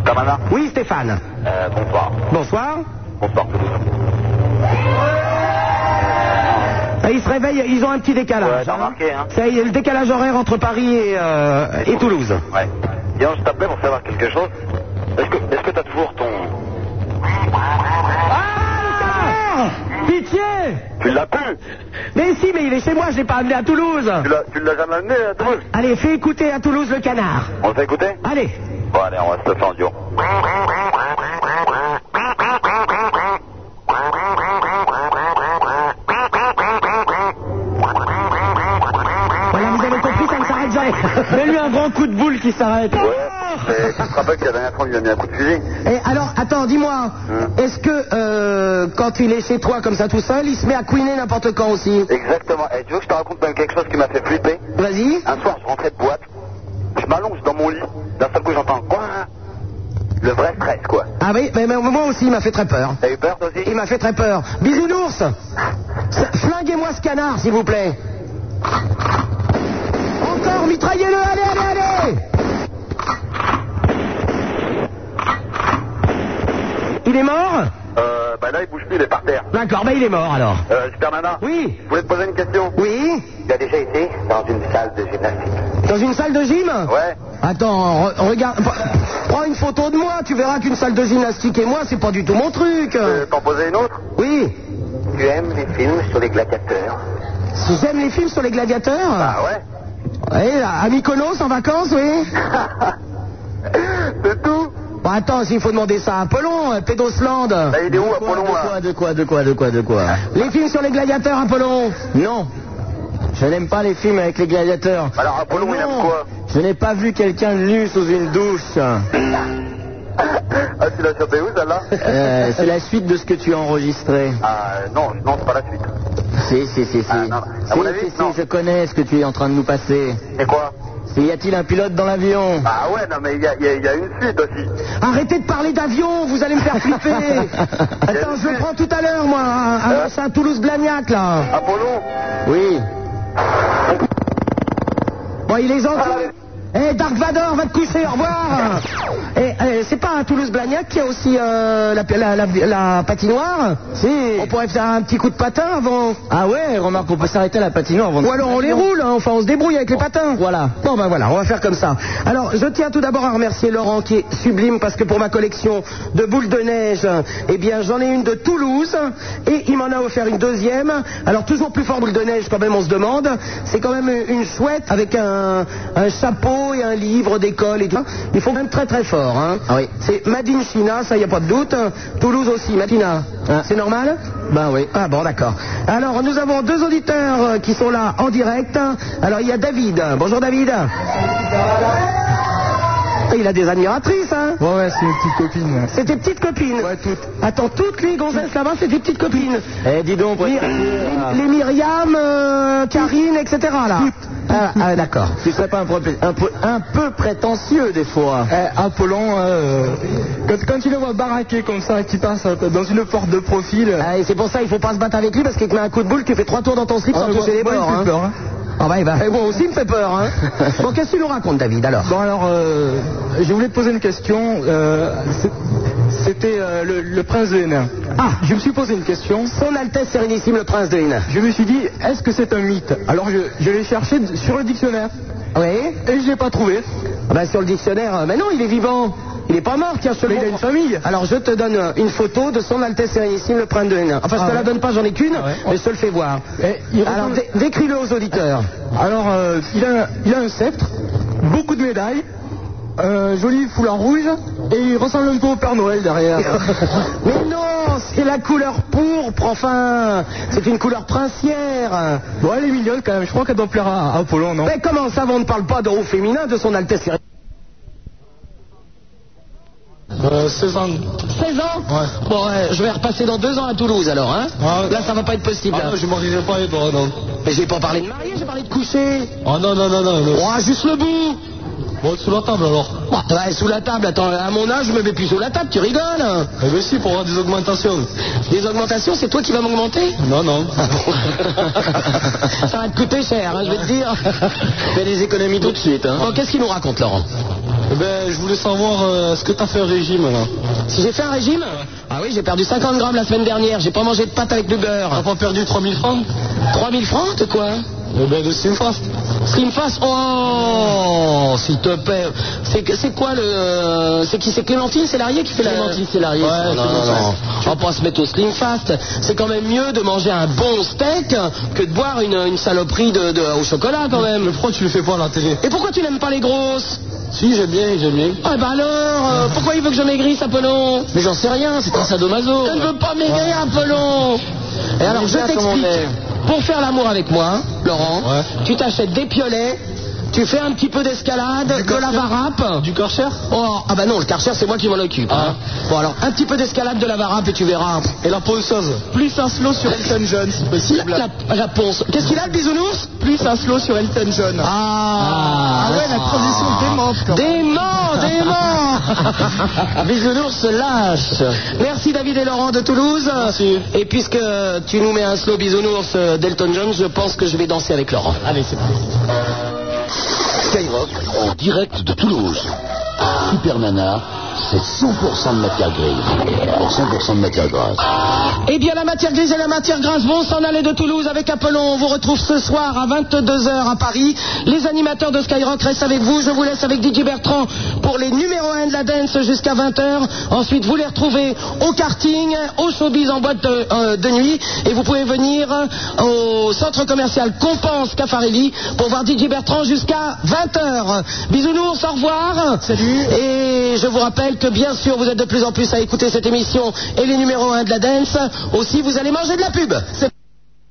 Speaker 5: Stamana
Speaker 3: Oui Stéphane.
Speaker 9: Euh,
Speaker 5: bonsoir.
Speaker 3: Bonsoir. Ah, Ils se réveillent, ils ont un petit décalage. hein. Ça y est, le décalage horaire entre Paris et, euh, et Toulouse.
Speaker 5: Ouais. Yann, je t'appelais pour savoir quelque chose. Est-ce que est-ce que t'as toujours ton.
Speaker 3: Ah, Pitié
Speaker 5: Tu l'as pu
Speaker 3: Mais si, mais il est chez moi, je l'ai pas amené à Toulouse.
Speaker 5: Tu l'as jamais amené à Toulouse
Speaker 3: Allez, fais écouter à Toulouse le canard.
Speaker 5: On t'a écouté
Speaker 3: Allez.
Speaker 5: Bon, allez, on va se le faire en duo.
Speaker 3: Voilà, vous avez compris, ça ne s'arrête jamais. Mets-lui un grand coup de boule qui s'arrête.
Speaker 5: Mais tu te rappelles que la dernière fois, on lui a mis un coup de fusil
Speaker 3: Et alors, attends, dis-moi, est-ce que euh, quand il est chez toi comme ça tout seul, il se met à couiner n'importe quand aussi
Speaker 5: Exactement. Et tu veux que je te raconte même quelque chose qui m'a fait flipper
Speaker 3: Vas-y.
Speaker 1: Ah.
Speaker 5: Un soir, je rentrais de boîte, je m'allonge dans mon lit, d'un seul coup, j'entends quoi Le vrai stress, quoi.
Speaker 3: Ah oui, mais, mais moi aussi, il m'a fait très peur.
Speaker 5: T'as eu peur, toi aussi
Speaker 3: Il m'a fait très peur. Bisounours S- Flinguez-moi ce canard, s'il vous plaît. Encore, mitraillez-le, allez, allez, allez Il est mort
Speaker 5: Euh, bah là, il bouge plus, il est par terre.
Speaker 3: D'accord, bah il est mort alors.
Speaker 5: Euh, Supermana
Speaker 3: Oui
Speaker 5: Je voulais te poser une question.
Speaker 3: Oui
Speaker 5: Tu as déjà été dans une salle de gymnastique
Speaker 3: Dans une salle de gym Ouais. Attends, re- regarde. pre- Prends une photo de moi, tu verras qu'une salle de gymnastique et moi, c'est pas du tout mon truc.
Speaker 5: Je peux t'en poser une autre
Speaker 3: Oui.
Speaker 5: Tu aimes les films sur les gladiateurs
Speaker 3: Si j'aime les films sur les gladiateurs
Speaker 5: Ah ouais
Speaker 3: Oui, à Mykonos en vacances, oui
Speaker 13: C'est tout
Speaker 3: Bon, attends, s'il faut demander ça à Apollon, euh, Pédosland.
Speaker 13: Bah, il est où, Apollon, là
Speaker 20: De quoi, de quoi, de quoi, de quoi
Speaker 3: Les films sur les gladiateurs, Apollon
Speaker 20: Non. Je n'aime pas les films avec les gladiateurs.
Speaker 13: Alors, Apollon, il aime quoi
Speaker 20: Je n'ai pas vu quelqu'un nu sous une douche.
Speaker 13: Ah, tu l'as chopé où, celle-là
Speaker 20: Euh, c'est la suite de ce que tu as enregistré.
Speaker 13: Ah, non, non, c'est pas la suite.
Speaker 20: Si, si, si, si.
Speaker 13: Ah, non.
Speaker 20: Si,
Speaker 13: À mon avis,
Speaker 20: si, si, je connais ce que tu es en train de nous passer.
Speaker 13: C'est quoi
Speaker 20: C'est y a-t-il un pilote dans l'avion
Speaker 13: Ah ouais, non, mais il y a, il y a- il y a une suite aussi.
Speaker 3: Arrêtez de parler d'avion, vous allez me faire flipper Attends, je le prends tout à l'heure, moi, un-
Speaker 13: Euh.
Speaker 3: un- c'est un Toulouse-Blagnac, là
Speaker 13: Apollon
Speaker 20: Oui.
Speaker 3: Bon, il est gentil Eh, Dark Vador, va te coucher, au revoir Eh, eh, c'est pas un Toulouse-Blagnac qui a aussi euh, la, la- la- la patinoire
Speaker 20: Si.
Speaker 3: On pourrait faire un petit coup de patin avant
Speaker 20: Ah ouais, remarque, on peut s'arrêter à la patinoire avant de-
Speaker 3: Ou alors on les roule, hein, enfin on se débrouille avec les patins.
Speaker 20: Voilà.
Speaker 3: Bon ben voilà, on va faire comme ça. Alors je tiens tout d'abord à remercier Laurent qui est sublime parce que pour ma collection de boules de neige, eh bien j'en ai une de Toulouse et il m'en a offert une deuxième. Alors toujours plus fort boule de neige quand même on se demande. C'est quand même une chouette avec un, un chapeau et un livre d'école et tout. Il faut même très très fort. Hein.
Speaker 20: Ah oui.
Speaker 3: C'est Madine China, ça y a pas de doute. Toulouse aussi, Madina.
Speaker 20: Ah.
Speaker 3: C'est normal
Speaker 20: Ben oui.
Speaker 3: ah bon, d'accord. Alors, nous avons deux auditeurs euh, qui sont là en direct. Alors, il y a David. Bonjour, David. Ah, Il a des admiratrices, hein
Speaker 23: Ouais, ouais, c'est une petite copine.
Speaker 3: C'est tes petites copines.
Speaker 23: Ouais, toutes.
Speaker 3: Attends, toutes les gonzesses là-bas, c'est des petites copines.
Speaker 20: Eh, dis donc,
Speaker 3: Les,
Speaker 20: ouais.
Speaker 3: les- les Myriam, euh, Karine, etc. là. Ah, ah, d'accord.
Speaker 20: Tu serais pas un, propé- un peu, un peu prétentieux des fois
Speaker 23: Eh, Apollon, euh, quand, quand tu le vois baraquer comme ça, qui passe euh, dans une porte de profil,
Speaker 3: Ah, et c'est pour ça il faut pas se battre avec lui parce qu'il te met un coup de boule, tu fais trois tours dans ton slip
Speaker 23: Ah,
Speaker 3: sans
Speaker 23: mais
Speaker 3: toucher
Speaker 23: moi-
Speaker 3: les
Speaker 23: moi, il me
Speaker 3: bords.
Speaker 23: fait
Speaker 3: hein.
Speaker 23: peur, hein.
Speaker 3: Ah bah, eh ben, eh, moi aussi il me fait peur. Hein. bon, qu'est-ce que tu nous racontes, David, alors
Speaker 23: Bon alors, euh, je voulais te poser une question. euh, c'est- C'était euh, le, le prince de Hénin.
Speaker 3: Ah.
Speaker 23: Je me suis posé une question.
Speaker 3: Son Altesse Sérénissime le Prince de Hénin.
Speaker 23: Je me suis dit, est-ce que c'est un mythe Alors je, je l'ai cherché d- sur le dictionnaire
Speaker 3: Oui
Speaker 23: et je l'ai pas trouvé.
Speaker 3: Ah bah, sur le dictionnaire, euh, mais non, il est vivant. Il n'est pas mort, tiens, je te
Speaker 23: Mais il
Speaker 3: montre.
Speaker 23: a une famille.
Speaker 3: Alors je te donne euh, une photo de son Altesse Sérénissime le Prince de Hénin. Enfin, je
Speaker 23: Ah
Speaker 3: te la
Speaker 23: ouais.
Speaker 3: donne pas, j'en ai qu'une,
Speaker 23: Ah ouais.
Speaker 3: mais je te le fais voir.
Speaker 23: Eh, il ressemble-
Speaker 3: Alors dé- décris-le aux auditeurs.
Speaker 23: Alors euh, il, a, il a un sceptre, beaucoup de médailles, un joli foulard rouge et il ressemble un peu au Père Noël derrière.
Speaker 3: mais non, c'est la couleur pourpre, enfin, c'est une couleur princière.
Speaker 23: bon elle est mignonne quand même, je crois qu'elle doit plaire à, à Apollon, non
Speaker 3: Mais comment ça, on ne parle pas de roux féminin de son Altesse Sérénissime
Speaker 23: 16 ans.
Speaker 3: 16 ans
Speaker 23: Ouais.
Speaker 3: Bon, euh, je vais repasser dans deux ans à Toulouse alors, hein
Speaker 23: Ah ouais. Ah
Speaker 3: Là, ça va pas être possible. hein.
Speaker 23: je m'en disais pas, eh, non.
Speaker 3: Mais j'ai pas parlé de marier, j'ai parlé de coucher.
Speaker 23: Oh non, non, non, non.
Speaker 3: Oh, juste le bout
Speaker 23: Bon, sous la table alors.
Speaker 3: Bah, ouais, sous la table, attends, à mon âge, je me mets plus sous la table, tu rigoles hein
Speaker 23: Eh ben si, pour avoir des augmentations.
Speaker 3: Les augmentations, c'est toi qui vas m'augmenter Ah
Speaker 23: Non, non.
Speaker 3: Ça va te coûter cher, hein, je vais te dire.
Speaker 20: Fais des économies tout de suite, hein.
Speaker 3: Bon, qu'est-ce qu'il nous raconte, Laurent
Speaker 23: Eh ben, je voulais savoir euh, ce que t'as fait au régime là.
Speaker 3: Si j'ai fait un régime Ah oui, j'ai perdu 50 grammes la semaine dernière, j'ai pas mangé de pâtes avec du
Speaker 23: T'as
Speaker 3: beurre.
Speaker 23: pas perdu 3000 francs
Speaker 3: 3000 francs, de quoi
Speaker 23: Eh ben, de Simfast.
Speaker 3: Slimfast Oh, s'il te plaît. C'est c'est quoi le. euh, C'est qui C'est Clémentine Célarier qui fait la.
Speaker 20: Clémentine Célarier.
Speaker 3: Ouais,
Speaker 20: Non,
Speaker 3: non,
Speaker 20: non, non.
Speaker 3: On va pas se mettre au Slimfast. C'est quand même mieux de manger un bon steak que de boire une, une saloperie de, de- au chocolat quand même.
Speaker 23: Mais pourquoi tu le fais pas à la télé
Speaker 3: Et pourquoi tu n'aimes pas les grosses
Speaker 23: Si, j'aime bien, j'aime bien.
Speaker 3: Ah bah alors, euh, pourquoi il veut que je maigrisse, Apollon
Speaker 20: Mais j'en sais rien, c'est un sadomaso.
Speaker 3: Je ne veux pas maigrir, Apollon Et alors, je
Speaker 20: Déjà, comme on
Speaker 3: t'explique. Pour faire l'amour avec moi, Laurent,
Speaker 23: Ouais.
Speaker 3: tu t'achètes des piolets, tu fais un petit peu d'escalade, de la varap.
Speaker 23: Du corcher
Speaker 3: Oh, ah bah non, le karcher, c'est moi qui m'en occupe. hein. Bon, alors, un petit peu d'escalade de la varap et tu verras.
Speaker 23: Et la ponceuse Plus un slow sur Elton John, si
Speaker 3: La, la- la ponce. Qu'est-ce qu'il a, le bisounours
Speaker 23: Plus un slow sur Elton John. Ah
Speaker 3: Ah,
Speaker 23: ouais, la transition démente, quand
Speaker 3: Dément, dément Bisounours se lâche. Merci David et Laurent de Toulouse.
Speaker 23: Merci.
Speaker 3: Et puisque tu nous mets un slow bisounours euh, d'Elton John, je pense que je vais danser avec Laurent.
Speaker 23: Allez, c'est parti.
Speaker 1: Skyrock en direct de Toulouse. Super Nana, C'est 100% de matière grise. Pour 100% de matière grasse.
Speaker 3: Eh bien, la matière grise et la matière grasse vont s'en aller de Toulouse avec Apollon. On vous retrouve ce soir à 22h à Paris. Les animateurs de Skyrock restent avec vous. Je vous laisse avec Didier Bertrand pour les numéros 1 de la dance jusqu'à 20h. Ensuite, vous les retrouvez au karting, au showbiz en boîte de, euh, de nuit. Et vous pouvez venir euh, au centre commercial Compense Cafarelli pour voir Didier Bertrand jusqu'à 20h. Bisounours, au revoir. Salut. Et je vous rappelle que bien sûr, vous êtes de plus en plus à écouter cette émission et les numéros 1 de la dance. Aussi, vous allez manger de la pub. C'est-